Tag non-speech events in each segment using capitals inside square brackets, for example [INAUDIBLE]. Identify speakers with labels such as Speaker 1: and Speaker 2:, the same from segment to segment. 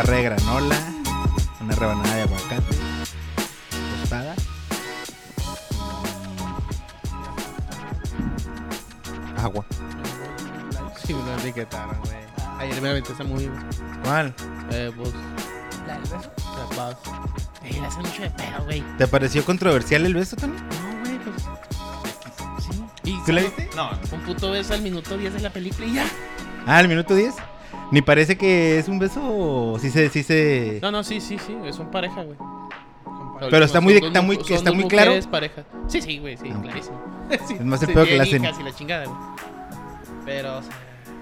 Speaker 1: Este, granola, una rebanada de aguacate, tostada. Agua.
Speaker 2: Sí, una riqueta, güey. Ayer me aventé esa movie, güey.
Speaker 1: ¿Cuál?
Speaker 2: Eh, pues,
Speaker 3: La del beso.
Speaker 2: la paz. Eh, la hace mucho de pedo, güey.
Speaker 1: ¿Te pareció controversial el beso también?
Speaker 2: No, güey, pues. Sí. Y
Speaker 1: ¿Tú la
Speaker 2: solo
Speaker 1: viste?
Speaker 3: No,
Speaker 2: Un puto beso al minuto 10 de la película y ya.
Speaker 1: Ah, el minuto 10. Ni parece que es un beso. Sí se. Sí se...
Speaker 2: No, no, sí, sí, sí. Son pareja, güey.
Speaker 1: Pero está muy-
Speaker 2: Son dos
Speaker 1: está
Speaker 2: mu-
Speaker 1: muy-
Speaker 2: son
Speaker 1: está
Speaker 2: dos
Speaker 1: muy claro.
Speaker 2: mujeres pareja. Sí, sí, güey, sí,
Speaker 1: Ah, ok.
Speaker 2: clarísimo. [LAUGHS] Sí,
Speaker 1: Es más el
Speaker 2: se
Speaker 1: pedo que la hacen.
Speaker 2: tienen hijas y la chingada, güey. Pero, o sea,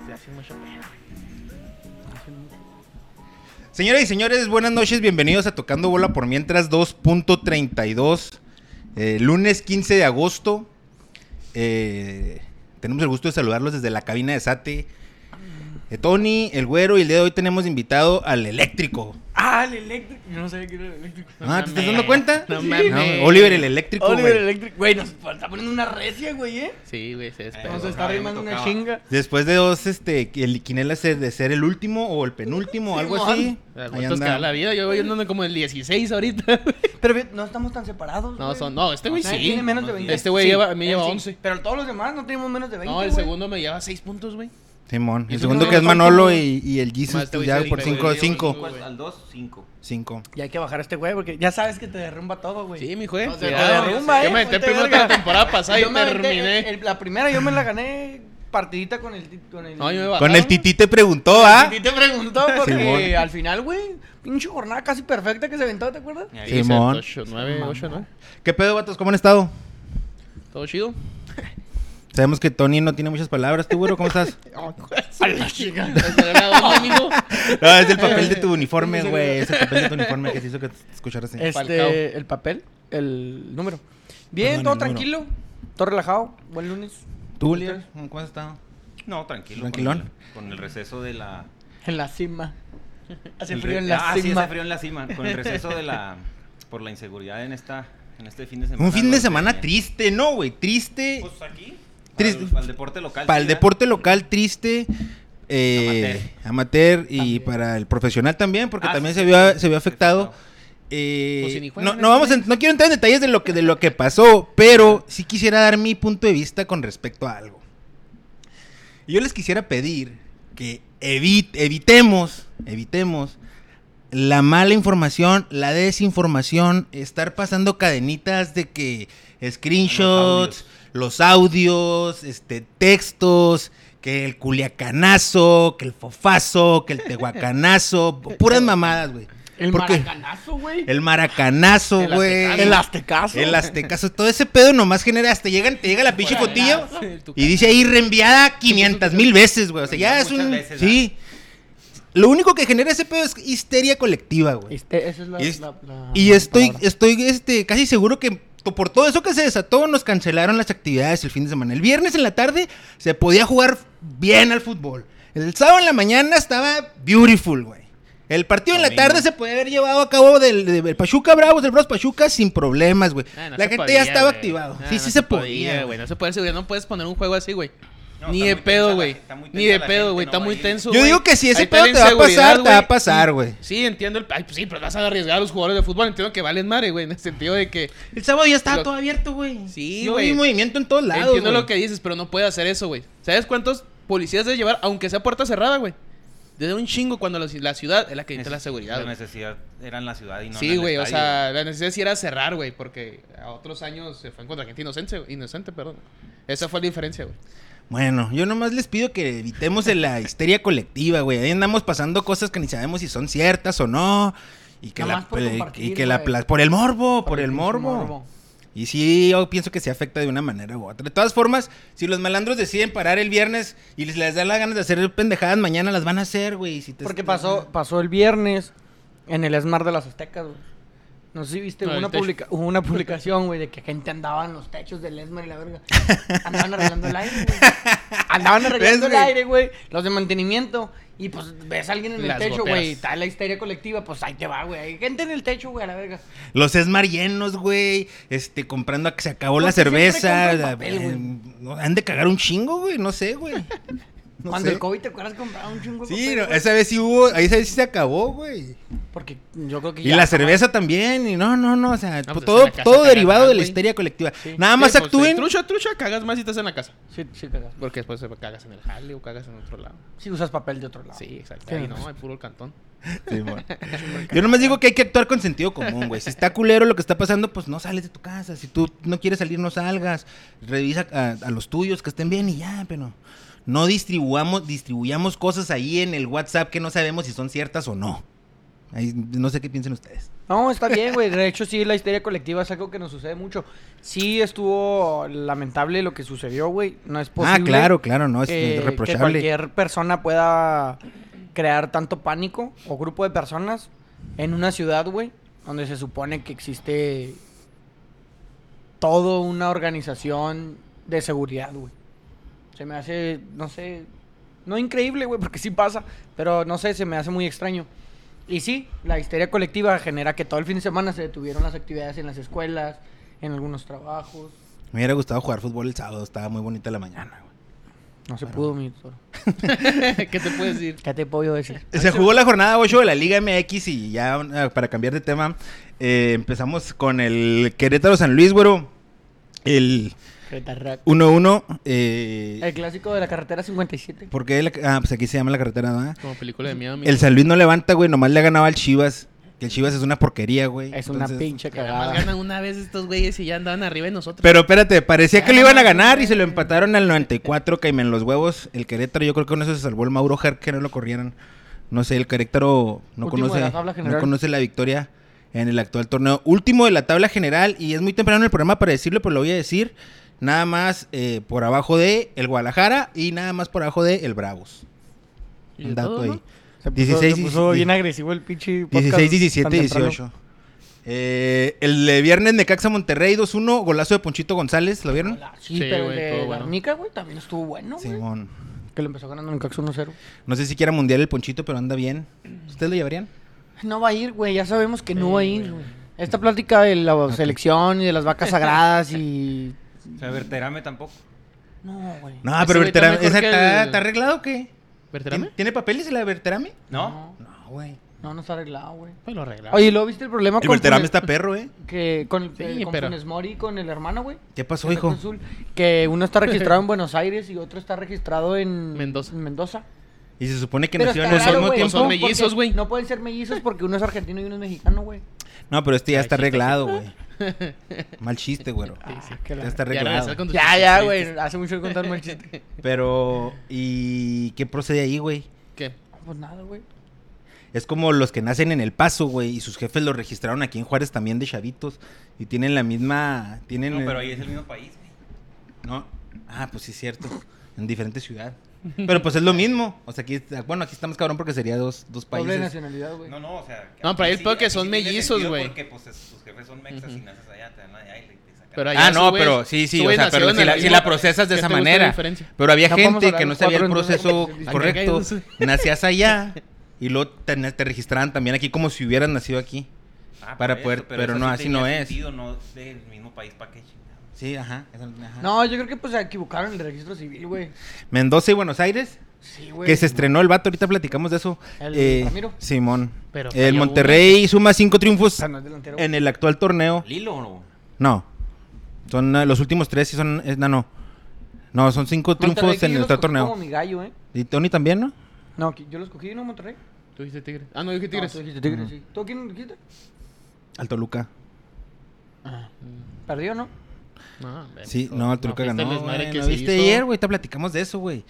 Speaker 2: se hace mucho pedo, güey. Hace mucho.
Speaker 1: Señoras y señores, buenas noches. Bienvenidos a Tocando Bola por Mientras 2.32. eh, lunes 15 de agosto. Eh, tenemos el gusto de saludarlos desde la cabina de Sate. Eh, Tony, el güero, y el día de hoy tenemos invitado al eléctrico.
Speaker 3: Ah, el eléctrico. Yo no sabía que era el eléctrico.
Speaker 2: No
Speaker 1: Ah, ¿te estás
Speaker 2: mames.
Speaker 1: dando cuenta?
Speaker 2: No
Speaker 1: Sí.
Speaker 2: mames.
Speaker 1: Oliver el eléctrico,
Speaker 3: Oliver
Speaker 1: güey.
Speaker 3: Electric. Güey, nos está poniendo una recia, güey, ¿eh?
Speaker 2: Sí, güey, se despega.
Speaker 3: Nos
Speaker 2: güey.
Speaker 3: está
Speaker 4: me
Speaker 3: arrimando una
Speaker 4: tocaba.
Speaker 3: chinga.
Speaker 1: Después de dos, este, el quinela de ser el último o el penúltimo, o algo así.
Speaker 2: Las
Speaker 1: Ahí
Speaker 2: vueltas que da
Speaker 1: anda.
Speaker 2: la vida, yo voy andando como el 16 ahorita. [LAUGHS] güey.
Speaker 3: Pero ve, no estamos tan separados.
Speaker 2: No,
Speaker 3: güey.
Speaker 2: son, no, este güey
Speaker 3: O sea,
Speaker 2: sí.
Speaker 3: Tiene menos de 20.
Speaker 2: Este güey
Speaker 3: Sí,
Speaker 2: lleva, a mí
Speaker 3: él
Speaker 2: lleva
Speaker 3: sí.
Speaker 2: 11.
Speaker 3: Pero todos los demás no tenemos menos de 20.
Speaker 2: No, el
Speaker 3: güey.
Speaker 2: segundo me lleva 6 puntos, güey.
Speaker 1: Simón.
Speaker 2: Y
Speaker 1: El
Speaker 2: tú
Speaker 1: segundo
Speaker 2: no,
Speaker 1: que es
Speaker 2: no,
Speaker 1: Manolo
Speaker 2: no.
Speaker 1: y, y el Jesus
Speaker 2: Más te
Speaker 1: pues,
Speaker 2: voy
Speaker 1: ya
Speaker 2: a decir,
Speaker 1: por
Speaker 2: pero
Speaker 1: 5
Speaker 2: yo-
Speaker 1: 5
Speaker 2: yo-
Speaker 4: Cinco Al 2, 5.
Speaker 1: 5.
Speaker 3: Y hay que bajar a este güey porque ya sabes que te derrumba todo, güey.
Speaker 2: Sí, mi juez.
Speaker 3: No, se
Speaker 2: cuidado.
Speaker 3: te derrumba,
Speaker 2: Yo
Speaker 3: eh,
Speaker 2: me metí
Speaker 3: ponte
Speaker 2: primero que
Speaker 3: verga.
Speaker 2: la temporada pasada y
Speaker 3: Yo me aventé-
Speaker 2: terminé.
Speaker 3: el- la primera yo me la gané partidita con el. ti- Con el
Speaker 2: No, yo me
Speaker 1: Con el
Speaker 2: tití
Speaker 1: tití te preguntó, ¿ah?
Speaker 3: Y ti te preguntó porque
Speaker 1: Simón.
Speaker 3: al final, güey, pinche jornada casi perfecta que se aventó, ¿te acuerdas?
Speaker 1: Simón.
Speaker 2: 8, 9, 8, ¿no?
Speaker 1: ¿Qué pedo, vatos? ¿Cómo han estado?
Speaker 2: Todo
Speaker 3: [LAUGHS]
Speaker 2: chido.
Speaker 1: Sabemos que Tony no tiene muchas palabras. ¿Tú, güero, cómo
Speaker 2: [LAUGHS]
Speaker 1: estás?
Speaker 2: A la [LAUGHS] chica. amigo?
Speaker 1: No, Ah, es el papel de tu uniforme, güey. Es el papel de tu uniforme que se hizo que te escucharas así.
Speaker 2: Falcao.
Speaker 3: Este, el papel, el número. Bien,
Speaker 1: Perdón,
Speaker 3: todo
Speaker 1: el número.
Speaker 3: tranquilo, todo relajado. Buen lunes.
Speaker 1: ¿Tú, líder? ¿Cómo has estado?
Speaker 4: No, tranquilo.
Speaker 1: Tranquilón.
Speaker 4: Con el, con el receso de la.
Speaker 3: En la cima. [LAUGHS] Hace
Speaker 4: el
Speaker 3: frío
Speaker 4: re-
Speaker 3: en la
Speaker 4: ah, sí,
Speaker 3: cima.
Speaker 4: hace frío en la cima. Con el receso de la.
Speaker 1: [LAUGHS]
Speaker 4: Por la inseguridad en esta. En este fin de semana.
Speaker 1: Un fin de
Speaker 4: donde-
Speaker 1: semana triste, ¿no, güey? Triste.
Speaker 4: Pues aquí.
Speaker 1: Triste.
Speaker 4: Para el deporte local.
Speaker 1: Para el
Speaker 4: sí, ¿eh?
Speaker 1: deporte local triste, eh, amateur. y
Speaker 3: También.
Speaker 1: para el profesional también, porque
Speaker 4: Ah,
Speaker 1: también
Speaker 4: sí,
Speaker 1: se
Speaker 4: sí,
Speaker 1: vio,
Speaker 4: sí,
Speaker 1: se vio afectado.
Speaker 4: afectado.
Speaker 1: Eh,
Speaker 2: Pues si ni
Speaker 1: no,
Speaker 2: juegan
Speaker 1: no
Speaker 2: este
Speaker 1: vamos a- no quiero entrar en detalles de lo que de lo que pasó, pero sí quisiera dar mi punto de vista con respecto a algo. Y Yo les quisiera pedir que evi- evitemos, evitemos la mala información, la desinformación, estar pasando cadenitas de que screenshots, los audios, este textos, que el culiacanazo, que el fofazo, que el tehuacanazo, puras mamadas, güey.
Speaker 3: El
Speaker 1: ¿Por qué?
Speaker 3: maracanazo, güey.
Speaker 1: El maracanazo,
Speaker 2: El
Speaker 1: güey.
Speaker 2: aztecaso.
Speaker 3: El aztecaso.
Speaker 1: El aztecaso, todo ese pedo nomás genera, hasta llegan, te llega la pinche cotilla y dice ahí reenviada 500 mil veces, güey. O sea, ya
Speaker 4: Reenviada
Speaker 1: es un...
Speaker 4: muchas veces,
Speaker 1: sí. Lo único que genera ese pedo es histeria colectiva, güey.
Speaker 3: Este- esa es la,
Speaker 1: Y es-
Speaker 3: la- la-
Speaker 1: Y
Speaker 3: la
Speaker 1: estoy,
Speaker 3: palabra.
Speaker 1: estoy este, casi seguro que to- por todo eso que se desató nos cancelaron las actividades el fin de semana. El viernes en la tarde se podía jugar bien al fútbol. El sábado en la mañana estaba beautiful, güey. El partido en la
Speaker 4: Domingo.
Speaker 1: tarde se podía haber llevado a cabo del, del- del Pachuca Bravos, del Bravos Pachuca sin problemas, güey.
Speaker 2: Ah, no
Speaker 1: la
Speaker 2: se
Speaker 1: gente
Speaker 2: podía,
Speaker 1: ya estaba
Speaker 2: güey.
Speaker 1: activado.
Speaker 2: Ah,
Speaker 1: sí,
Speaker 2: no
Speaker 1: sí se podía,
Speaker 2: güey. No se puede seguridad. No puedes poner un juego así, güey.
Speaker 4: No,
Speaker 2: Ni
Speaker 4: está
Speaker 2: de
Speaker 4: muy
Speaker 2: pedo,
Speaker 4: tensa
Speaker 2: güey.
Speaker 4: la- está muy
Speaker 2: Ni
Speaker 4: tensa
Speaker 2: de
Speaker 4: la
Speaker 2: pedo,
Speaker 4: gente,
Speaker 2: güey.
Speaker 4: no
Speaker 2: Está
Speaker 4: va
Speaker 2: muy
Speaker 4: a ir.
Speaker 2: tenso,
Speaker 1: Yo
Speaker 2: güey.
Speaker 1: digo que si ese
Speaker 2: Ahí está
Speaker 1: pedo
Speaker 2: la
Speaker 1: te va a
Speaker 2: inseguridad,
Speaker 1: pasar, te va a pasar, güey.
Speaker 2: Sí, entiendo el. Ay, pues sí, pero vas a arriesgar a los jugadores de fútbol. Entiendo que valen madre, güey. En el sentido de que.
Speaker 1: El sábado ya estaba
Speaker 2: Lo-
Speaker 1: todo abierto, güey.
Speaker 2: Sí,
Speaker 1: Yo
Speaker 2: güey.
Speaker 1: vi movimiento en todos lados.
Speaker 2: Entiendo
Speaker 1: güey.
Speaker 2: lo que dices, pero no puede hacer eso, güey. ¿Sabes cuántos policías debe llevar, aunque sea puerta cerrada, güey? Desde un chingo cuando los- la ciudad es la que dicta la
Speaker 4: Neces-
Speaker 2: seguridad.
Speaker 4: La
Speaker 2: güey.
Speaker 4: necesidad era en la ciudad y no en
Speaker 2: sí,
Speaker 4: el
Speaker 2: güey, o
Speaker 4: estadio,
Speaker 2: sea, la necesidad sí era cerrar, güey, porque a otros años se fue en contra gente inocente, güey, inocente, perdón. Esa fue la diferencia, güey.
Speaker 1: Bueno, yo nomás les pido que evitemos el-
Speaker 3: [LAUGHS]
Speaker 1: la histeria colectiva, güey. Ahí andamos pasando cosas que ni sabemos si son ciertas o no. Y que,
Speaker 3: Nomás
Speaker 1: la,
Speaker 3: por
Speaker 1: eh,
Speaker 3: compartir,
Speaker 1: y que la
Speaker 3: güey.
Speaker 1: pla- por el morbo, por,
Speaker 3: Por
Speaker 1: el
Speaker 3: pinche
Speaker 1: morbo. Y sí, yo pienso que se afecta de una manera u otra. De todas formas, si los malandros deciden parar el viernes y les, les da las ganas de hacer pendejadas, mañana las van a hacer, güey. y Si te-
Speaker 3: Porque pasó, pasó el viernes en el Esmar de las Aztecas, güey. No sé si viste,
Speaker 2: No,
Speaker 3: hubo
Speaker 2: el
Speaker 3: una,
Speaker 2: techo.
Speaker 3: publica- hubo una publicación, güey, de que gente andaba en los techos del Esmar y la verga. Andaban arreglando el aire, güey.
Speaker 2: [LAUGHS]
Speaker 3: Andaban
Speaker 1: ¿Ves,
Speaker 3: arreglando el
Speaker 1: güey?
Speaker 3: aire, güey. Los de mantenimiento. Y pues ves a alguien en
Speaker 2: Las
Speaker 3: el techo,
Speaker 2: goteras.
Speaker 3: güey. Está la histeria colectiva, pues ahí te va, güey. Hay gente en el techo, güey, a la verga.
Speaker 1: Los esmar llenos, güey. Este, comprando a que se acabó
Speaker 3: ¿Por
Speaker 1: la
Speaker 3: qué siempre
Speaker 1: cerveza.
Speaker 3: compran papel,
Speaker 1: eh, no, han de cagar un chingo, güey. No sé,
Speaker 3: [LAUGHS]
Speaker 1: güey. No
Speaker 3: Cuando
Speaker 1: sé.
Speaker 3: el COVID, ¿te acuerdas? Compraba un chingo de
Speaker 1: Sí,
Speaker 3: papel,
Speaker 1: no,
Speaker 3: güey?
Speaker 1: esa vez sí hubo, ahí esa vez sí se acabó, güey.
Speaker 3: Porque yo creo que
Speaker 1: Y
Speaker 3: ya-
Speaker 1: la cerveza también, y no, no, no, o sea,
Speaker 2: pues, en
Speaker 1: todo,
Speaker 2: la casa
Speaker 1: todo
Speaker 2: cagan
Speaker 1: derivado
Speaker 2: más,
Speaker 1: de la
Speaker 2: güey.
Speaker 1: histeria colectiva.
Speaker 3: Sí.
Speaker 1: Nada más
Speaker 2: Sí, pues, de
Speaker 1: actúen.
Speaker 2: Trucha, trucha, cagas más si estás en la casa.
Speaker 3: Sí, sí, cagas.
Speaker 2: Porque después se cagas en el jale o cagas en otro lado.
Speaker 3: Sí, usas papel de otro lado.
Speaker 2: Sí, exacto.
Speaker 3: Sí,
Speaker 2: Ahí
Speaker 3: pues.
Speaker 2: no, hay puro
Speaker 1: [LAUGHS]
Speaker 2: el cantón.
Speaker 1: Simón. Yo nomás digo que hay que actuar con sentido común, güey. Si está culero lo que está pasando, pues no sales de tu casa. Si tú no quieres salir, no salgas. Revisa a, a los tuyos que estén bien y ya, pero no distribuamos, distribuyamos cosas ahí en el WhatsApp que no sabemos si son ciertas o no. Ahí, no sé qué piensen ustedes.
Speaker 3: No, está bien, güey. De hecho, sí, la histeria colectiva es algo que nos sucede mucho. Sí, estuvo lamentable lo que sucedió, güey. No es posible.
Speaker 1: ah, claro, claro, no, es, es
Speaker 3: que, Eh, que
Speaker 1: reprochable.
Speaker 3: cualquier persona pueda crear tanto pánico o grupo de personas en una ciudad, güey, donde se supone que existe toda una organización de seguridad, güey. Se me hace, no sé, no increíble, güey, porque sí pasa, pero no sé, se me hace muy extraño. Y sí, la histeria colectiva genera que todo el fin de semana se detuvieron las actividades en las escuelas, en algunos trabajos.
Speaker 1: Me hubiera gustado jugar fútbol el sábado, estaba muy bonita la mañana, güey.
Speaker 3: No se pudo, mi toro.
Speaker 2: ¿Qué te puedes decir?
Speaker 3: ¿Qué te puedo decir?
Speaker 1: Se jugó la jornada 8 de la Liga MX y ya ah, para cambiar de tema, eh, empezamos con el Querétaro San Luis, güero. El
Speaker 3: Retarraco.
Speaker 1: 1-1. eh,
Speaker 3: El clásico de la carretera 57.
Speaker 1: ¿Por qué? la- ah, pues aquí se llama la carretera, ¿verdad?
Speaker 2: Como película de miedo, amigo.
Speaker 1: El San Luis no levanta, güey. Nomás le ha ganado al Chivas. Que el Chivas es una porquería, güey.
Speaker 3: Es
Speaker 1: entonces-
Speaker 3: una pinche
Speaker 2: Que nada más
Speaker 3: cagada.
Speaker 2: ganan una vez estos güeyes y ya andaban arriba de nosotros.
Speaker 1: Ah. Pero espérate, parecía que lo iban a ganar y se lo empataron al 94, Caimen los huevos. El Querétaro, yo creo que con eso se salvó el Mauro Ger, que no lo corrieran. No sé, el Querétaro no
Speaker 3: Último de
Speaker 1: conoce,
Speaker 3: la tabla general.
Speaker 1: no conoce la victoria en el actual torneo. Último de la tabla general, y es muy temprano en el programa para decirlo, pero lo voy a decir. Nada más eh, por abajo de el Guadalajara y nada más por abajo de el Bravos.
Speaker 2: Y de
Speaker 1: Un dato
Speaker 2: todo,
Speaker 1: ahí.
Speaker 2: ¿no?
Speaker 1: 16,
Speaker 3: se puso
Speaker 1: 16,
Speaker 3: bien agresivo el pinche podcast
Speaker 1: 16, 17,
Speaker 3: tan temprano.
Speaker 1: 18. Eh, el de viernes Necaxa Monterrey 2-1, golazo de Ponchito González, ¿lo vieron?
Speaker 3: Hola, Sí,
Speaker 2: Sí,
Speaker 3: pero el
Speaker 2: güey,
Speaker 3: de
Speaker 2: todo bueno.
Speaker 3: Garnica, güey, también estuvo bueno, güey.
Speaker 1: Simón.
Speaker 3: que lo empezó ganando en Cax 1-0.
Speaker 1: No sé si quiera mundial el Ponchito, pero anda bien. ¿Ustedes lo llevarían?
Speaker 3: No va a ir, güey, ya sabemos que no va a ir, güey. Esta plática de la selección y de las vacas sagradas y...
Speaker 4: O sea, Verterame tampoco.
Speaker 3: [LAUGHS] No, güey.
Speaker 1: No,
Speaker 2: Ese
Speaker 1: pero
Speaker 2: güey está
Speaker 1: Berterame,
Speaker 2: mejor
Speaker 1: ¿esa
Speaker 2: que
Speaker 1: está,
Speaker 2: el-
Speaker 1: está arreglado o qué?
Speaker 2: ¿Verterame?
Speaker 1: ¿Tien- ¿Tiene papeles la de Berterame?
Speaker 4: ¿No?
Speaker 1: No, güey.
Speaker 3: No, no está arreglado, güey.
Speaker 2: Pues lo arreglamos.
Speaker 3: Oye, ¿lo viste el problema
Speaker 1: El
Speaker 3: con
Speaker 1: Berterame
Speaker 3: Funes-
Speaker 1: está perro, ¿eh?
Speaker 3: que con, el
Speaker 2: Sí,
Speaker 3: eh, con
Speaker 2: pero-
Speaker 3: Funes Mori y con el hermano, güey?
Speaker 1: ¿Qué pasó,
Speaker 3: que
Speaker 1: hijo?
Speaker 3: está con Zul, que uno está [LAUGHS] registrado en Buenos Aires y otro está registrado en
Speaker 2: Mendoza.
Speaker 3: en Mendoza.
Speaker 1: Y se supone que
Speaker 3: Pero
Speaker 1: nació en
Speaker 3: está
Speaker 1: el
Speaker 2: al
Speaker 3: raro,
Speaker 1: mismo
Speaker 3: güey,
Speaker 1: tiempo.
Speaker 2: Son
Speaker 3: porque
Speaker 2: mellizos, güey.
Speaker 3: No pueden ser mellizos porque uno es argentino y uno es mexicano, güey.
Speaker 1: No, pero este ya
Speaker 2: Ay,
Speaker 1: está
Speaker 2: chiste.
Speaker 1: arreglado,
Speaker 3: [LAUGHS]
Speaker 1: güey. Mal chiste, güero.
Speaker 3: sí, qué
Speaker 1: Ya
Speaker 3: la-
Speaker 1: está
Speaker 2: Ya regresar
Speaker 1: arreglado.
Speaker 2: con tus
Speaker 3: Ya,
Speaker 2: chistes
Speaker 3: ya,
Speaker 2: tristes.
Speaker 3: güey. Hace mucho que contarme
Speaker 1: [LAUGHS]
Speaker 3: el chiste.
Speaker 1: Pero, ¿y qué procede ahí, güey?
Speaker 2: ¿Qué?
Speaker 3: Pues nada, güey.
Speaker 1: Es como los que nacen en El Paso, güey, y sus jefes los registraron aquí en Juárez también de chavitos y tienen la misma, tienen
Speaker 4: No,
Speaker 1: el-
Speaker 4: pero ahí es el mismo país, güey.
Speaker 1: No. Ah, pues sí es cierto, en diferente ciudad. Pero pues es lo mismo, o sea, aquí bueno, aquí estamos cabrón porque sería dos, dos
Speaker 3: Doble
Speaker 1: países.
Speaker 3: nacionalidad, güey.
Speaker 4: No, no, o sea.
Speaker 2: No, pero ahí el
Speaker 4: aquí
Speaker 2: pedo que
Speaker 4: aquí
Speaker 2: son
Speaker 4: tiene
Speaker 2: mellizos,
Speaker 4: sentido
Speaker 2: güey.
Speaker 4: Porque pues es- sus jefes son mexas y naces allá, te dan la de ahí y te sacan.
Speaker 2: Pero allá
Speaker 1: Ah,
Speaker 2: su
Speaker 1: no,
Speaker 2: güey-
Speaker 1: pero sí, sí,
Speaker 2: su
Speaker 1: o
Speaker 2: güey
Speaker 1: sea,
Speaker 2: nació
Speaker 1: pero
Speaker 2: en
Speaker 1: si la,
Speaker 2: el
Speaker 1: si
Speaker 2: mismo-
Speaker 1: la procesas de
Speaker 2: ¿Qué
Speaker 1: esa
Speaker 2: te gusta la
Speaker 1: manera.
Speaker 2: diferencia?
Speaker 1: Pero había
Speaker 3: No podemos
Speaker 1: gente
Speaker 3: hablar
Speaker 1: que
Speaker 3: de
Speaker 1: no
Speaker 3: los
Speaker 1: sabía el
Speaker 3: cuatro, entonces.
Speaker 1: proceso correcto,
Speaker 2: Acá hay dos.
Speaker 1: nacías allá y luego te, te registraban también aquí como si hubieras nacido aquí.
Speaker 4: Ah, por
Speaker 1: para
Speaker 4: eso,
Speaker 1: poder- pero
Speaker 4: eso
Speaker 1: no,
Speaker 4: sí
Speaker 1: así
Speaker 4: tenía
Speaker 1: no es.
Speaker 4: Sentido, no del mismo país, ¿para qué chingado?
Speaker 1: Sí, ajá, eso- ajá.
Speaker 3: No, yo creo que pues se equivocaron en el registro civil, güey.
Speaker 1: Mendoza y Buenos Aires.
Speaker 3: Sí, güey.
Speaker 1: Que se estrenó el vato, ahorita platicamos de eso.
Speaker 3: Pues, ¿El
Speaker 1: Eh,
Speaker 3: Ramiro?
Speaker 1: Simón.
Speaker 2: Pero
Speaker 1: el
Speaker 2: falló
Speaker 1: Monterrey suma cinco triunfos
Speaker 3: O sea, no es delantero. güey.
Speaker 1: en el actual torneo.
Speaker 4: ¿Lilo o no?
Speaker 1: No. Son eh, los últimos tres y son. eh, no, no. No, son cinco
Speaker 3: Monterrey,
Speaker 1: triunfos
Speaker 3: que
Speaker 1: en
Speaker 3: yo
Speaker 1: el
Speaker 3: los
Speaker 1: actual
Speaker 3: cogí Como
Speaker 1: torneo.
Speaker 3: mi gallo, eh.
Speaker 1: Y Tony también, ¿no?
Speaker 3: No, que yo los cogí, ¿no, Monterrey?
Speaker 2: Tú dijiste tigre. Ah, no, dije tigres.
Speaker 3: No, tú dijiste Tigres, sí. ¿Tú quién dijiste?
Speaker 1: Al Toluca.
Speaker 3: ¿Perdió, no?
Speaker 2: No, hombre,
Speaker 1: Sí,
Speaker 2: mejor.
Speaker 1: no, el Toluca
Speaker 2: viste
Speaker 1: ganó.
Speaker 2: el desmadre
Speaker 1: güey,
Speaker 2: que
Speaker 1: ¿No
Speaker 2: se
Speaker 1: viste
Speaker 2: hizo.
Speaker 1: ayer, güey? Ahorita platicamos de eso, güey.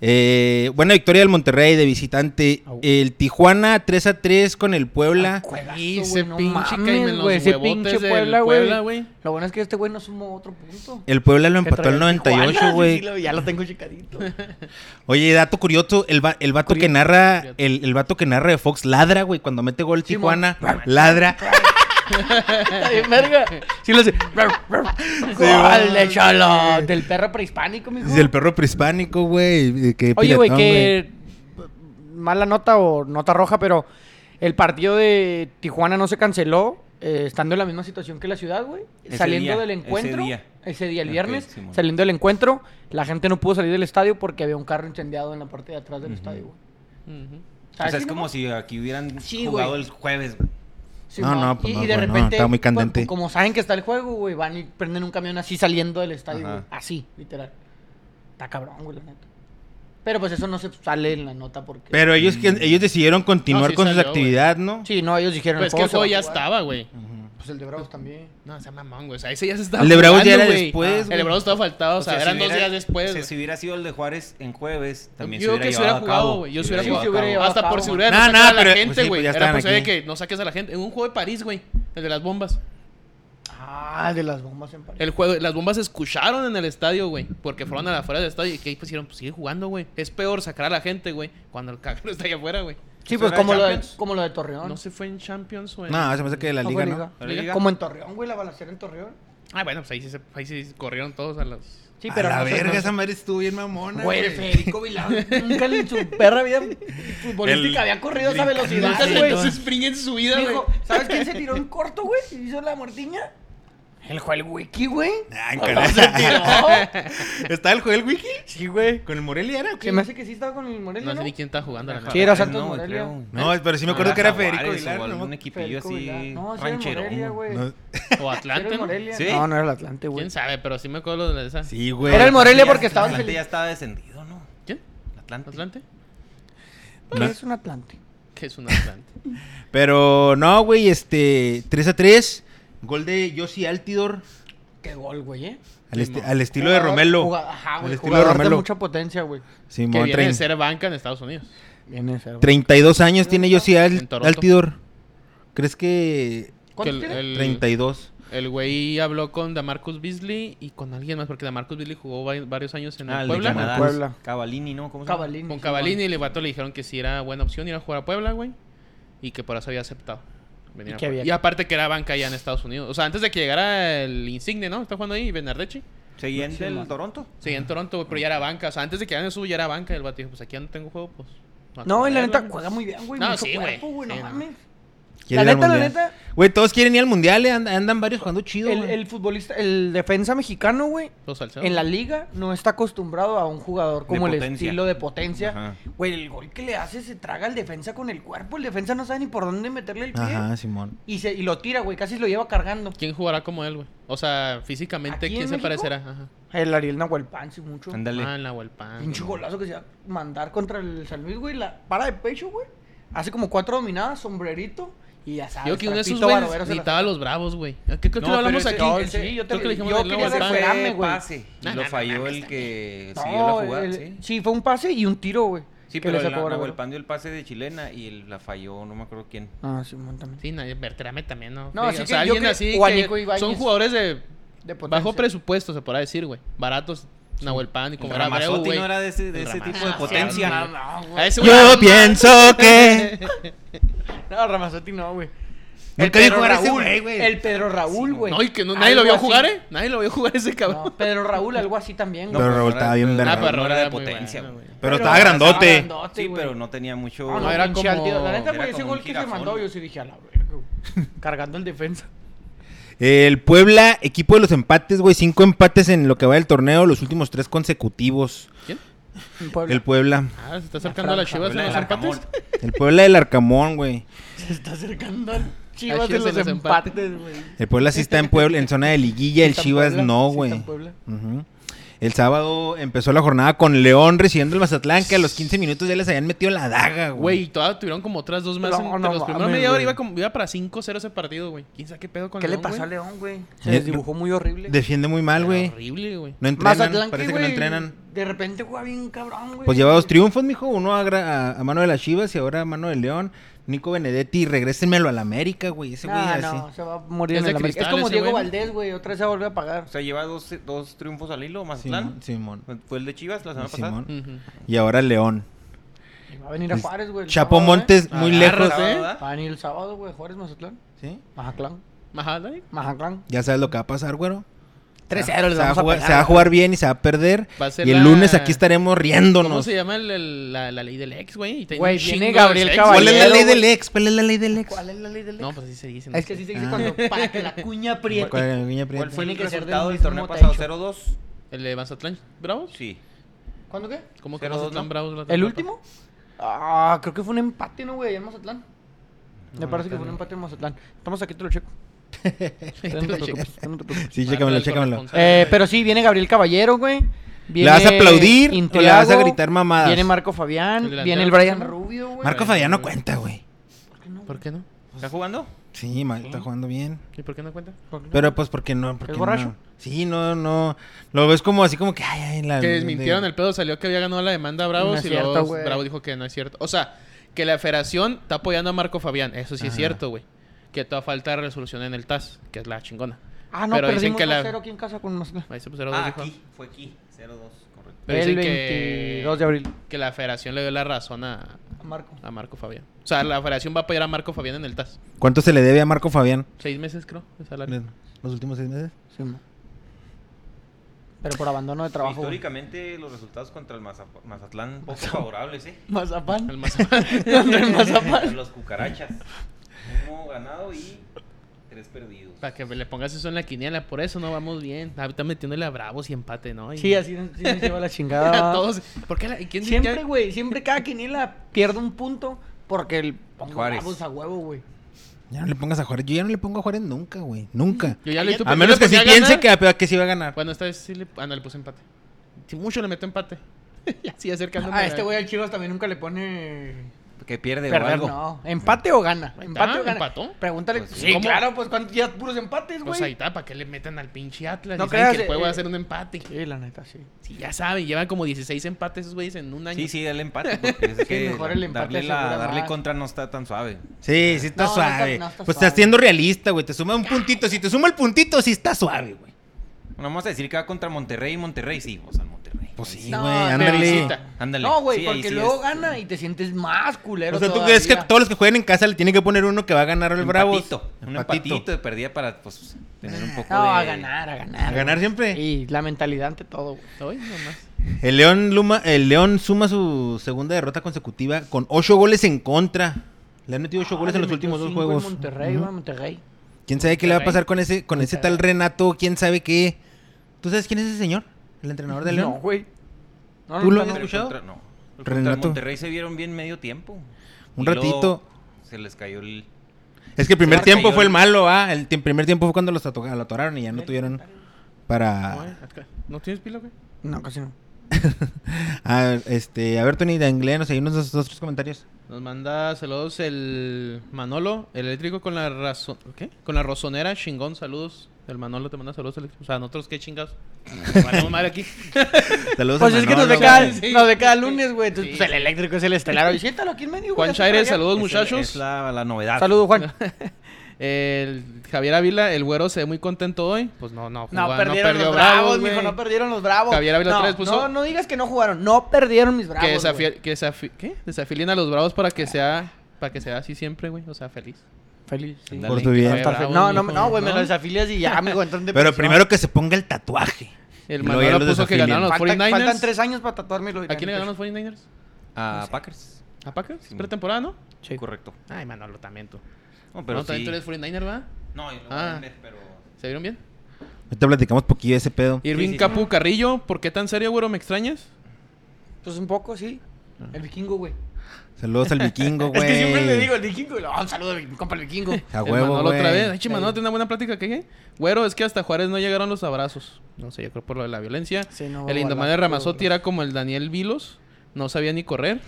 Speaker 1: Eh, buena victoria del Monterrey de visitante.
Speaker 3: Au.
Speaker 1: El Tijuana 3 a 3 con el Puebla.
Speaker 3: Ah, Juegazo,
Speaker 2: Y
Speaker 3: güey,
Speaker 2: ese
Speaker 3: no
Speaker 2: pinche
Speaker 3: mames,
Speaker 2: Caimen, los
Speaker 3: güey, ese
Speaker 2: huevotes
Speaker 3: pinche
Speaker 2: del
Speaker 3: Puebla,
Speaker 2: Puebla,
Speaker 3: güey.
Speaker 2: güey.
Speaker 3: Lo bueno es que este güey no sumó otro punto.
Speaker 1: El Puebla lo
Speaker 3: Que
Speaker 1: empató
Speaker 3: traía
Speaker 1: al
Speaker 3: el
Speaker 1: 98,
Speaker 3: Tijuana,
Speaker 1: güey.
Speaker 3: sí, lo- ya lo tengo chicadito.
Speaker 1: Oye, dato curioso, el, va- el vato que
Speaker 3: Curioso.
Speaker 1: narra, el, el vato que narra de Fox ladra, güey, cuando mete gol
Speaker 3: Simón.
Speaker 1: Tijuana, ladra.
Speaker 3: Está bien, verga. Sí lo sé. Gol de Cholo. Del perro prehispánico, mijo.
Speaker 1: Dice el perro prehispánico, güey, que
Speaker 3: Oye, güey,
Speaker 1: piratón,
Speaker 3: que mala nota o nota roja, pero el partido de Tijuana no se canceló, eh, estando en la misma situación que la ciudad, güey.
Speaker 4: Ese
Speaker 3: Saliendo
Speaker 4: día,
Speaker 3: del
Speaker 4: ese
Speaker 3: encuentro. Ese día.
Speaker 4: día.
Speaker 3: el
Speaker 4: Ok,
Speaker 3: viernes,
Speaker 4: Simón.
Speaker 3: saliendo del encuentro, la gente no pudo salir del estadio porque había un carro incendiado en la parte de atrás del estadio, güey.
Speaker 2: Ujú.
Speaker 4: O sea,
Speaker 3: Así
Speaker 4: es como
Speaker 3: nomás.
Speaker 4: si aquí hubieran
Speaker 3: Sí,
Speaker 4: jugado
Speaker 3: güey.
Speaker 4: el jueves. güey.
Speaker 1: No,
Speaker 3: Simón.
Speaker 1: no, pues
Speaker 3: y,
Speaker 1: no,
Speaker 3: y de
Speaker 1: güey, no,
Speaker 3: repente,
Speaker 1: está muy
Speaker 3: pues,
Speaker 1: candente.
Speaker 3: como saben que está el juego, güey, van y prenden un camión así saliendo del estadio,
Speaker 4: Ajá.
Speaker 3: güey, así, literal. Está cabrón, güey, la neta. Pero pues eso no se sale en la nota porque...
Speaker 1: Pero ellos, que- ellos decidieron continuar
Speaker 2: No, sí
Speaker 1: con su
Speaker 2: salió,
Speaker 1: actividad, ¿no?
Speaker 3: Sí, no, ellos dijeron...
Speaker 2: Pero es Pues, que el
Speaker 3: se va
Speaker 2: juego
Speaker 3: a
Speaker 2: ya
Speaker 3: jugar".
Speaker 2: estaba, güey.
Speaker 3: Pues el de Bravos también.
Speaker 2: No, sea mamón, güey. O sea, ese ya se estaba.
Speaker 1: El de Bravos ya
Speaker 2: jugando,
Speaker 1: era
Speaker 2: güey.
Speaker 1: después,
Speaker 2: Ah, El
Speaker 1: güey.
Speaker 2: de Bravos estaba faltado. O sea, eran
Speaker 4: si
Speaker 2: dos
Speaker 4: hubiera-
Speaker 2: días después.
Speaker 4: o sea,
Speaker 2: güey.
Speaker 4: si hubiera sido el de Juárez en jueves, también
Speaker 2: Yo
Speaker 4: se
Speaker 2: creo
Speaker 4: hubiera
Speaker 2: que se hubiera
Speaker 4: llevado a cabo.
Speaker 2: jugado, güey. Yo
Speaker 4: Se
Speaker 2: se hubiera
Speaker 3: Sí, se
Speaker 2: jugado.
Speaker 4: llevado a
Speaker 3: hubiera
Speaker 4: cabo.
Speaker 3: llevado a
Speaker 2: Hasta por
Speaker 3: cabo,
Speaker 2: seguridad
Speaker 1: güey. No,
Speaker 2: no, sacar
Speaker 1: no,
Speaker 2: a la
Speaker 1: pero-
Speaker 2: gente,
Speaker 1: pues sí,
Speaker 2: güey.
Speaker 1: pues ya
Speaker 2: era
Speaker 1: estaban
Speaker 2: posible
Speaker 1: aquí.
Speaker 2: que no saques a la gente. En un juego de París, güey. El de las bombas.
Speaker 3: Ah, el de las bombas en París.
Speaker 2: El juego, las bombas se escucharon en el estadio, güey. Porque fueron a la afuera del estadio. ¿Y qué hicieron? Pues sigue jugando, güey. Es peor sacar a la gente, güey. Cuando el cagón [LAUGHS] está allá afuera, güey.
Speaker 3: Sí,
Speaker 4: ¿Eso
Speaker 3: pues
Speaker 4: era
Speaker 3: como lo, de,
Speaker 4: Champions?
Speaker 3: como lo de Torreón.
Speaker 2: No se fue en Champions, güey.
Speaker 1: No, se me hace que de la
Speaker 3: No
Speaker 1: liga,
Speaker 3: fue
Speaker 1: ¿no?
Speaker 4: ¿La liga?
Speaker 3: Como en Torreón, güey, la balacera en Torreón.
Speaker 2: Ah, bueno, pues ahí sí, se- ahí sí corrieron todos a los.
Speaker 3: Sí,
Speaker 1: A
Speaker 3: pero...
Speaker 1: la
Speaker 3: no se-
Speaker 1: verga,
Speaker 3: no se-
Speaker 1: esa madre estuvo bien mamona.
Speaker 3: Güey, el
Speaker 1: güey.
Speaker 3: Federico Vilán nunca en su
Speaker 1: [LAUGHS]
Speaker 3: perra vida futbolística había corrido a esa velocidad,
Speaker 2: Nunca se
Speaker 3: güey.
Speaker 2: hizo spring en su vida, güey.
Speaker 3: Dijo, ¿sabes quién se tiró en corto, güey? Y hizo la mortiña. El Joel Wiki, güey.
Speaker 1: Ah, en
Speaker 3: No, se
Speaker 1: [LAUGHS]
Speaker 3: tiró.
Speaker 1: ¿Está el Joel Wiki?
Speaker 3: Sí, güey.
Speaker 1: ¿Con el Morelia era o qué?
Speaker 3: Se me hace que sí estaba con el Morelia,
Speaker 2: No sé
Speaker 3: ¿no?
Speaker 2: ni quién está jugando, la neta.
Speaker 3: Sí, era
Speaker 4: Juárez,
Speaker 3: Santos
Speaker 4: no, güey,
Speaker 3: Morelia.
Speaker 4: creo.
Speaker 1: No, pero sí me acuerdo
Speaker 4: Ah,
Speaker 1: que era
Speaker 4: Jaguares,
Speaker 1: Federico
Speaker 4: o
Speaker 1: Aguilar.
Speaker 4: algún
Speaker 1: ¿no?
Speaker 4: equipillo
Speaker 3: Federico
Speaker 4: así
Speaker 3: Vilán. No, sí era el
Speaker 4: rancherón.
Speaker 3: Morelia, güey.
Speaker 1: No-
Speaker 2: O
Speaker 3: Era
Speaker 2: Atlante.
Speaker 3: el
Speaker 2: ¿no?
Speaker 3: Morelia. Ah,
Speaker 4: ¿Sí?
Speaker 3: No, no era el Atlante, güey.
Speaker 2: ¿Quién sabe? Pero sí me acuerdo de esa.
Speaker 1: Sí, güey.
Speaker 3: Era el Morelia
Speaker 4: Ya-
Speaker 3: porque estaban
Speaker 4: Atlante ya
Speaker 3: felices.
Speaker 4: estaba descendido, ¿no?
Speaker 2: ¿Quién?
Speaker 3: [LAUGHS]
Speaker 4: Atlante.
Speaker 2: ¿Atlante?
Speaker 1: No.
Speaker 3: Es un Atlante.
Speaker 2: ¿Qué es un Atlante?
Speaker 1: Pero no, güey, este 3 a 3, gol de Yossi Altidor
Speaker 3: Qué gol, güey, eh.
Speaker 1: al, esti-
Speaker 2: Simón.
Speaker 1: al estilo de
Speaker 3: Jugador-
Speaker 1: Romelo.
Speaker 3: juga- Ajá,
Speaker 1: al
Speaker 3: güey.
Speaker 1: estilo de
Speaker 3: Jugador de
Speaker 1: Romelo.
Speaker 3: mucha potencia, güey.
Speaker 2: que
Speaker 1: Simón,
Speaker 2: viene de
Speaker 1: trein-
Speaker 2: ser banca en Estados Unidos.
Speaker 3: Viene a ser, güey.
Speaker 1: 32 años tiene Yossi
Speaker 2: En
Speaker 1: Al-
Speaker 2: Toronto.
Speaker 1: Altidor. ¿Crees que
Speaker 2: Que
Speaker 3: ¿Cuánto
Speaker 2: el,
Speaker 3: tiene?
Speaker 2: el-
Speaker 1: 32?
Speaker 2: el güey habló con Damarcus Beasley y con alguien más, porque Damarcus Beasley jugó va- varios años en el
Speaker 4: Ah, el de
Speaker 2: Puebla.
Speaker 4: Canadá.
Speaker 3: Puebla.
Speaker 4: Cavalini, ¿no? ¿Cómo se llama?
Speaker 3: Cavalini.
Speaker 2: Con
Speaker 3: sí,
Speaker 2: Cavalini y el vato le dijeron que si era buena opción ir a jugar a Puebla, güey. Y que por eso había aceptado. venir
Speaker 3: Y
Speaker 2: a
Speaker 3: que
Speaker 2: jugar.
Speaker 3: había-
Speaker 2: y aparte que era banca allá en Estados Unidos. O sea, antes de que llegara el Insigne, ¿no? Está jugando ahí, Benardechi.
Speaker 4: ¿Seguía en
Speaker 3: Sí,
Speaker 4: el
Speaker 3: man.
Speaker 4: Toronto?
Speaker 2: Sí, en Toronto, güey, pero ya era banca. O sea, antes de que ya subo, ya era banca. El vato dijo, pues aquí ya no tengo juego, pues. a
Speaker 3: No, y la
Speaker 2: correr,
Speaker 3: neta
Speaker 2: güey.
Speaker 3: juega muy bien, güey.
Speaker 2: No,
Speaker 3: mucho
Speaker 2: sí, güey.
Speaker 3: cuerpo, güey.
Speaker 2: Sí,
Speaker 3: no
Speaker 2: no.
Speaker 3: mames.
Speaker 1: ¿Quiere
Speaker 3: La
Speaker 1: ir al
Speaker 3: neta, la
Speaker 1: mundial?
Speaker 3: neta.
Speaker 1: Güey, todos quieren ir al mundial, eh, and- andan varios jugando chido.
Speaker 3: El,
Speaker 1: güey.
Speaker 3: el futbolista, el defensa mexicano, güey,
Speaker 2: Los Salcedo.
Speaker 3: en la liga no está acostumbrado a un jugador como el
Speaker 4: potencia.
Speaker 3: estilo de potencia.
Speaker 4: Ajá.
Speaker 3: Güey, el gol que le hace se traga al defensa con el cuerpo. El defensa no sabe ni por dónde meterle el pie.
Speaker 1: Ajá, Simón.
Speaker 3: Y, se, y lo tira, güey, casi lo lleva cargando.
Speaker 2: ¿Quién jugará como él, güey? O sea, físicamente,
Speaker 3: ¿Aquí
Speaker 2: ¿quién
Speaker 3: en
Speaker 2: se
Speaker 3: México?
Speaker 2: parecerá? Ajá.
Speaker 3: El Ariel Nahuel Pan, sí, mucho.
Speaker 4: Ándale.
Speaker 2: Ah, en la Huelpan.
Speaker 3: Pinche golazo que se va a mandar contra el San Luis, güey. La para de pecho, güey. Hace como cuatro dominadas, sombrerito. Y ya sabes.
Speaker 2: Yo que uno de esos
Speaker 3: trapito
Speaker 2: güeyes
Speaker 3: barovero se la-
Speaker 2: necesitaba a los bravos, güey. ¿Qué creo que
Speaker 4: No,
Speaker 2: lo hablamos
Speaker 4: pero
Speaker 2: aquí?
Speaker 4: ese-
Speaker 3: no,
Speaker 2: Ese-
Speaker 3: sí, yo te-
Speaker 2: creo que lo dijimos
Speaker 3: yo
Speaker 2: en la
Speaker 3: quería
Speaker 4: Ese
Speaker 2: Huelpan.
Speaker 3: referir-
Speaker 4: fue
Speaker 3: Espérame, güey.
Speaker 4: pase. Y
Speaker 2: No,
Speaker 4: lo
Speaker 2: no,
Speaker 4: falló
Speaker 2: mames,
Speaker 4: el que
Speaker 3: No,
Speaker 4: siguió la jugada,
Speaker 3: el-
Speaker 4: sí.
Speaker 3: sí, fue un pase y un tiro, güey.
Speaker 4: Sí,
Speaker 3: que
Speaker 4: pero
Speaker 3: le
Speaker 4: la,
Speaker 3: sacó Barovero.
Speaker 4: Nahuel Pan dio el pase de chilena y él la falló, no me acuerdo quién.
Speaker 3: Ah, sí, también.
Speaker 2: Sí, no, Berterame también, ¿no?
Speaker 3: No, así
Speaker 2: o
Speaker 3: que
Speaker 2: sea,
Speaker 3: yo
Speaker 2: alguien
Speaker 3: creo-
Speaker 2: así
Speaker 3: o a
Speaker 2: que
Speaker 3: Nico Ibáñez.
Speaker 2: son jugadores de
Speaker 3: De potencia.
Speaker 2: bajo presupuesto, se podrá decir, güey. Baratos, Nahuelpan y como era Abreu,
Speaker 4: Ramazotti
Speaker 2: güey.
Speaker 4: no era de ese, de
Speaker 2: El
Speaker 4: ese tipo de
Speaker 2: Ramazotti,
Speaker 4: potencia.
Speaker 2: no,
Speaker 3: No,
Speaker 2: A ese güey-
Speaker 1: Yo pienso
Speaker 2: [LAUGHS]
Speaker 1: que
Speaker 3: No, Ramazotti no, güey.
Speaker 1: Nunca
Speaker 3: El
Speaker 1: vi
Speaker 3: Pedro
Speaker 1: jugar a ese
Speaker 3: Raúl,
Speaker 1: güey, güey.
Speaker 3: El Pedro Raúl, güey.
Speaker 2: No, y que no- nadie lo
Speaker 3: Algo
Speaker 2: vio
Speaker 3: así.
Speaker 2: jugar, ¿eh? Nadie lo vio jugar ese
Speaker 3: No,
Speaker 2: cabrón.
Speaker 3: Pedro Raúl, algo así también,
Speaker 1: Pero
Speaker 3: güey.
Speaker 1: Raúl estaba bien
Speaker 4: pero
Speaker 1: verga.
Speaker 2: Ah, pero
Speaker 4: no era de
Speaker 2: era muy
Speaker 4: potencia.
Speaker 2: bueno,
Speaker 4: güey.
Speaker 2: güey.
Speaker 1: Pero
Speaker 3: Pero
Speaker 1: estaba
Speaker 3: estaba
Speaker 1: grandote.
Speaker 3: grandote.
Speaker 4: Sí,
Speaker 3: güey.
Speaker 4: pero no tenía mucho.
Speaker 3: Ah,
Speaker 2: No, era
Speaker 3: pinche
Speaker 2: como-
Speaker 3: altido. La neta,
Speaker 4: era
Speaker 3: güey, ese
Speaker 4: como
Speaker 3: gol
Speaker 4: un
Speaker 3: que se
Speaker 4: jirafón.
Speaker 3: mandó, yo sí dije a la verga, güey. [LAUGHS] Cargando el defensa.
Speaker 1: El Puebla, equipo de los empates, güey. Cinco empates en lo que va del torneo, los últimos tres consecutivos.
Speaker 2: ¿Quién?
Speaker 1: El Puebla.
Speaker 2: Ah, se está acercando a las chivas en
Speaker 4: Puebla
Speaker 2: los
Speaker 4: del Arcamón.
Speaker 2: empates.
Speaker 1: El Puebla del Arcamón, güey.
Speaker 3: [LAUGHS] Se está acercando al
Speaker 2: A Chivas
Speaker 3: Chivas de los
Speaker 2: en los empates.
Speaker 3: empates, güey.
Speaker 1: El Puebla sí está en Puebla, en zona de liguilla, el
Speaker 3: Sí está en
Speaker 1: Chivas
Speaker 3: Puebla, sí
Speaker 1: no,
Speaker 3: está
Speaker 1: güey.
Speaker 3: en Puebla.
Speaker 1: Ujú. El sábado empezó la jornada con León recibiendo el Mazatlán, que a los 15 minutos ya les habían metido la daga,
Speaker 2: Güey, y
Speaker 1: güey.
Speaker 2: todavía tuvieron como otras dos más.
Speaker 3: No,
Speaker 2: entre
Speaker 3: no
Speaker 2: los primeros
Speaker 3: mames,
Speaker 2: media hora
Speaker 3: güey.
Speaker 2: iba, como- iba para 5-0 ese partido, güey. ¿Quién sabe qué pedo con
Speaker 3: ¿Qué le
Speaker 2: León,
Speaker 3: pasó
Speaker 2: güey?
Speaker 3: a León, güey?
Speaker 1: Eh,
Speaker 3: Se dibujó muy horrible.
Speaker 1: Defiende muy mal,
Speaker 2: Era
Speaker 1: güey.
Speaker 2: Horrible, güey.
Speaker 1: No entrenan,
Speaker 3: Mazatlán,
Speaker 1: parece
Speaker 3: que,
Speaker 1: que no
Speaker 3: güey,
Speaker 1: entrenan.
Speaker 3: De repente juega bien cabrón, güey.
Speaker 1: Pues lleva dos triunfos, mijo. Uno a, gra- a- a mano de las Chivas y ahora a mano de León. Nico Benedetti, regrésenmelo a la América, güey. Ese güey
Speaker 3: Ah,
Speaker 1: así.
Speaker 3: no, se va a morir
Speaker 2: Es
Speaker 3: en
Speaker 2: de
Speaker 3: el América. Es
Speaker 2: cristal
Speaker 3: como
Speaker 2: ese
Speaker 3: Diego
Speaker 2: güey, ¿no?
Speaker 3: Valdés, güey. Otra vez se volvió a pagar.
Speaker 4: O sea, lleva dos, dos triunfos al hilo, Mazatlán.
Speaker 1: Simón, Simón.
Speaker 4: Fue el de Chivas la semana pasada.
Speaker 1: Simón.
Speaker 2: Ujú.
Speaker 1: Y ahora León.
Speaker 3: Y Va a venir a
Speaker 1: El
Speaker 3: Juárez, güey. el
Speaker 1: Pues, Chapo
Speaker 3: sábado,
Speaker 1: Montes,
Speaker 2: ¿eh?
Speaker 1: muy
Speaker 2: Agárrate.
Speaker 1: lejos.
Speaker 4: Sábado,
Speaker 2: ¿eh?
Speaker 3: Pues ¿eh?
Speaker 5: ¿Ah?
Speaker 4: Ah, ¿verdad?
Speaker 3: Va a venir el sábado, güey. Juárez, Mazatlán.
Speaker 1: ¿Sí?
Speaker 3: Majaclán.
Speaker 2: Ajá, dale.
Speaker 3: Majaclán.
Speaker 1: Ya sabes lo que va a pasar, güero.
Speaker 3: 3-0
Speaker 1: se,
Speaker 3: les
Speaker 1: va a
Speaker 3: vamos a ah.
Speaker 1: jugar,
Speaker 3: pegar,
Speaker 1: se va a
Speaker 3: güey.
Speaker 1: jugar bien y se va a perder.
Speaker 2: Va a ser
Speaker 1: y el
Speaker 2: la-
Speaker 1: lunes aquí estaremos riéndonos.
Speaker 2: ¿Cómo se llama el- el- la, la ley del ex, güey? Y tenía
Speaker 3: Güey,
Speaker 2: un
Speaker 3: viene
Speaker 2: chingo de
Speaker 3: Gabriel
Speaker 2: sex,
Speaker 3: Caballero.
Speaker 1: ¿Cuál es la ley
Speaker 3: güey.
Speaker 1: del ex? ¿Cuál es la ley del ex?
Speaker 3: ¿Cuál es la ley del
Speaker 2: güey. No,
Speaker 3: ex?
Speaker 2: pues así se dice.
Speaker 3: Es que así se dice
Speaker 1: Ah. [LAUGHS]
Speaker 3: cuando. Para que la cuña apriete.
Speaker 1: ¿Cuál es la niña prieta?
Speaker 4: ¿Cuál fue
Speaker 3: Tiene
Speaker 4: el
Speaker 3: que ser del
Speaker 4: resultado del
Speaker 3: mismo
Speaker 4: torneo pasado?
Speaker 3: techo.
Speaker 4: 0-2.
Speaker 2: ¿El de Mazatlán Bravos?
Speaker 4: Sí.
Speaker 3: ¿Cuándo qué?
Speaker 2: ¿Cómo que
Speaker 4: Cero dos,
Speaker 2: Mazatlán
Speaker 4: ¿no?
Speaker 2: Bravos? la
Speaker 3: ¿El
Speaker 2: [LAUGHS] temporada
Speaker 3: último? Ah, creo que fue un empate, ¿no, güey? Allá en Mazatlán. Me
Speaker 2: No, ahorita
Speaker 3: parece que fue un
Speaker 2: no.
Speaker 3: empate en Mazatlán. Estamos aquí, te lo
Speaker 1: [LAUGHS]
Speaker 3: checo.
Speaker 2: Ahí
Speaker 3: No
Speaker 2: te
Speaker 3: te
Speaker 2: lo
Speaker 3: preocupes, no te preocupes.
Speaker 1: Sí,
Speaker 2: Darle
Speaker 1: chécamelo,
Speaker 2: al
Speaker 1: chécamelo.
Speaker 2: corresponsal.
Speaker 3: Eh, pero sí, viene Gabriel Caballero, güey.
Speaker 1: ¿Le vas a aplaudir o le vas a
Speaker 3: Intriago,
Speaker 1: gritar mamadas?
Speaker 3: Viene Marco
Speaker 2: El
Speaker 3: Fabián,
Speaker 2: delantero,
Speaker 3: viene el
Speaker 2: ¿cómo se
Speaker 3: Brian
Speaker 2: llama?
Speaker 3: Rubio, güey.
Speaker 1: Marco Fabián no cuenta, güey.
Speaker 3: ¿Por
Speaker 1: Eh.
Speaker 3: qué no?
Speaker 2: ¿Por qué no?
Speaker 4: ¿Está jugando?
Speaker 1: Sí, ma- está jugando bien.
Speaker 2: ¿Y por qué no cuenta?
Speaker 3: ¿Por qué no?
Speaker 1: Pero pues porque no, porque
Speaker 3: ¿Es borracho?
Speaker 1: no. Sí, no, no. Lo ves como así como que ay, ay, la
Speaker 2: Que
Speaker 1: de-
Speaker 2: desmintieron el pedo, salió que había ganado la demanda a Bravos
Speaker 3: No es
Speaker 2: y
Speaker 3: cierto,
Speaker 2: luego
Speaker 3: güey.
Speaker 2: Bravo dijo que no es cierto. O sea, que la federación está apoyando a Marco Fabián, eso sí es
Speaker 1: Ajá.
Speaker 2: cierto, güey. Que toda falta de resolución en el TAS, que es la chingona.
Speaker 3: Ah, no,
Speaker 2: pero
Speaker 3: pero
Speaker 2: dicen
Speaker 3: perdimos
Speaker 2: que la-
Speaker 3: 2-0 aquí en casa con Mazatlán.
Speaker 2: Ahí se pusieron dos,
Speaker 4: Ah,
Speaker 2: dijo.
Speaker 4: aquí. Fue aquí. 0-2, correcto.
Speaker 2: Pero
Speaker 3: el
Speaker 2: dicen que-
Speaker 3: 22 de abril.
Speaker 2: Que la federación le dio la razón a,
Speaker 3: A Marco.
Speaker 2: a Marco Fabián. O sea, la federación va a apoyar a Marco Fabián en el TAS.
Speaker 1: ¿Cuánto se le debe a Marco Fabián?
Speaker 2: Seis meses, creo, de salario.
Speaker 1: Los últimos seis meses.
Speaker 3: Sí, ma. Pero por abandono de trabajo. güey.
Speaker 4: Históricamente los resultados contra el Mazap- Mazatlán poco favorables, ¿eh?
Speaker 2: El
Speaker 3: Mazapán.
Speaker 2: más-
Speaker 3: [LAUGHS] Contra el
Speaker 4: Contra
Speaker 3: Mazapán.
Speaker 4: los cucarachas. Uno ganado y tres perdidos.
Speaker 2: Para que le pongas eso en la quiniela, por eso no vamos bien. Ahorita metiéndole a Bravos y empate, ¿no? Y-
Speaker 3: Sí, así sí me lleva la
Speaker 2: [LAUGHS] a
Speaker 3: chingada.
Speaker 2: [LAUGHS] todos. ¿Por qué la- y quién-
Speaker 3: Siempre,
Speaker 2: ya-
Speaker 3: güey, siempre cada quiniela pierde un punto porque el pongo
Speaker 4: Juárez.
Speaker 3: Bravos a huevo, güey.
Speaker 1: Ya no le pongas a Juárez. Yo ya no le pongo a Juárez nunca, güey. Nunca.
Speaker 2: Yo ya le- ¿tú por
Speaker 1: A
Speaker 2: qué
Speaker 1: menos
Speaker 2: le
Speaker 1: que sí
Speaker 2: ponía a
Speaker 1: piense
Speaker 2: ganar?
Speaker 1: que, que sí va a ganar.
Speaker 2: Bueno, esta vez sí le... Ah, no, le puse empate. Si mucho le meto empate. [LAUGHS] y así acercándome.
Speaker 3: Ah,
Speaker 2: a-
Speaker 3: este güey al Chivas también nunca le pone
Speaker 4: Que pierde
Speaker 3: perder, no. Empate o gana.
Speaker 2: Ahí está,
Speaker 3: Empate o gana.
Speaker 2: Ah, empató.
Speaker 3: Pregúntale.
Speaker 4: Pues sí.
Speaker 3: sí,
Speaker 2: ¿Cómo?
Speaker 3: claro, pues cuántos ya puros empates, güey.
Speaker 2: Pues ahí está, ¿para qué le metan al pinche Atlas?
Speaker 3: No
Speaker 2: No creas, que
Speaker 3: creas,
Speaker 2: el juego va
Speaker 3: eh,
Speaker 2: a ser un empate.
Speaker 3: Sí, la neta, sí.
Speaker 2: Si ya saben, llevan como 16 empates esos güeyes en un año.
Speaker 4: Sí, sí, dale empate. Porque es que
Speaker 3: mejor el empate
Speaker 4: darle, la-
Speaker 3: asegura
Speaker 4: darle
Speaker 3: más.
Speaker 4: contra no está tan suave.
Speaker 1: Sí, sí está
Speaker 3: No, no está-
Speaker 1: suave.
Speaker 3: no está
Speaker 1: pues
Speaker 3: suave.
Speaker 1: estás siendo realista, güey. Te suma un puntito. Si te suma el puntito, sí está suave, güey.
Speaker 4: No vamos a decir que va contra Monterrey y Monterrey, sí, o sea, Monterrey.
Speaker 1: Pues sí, güey,
Speaker 3: No, te
Speaker 1: ándale.
Speaker 2: visita.
Speaker 4: Ándale.
Speaker 3: No, güey,
Speaker 4: Sí, ahí
Speaker 3: porque
Speaker 4: sí
Speaker 3: luego
Speaker 4: es-
Speaker 3: gana y te sientes más culero.
Speaker 1: O sea, ¿tú crees que
Speaker 3: todavía.
Speaker 1: todos los que juegan en casa le tienen que poner uno que va a ganar al Bravos?
Speaker 4: Empatito, Un empatito de perdida para pues, tener un poco
Speaker 3: Ah, No,
Speaker 4: de.
Speaker 3: a ganar, a ganar.
Speaker 1: A ganar siempre.
Speaker 3: Y la mentalidad ante todo, güey.
Speaker 2: Hoy nomás.
Speaker 1: El León, Luma- el León suma su segunda derrota consecutiva con ocho goles en contra. Le han metido ocho goles
Speaker 3: Ah,
Speaker 1: en
Speaker 3: le
Speaker 1: los últimos
Speaker 3: metió
Speaker 1: dos
Speaker 3: cinco en
Speaker 1: juegos.
Speaker 3: Monterrey,
Speaker 1: Ujú.
Speaker 3: güey, Monterrey.
Speaker 1: ¿Quién sabe qué le va a
Speaker 2: Monterrey.
Speaker 1: pasar con ese, con ese tal Renato? ¿Quién sabe qué? ¿Tú sabes quién es ese señor? ¿El entrenador de León?
Speaker 3: No, güey. No,
Speaker 1: ¿Tú lo
Speaker 3: no, no,
Speaker 1: has
Speaker 3: no.
Speaker 4: Pero
Speaker 1: escuchado?
Speaker 4: contra- no. Contra
Speaker 1: Renato.
Speaker 4: Monterrey se vieron bien medio tiempo.
Speaker 1: Un
Speaker 4: Y luego
Speaker 1: ratito.
Speaker 4: Se les cayó el.
Speaker 1: Es que el primer
Speaker 4: Se
Speaker 1: tiempo
Speaker 4: marca
Speaker 1: fue el
Speaker 4: yo.
Speaker 1: malo, ¿ah? El ti- primer tiempo fue cuando los ato- lo atoraron y ya no tuvieron
Speaker 2: Oye,
Speaker 1: para...
Speaker 2: acá. ¿No tienes pila, güey?
Speaker 3: No, casi no.
Speaker 1: A, este, a ver, Tony, de inglés, nos unos dos, dos, tres comentarios.
Speaker 2: Nos manda saludos el Manolo, el eléctrico con la razón. ¿Qué? Con la rozonera, chingón, saludos. El Manolo te manda saludos eléctricos. O sea, nosotros
Speaker 1: [LAUGHS]
Speaker 2: qué chingados. Vamos madre aquí.
Speaker 1: Saludos
Speaker 3: Pues
Speaker 1: a
Speaker 3: es que nos ve
Speaker 1: Manolo.
Speaker 3: cada,
Speaker 2: güey.
Speaker 3: nos ve cada lunes, güey. Entonces,
Speaker 2: Sí.
Speaker 3: pues, el eléctrico es el estelar. Y siéntalo aquí en medio, güey.
Speaker 2: Juan
Speaker 3: así
Speaker 2: Chaire,
Speaker 3: para allá.
Speaker 2: saludos
Speaker 4: es el-
Speaker 2: muchachos.
Speaker 4: Es la, la novedad.
Speaker 3: Saludos, Juan.
Speaker 2: El Javier Ávila, el güero se ve muy contento hoy. Pues no, no,
Speaker 3: No,
Speaker 2: jugó-
Speaker 3: perdieron
Speaker 2: perdió
Speaker 3: los bravos,
Speaker 2: güey.
Speaker 3: mijo. No perdieron los bravos.
Speaker 2: Javier Ávila
Speaker 3: no,
Speaker 2: otra vez puso-
Speaker 3: No, no digas que no jugaron. No perdieron mis bravos.
Speaker 2: que desafie-
Speaker 3: güey.
Speaker 2: que desafi- ¿qué? desafilien a los bravos para que sea para que sea así siempre, güey, o sea, feliz.
Speaker 3: Feliz. sí.
Speaker 4: Ándale.
Speaker 1: Por tu bien.
Speaker 2: Oye,
Speaker 3: Estar fe-
Speaker 2: Bravos,
Speaker 3: No, no,
Speaker 2: mijo,
Speaker 3: no, güey. Me
Speaker 2: ¿no?
Speaker 3: lo desafilias y ya,
Speaker 1: [LAUGHS]
Speaker 3: amigo. Entonces,
Speaker 1: Pero primero que se ponga el tatuaje.
Speaker 2: El
Speaker 1: Y luego ya
Speaker 2: Manolo
Speaker 1: los
Speaker 2: puso que
Speaker 1: desafilian.
Speaker 2: ganaron los
Speaker 3: Faltan,
Speaker 2: 49ers.
Speaker 3: faltan tres años para tatuármelo.
Speaker 2: ¿A quién le ganaron los 49ers?
Speaker 4: A Packers.
Speaker 2: ¿A Packers?
Speaker 4: Sí.
Speaker 2: Pretemporada, ¿no?
Speaker 3: Sí.
Speaker 4: Correcto.
Speaker 2: Ay, Manolo, también tú.
Speaker 4: No, pero
Speaker 2: no,
Speaker 4: sí.
Speaker 2: también tú eres 49er, ¿verdad?
Speaker 4: No, yo lo
Speaker 2: Ah.
Speaker 4: voy a ver, pero.
Speaker 2: ¿Se vieron bien?
Speaker 1: Ahorita platicamos poquillo de ese pedo.
Speaker 2: Irving
Speaker 4: sí.
Speaker 2: Capu Carrillo, ¿por qué tan serio, güero? ¿Me extrañas?
Speaker 3: Pues un poco, sí. El vikingo, güey.
Speaker 1: Saludos al vikingo,
Speaker 3: [LAUGHS] Es
Speaker 1: güey.
Speaker 3: que siempre le digo el vikingo. y lo- ah, un saludo a mi compa el [LAUGHS] vikingo.
Speaker 1: A
Speaker 2: El
Speaker 1: huevo,
Speaker 2: Manolo
Speaker 1: güey.
Speaker 2: otra vez. Ay, che, Manolo, tiene una buena plática. ¿Qué? qué? Güero, es que hasta Juárez no llegaron los abrazos. No sé, yo creo por lo de la violencia.
Speaker 3: Sí, no,
Speaker 2: el
Speaker 3: balazo,
Speaker 2: Indomable Ramazotti
Speaker 3: güey.
Speaker 2: era como el Daniel Vilos. No sabía ni correr.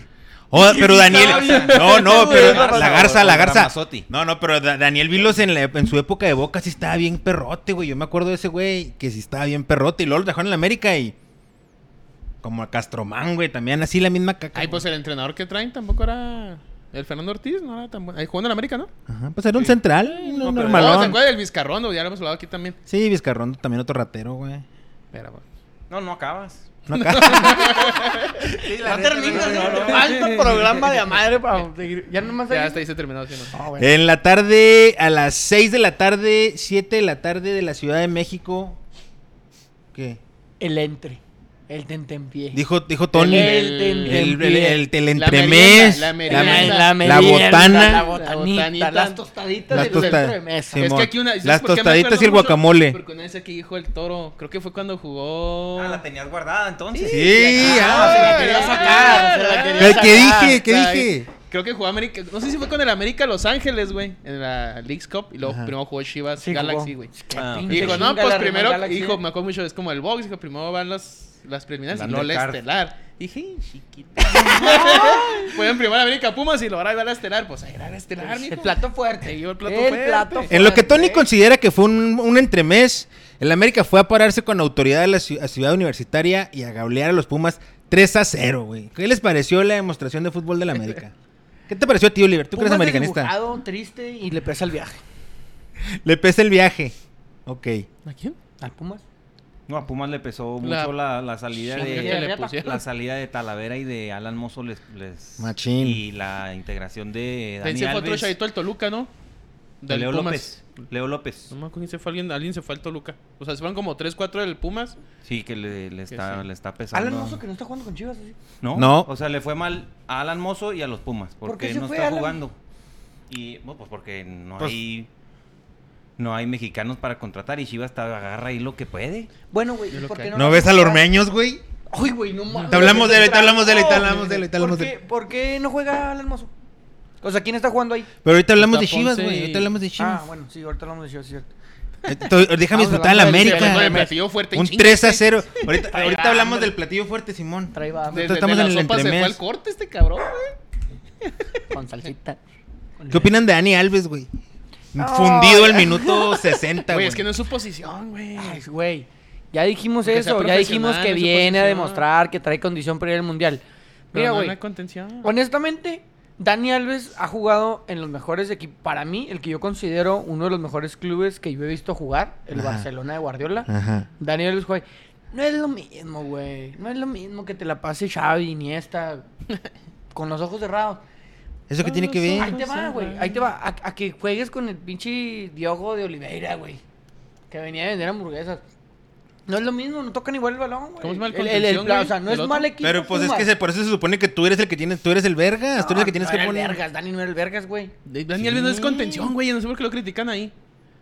Speaker 1: Oh, pero Daniel. No, no, pero
Speaker 4: Garza,
Speaker 1: la garza,
Speaker 4: o-
Speaker 1: la
Speaker 4: o
Speaker 1: garza.
Speaker 4: Ramazotti.
Speaker 1: No, no, pero Da- Daniel Vilos en, la- en su época de boca sí estaba bien perrote, güey. Yo me acuerdo de ese güey que sí estaba bien perrote. Y luego lo dejaron en la América y. Como a Castromán, güey. También así la misma caca.
Speaker 2: Ay, pues el entrenador que traen tampoco era. El Fernando Ortiz no era tan bueno. Ahí jugando en América, ¿no?
Speaker 1: Ajá, pues era un central, un
Speaker 4: no, pero-
Speaker 2: No, ¿se
Speaker 1: normalón.
Speaker 2: acuerdan del Vizcarrondo? Ya lo hemos hablado aquí también.
Speaker 1: sí, Vizcarrón también otro ratero, güey.
Speaker 2: Pero, bueno.
Speaker 4: No, no acabas.
Speaker 5: [LAUGHS]
Speaker 1: No acá.
Speaker 3: No terminas, ¿no? Alto programa de a madre [LAUGHS] para seguir. Ya nomás
Speaker 2: Ya
Speaker 3: hay-
Speaker 2: hasta ahí se terminó. sí, no.
Speaker 3: Ah, bueno.
Speaker 1: en la tarde, a las 6 de la tarde, 7 de la tarde de la Ciudad de México. ¿Qué?
Speaker 3: El entre. El tentempié.
Speaker 1: Dijo, dijo Tony.
Speaker 3: El
Speaker 1: El, el,
Speaker 3: tentempié.
Speaker 1: el- el
Speaker 2: La
Speaker 1: entremés,
Speaker 2: merienda, la
Speaker 1: la,
Speaker 2: merienda.
Speaker 1: me-
Speaker 2: La
Speaker 1: la
Speaker 3: merienda,
Speaker 1: botana,
Speaker 3: La
Speaker 2: La
Speaker 3: botanita.
Speaker 2: botanita.
Speaker 3: las tostaditas
Speaker 1: Las
Speaker 3: del centro
Speaker 1: tosta-
Speaker 3: de mesa.
Speaker 1: Sí.
Speaker 2: Es
Speaker 1: Simón.
Speaker 2: que aquí una. ¿sabes
Speaker 1: Las
Speaker 2: por qué me
Speaker 1: tostaditas
Speaker 2: acuerdo
Speaker 1: y el
Speaker 2: mucho?
Speaker 1: guacamole.
Speaker 2: Porque una vez aquí dijo el toro. Creo que fue cuando jugó.
Speaker 4: Ah, la tenías guardada entonces.
Speaker 1: Sí,
Speaker 4: Ah,
Speaker 1: ah,
Speaker 3: quería sacar, se la quería
Speaker 1: ¿Qué- qué
Speaker 3: sacar,
Speaker 1: dije? ¿Qué
Speaker 2: o sea,
Speaker 1: dije?
Speaker 2: Creo que jugó América. No sé si fue con el América Los Ángeles, güey. En la Leagues Cup. Y luego
Speaker 1: Ajá.
Speaker 2: primero jugó Chivas
Speaker 3: Sí, jugó.
Speaker 2: Galaxy, güey.
Speaker 5: Ah,
Speaker 2: Y
Speaker 5: ok.
Speaker 2: Dijo, no,
Speaker 3: Chinga
Speaker 2: pues
Speaker 3: la Real
Speaker 2: primero.
Speaker 3: Galaxy.
Speaker 2: Dijo, me acuerdo mucho. Es como el box. Dijo, primero van las, las preliminares y
Speaker 5: La
Speaker 2: luego la
Speaker 5: undercard.
Speaker 2: estelar. Y Dije, chiquito. [LAUGHS] Fue en primero América Pumas y luego ahora iba a la estelar. Pues ahí era la estelar, mijo.
Speaker 3: El plato fuerte.
Speaker 2: Yo el plato
Speaker 3: El
Speaker 2: fuerte.
Speaker 3: plato
Speaker 1: En lo que Tony
Speaker 3: fuerte.
Speaker 1: considera que fue un, un entremés, el América fue a pararse con autoridad a la ci- a Ciudad Universitaria y a gaulear a los Pumas 3 a 0, güey. ¿Qué les pareció la demostración de fútbol del América? ¿Qué te pareció a ti, Oliver? ¿Tú que eres
Speaker 3: Pumas
Speaker 1: americanista?
Speaker 3: desdibujado, triste y le pesa el viaje.
Speaker 1: Le pesa el viaje. Ok.
Speaker 2: ¿A quién?
Speaker 3: ¿Al Pumas?
Speaker 5: No, a Pumas le pesó
Speaker 2: La-
Speaker 5: mucho la, la salida
Speaker 2: Sí,
Speaker 5: de...
Speaker 2: que le
Speaker 3: Arrieta.
Speaker 2: pusieron.
Speaker 5: La salida de Talavera y de Alan Mozo les... les-
Speaker 1: Machín.
Speaker 5: Y la integración de Dani
Speaker 2: Ese fue otro
Speaker 5: Alves,
Speaker 2: chavito del Toluca, ¿no?
Speaker 5: de
Speaker 2: Del
Speaker 5: Leo
Speaker 2: Pumas. Mm.
Speaker 5: López. Leo López.
Speaker 2: No me acuerdo quién se fue. Alguien, alguien se fue al Toluca. O sea, se fueron como 3, 4 del Pumas.
Speaker 5: Sí, que le, le
Speaker 2: Que
Speaker 5: está,
Speaker 2: sí.
Speaker 5: le está pesando.
Speaker 3: Alan Mozo que no está jugando con Chivas. ¿sí?
Speaker 5: ¿No?
Speaker 1: No.
Speaker 5: O sea, le fue mal a Alan Mozo y a los Pumas.
Speaker 3: ¿Por
Speaker 5: Porque
Speaker 3: qué se
Speaker 5: no
Speaker 3: fue
Speaker 5: está
Speaker 3: Alan?
Speaker 5: jugando. Y, bueno, pues porque no
Speaker 1: Pues-
Speaker 5: hay... No hay mexicanos para contratar y Chivas está, agarra ahí lo que puede.
Speaker 3: Bueno, güey,
Speaker 2: Yo lo
Speaker 3: ¿por
Speaker 2: que-
Speaker 3: qué no?
Speaker 1: ¿No ves a los ormeños, güey?
Speaker 3: Ay, güey, no mames.
Speaker 1: Te hablamos de él, te
Speaker 3: Entra-
Speaker 1: hablamos de él, te
Speaker 3: No,
Speaker 1: hablamos de él, te hablamos
Speaker 3: ¿Por
Speaker 1: de él.
Speaker 3: qué- ¿Por qué no juega Alan Mozo? O sea, ¿quién está jugando ahí?
Speaker 1: Pero ahorita hablamos de
Speaker 2: Está
Speaker 1: Chivas,
Speaker 2: Ponce
Speaker 1: güey.
Speaker 2: y-
Speaker 1: Ahorita hablamos de Chivas.
Speaker 3: Ah, bueno, sí, ahorita hablamos de Chivas, sí, cierto.
Speaker 1: Entonces, déjame
Speaker 3: Estamos
Speaker 1: disfrutar al
Speaker 3: hablando del-
Speaker 1: América.
Speaker 2: del platillo fuerte y
Speaker 1: Un
Speaker 2: chingue,
Speaker 1: 3 a
Speaker 2: güey.
Speaker 1: 0. Ahorita,
Speaker 2: Trae
Speaker 1: ahorita
Speaker 2: hambre.
Speaker 1: hablamos del platillo fuerte, Simón.
Speaker 3: Traía hambre.
Speaker 2: Desde
Speaker 1: Entonces, estamos
Speaker 2: de
Speaker 1: en
Speaker 2: la
Speaker 1: el
Speaker 2: sopa se fue
Speaker 1: entremés.
Speaker 2: al corte este cabrón, güey.
Speaker 3: Con salsita.
Speaker 1: ¿Qué opinan de Dani Alves, güey?
Speaker 3: Ah.
Speaker 1: Fundido al minuto 60,
Speaker 2: Güey,
Speaker 1: güey.
Speaker 2: es que no es su posición, güey.
Speaker 3: Ay, güey. Ya dijimos
Speaker 2: Que sea
Speaker 3: eso, ya dijimos
Speaker 2: profesional
Speaker 3: que
Speaker 2: en su
Speaker 3: viene a
Speaker 2: posición.
Speaker 3: demostrar que trae condición para ir al mundial.
Speaker 2: Pero
Speaker 3: Mira,
Speaker 2: no en
Speaker 3: güey,
Speaker 2: la contención.
Speaker 3: honestamente, Dani Alves ha jugado en los mejores equipos. Para mí, el que yo considero uno de los mejores clubes que yo he visto jugar, el
Speaker 1: Ajá.
Speaker 3: Barcelona de Guardiola.
Speaker 1: Ajá.
Speaker 3: Dani Alves juega. ahí. No es lo mismo, güey. No es lo mismo que te la pase Xavi, Iniesta, con los ojos cerrados.
Speaker 1: ¿Eso qué tiene que
Speaker 3: Ahí
Speaker 1: ver?
Speaker 3: te va, güey. Ahí te va. A, a que juegues con el pinche Diogo de Oliveira, güey. Que venía a vender hamburguesas. No es lo mismo, no tocan igual el balón, güey.
Speaker 2: ¿Cómo se llama el contención,
Speaker 3: plan,
Speaker 2: güey?
Speaker 3: O sea, no
Speaker 2: ¿El
Speaker 3: es
Speaker 2: otro?
Speaker 3: mal equipo.
Speaker 1: Pero pues es
Speaker 3: Pumas.
Speaker 1: que se- por eso se supone que tú eres el que tienes, tú eres el vergas, tú eres el que
Speaker 3: No,
Speaker 1: tienes
Speaker 3: no
Speaker 1: que
Speaker 3: era el
Speaker 1: poner.
Speaker 3: vergas, Dani no era el vergas, güey.
Speaker 2: Daniel Alves no es contención, güey. No sé por qué lo critican ahí.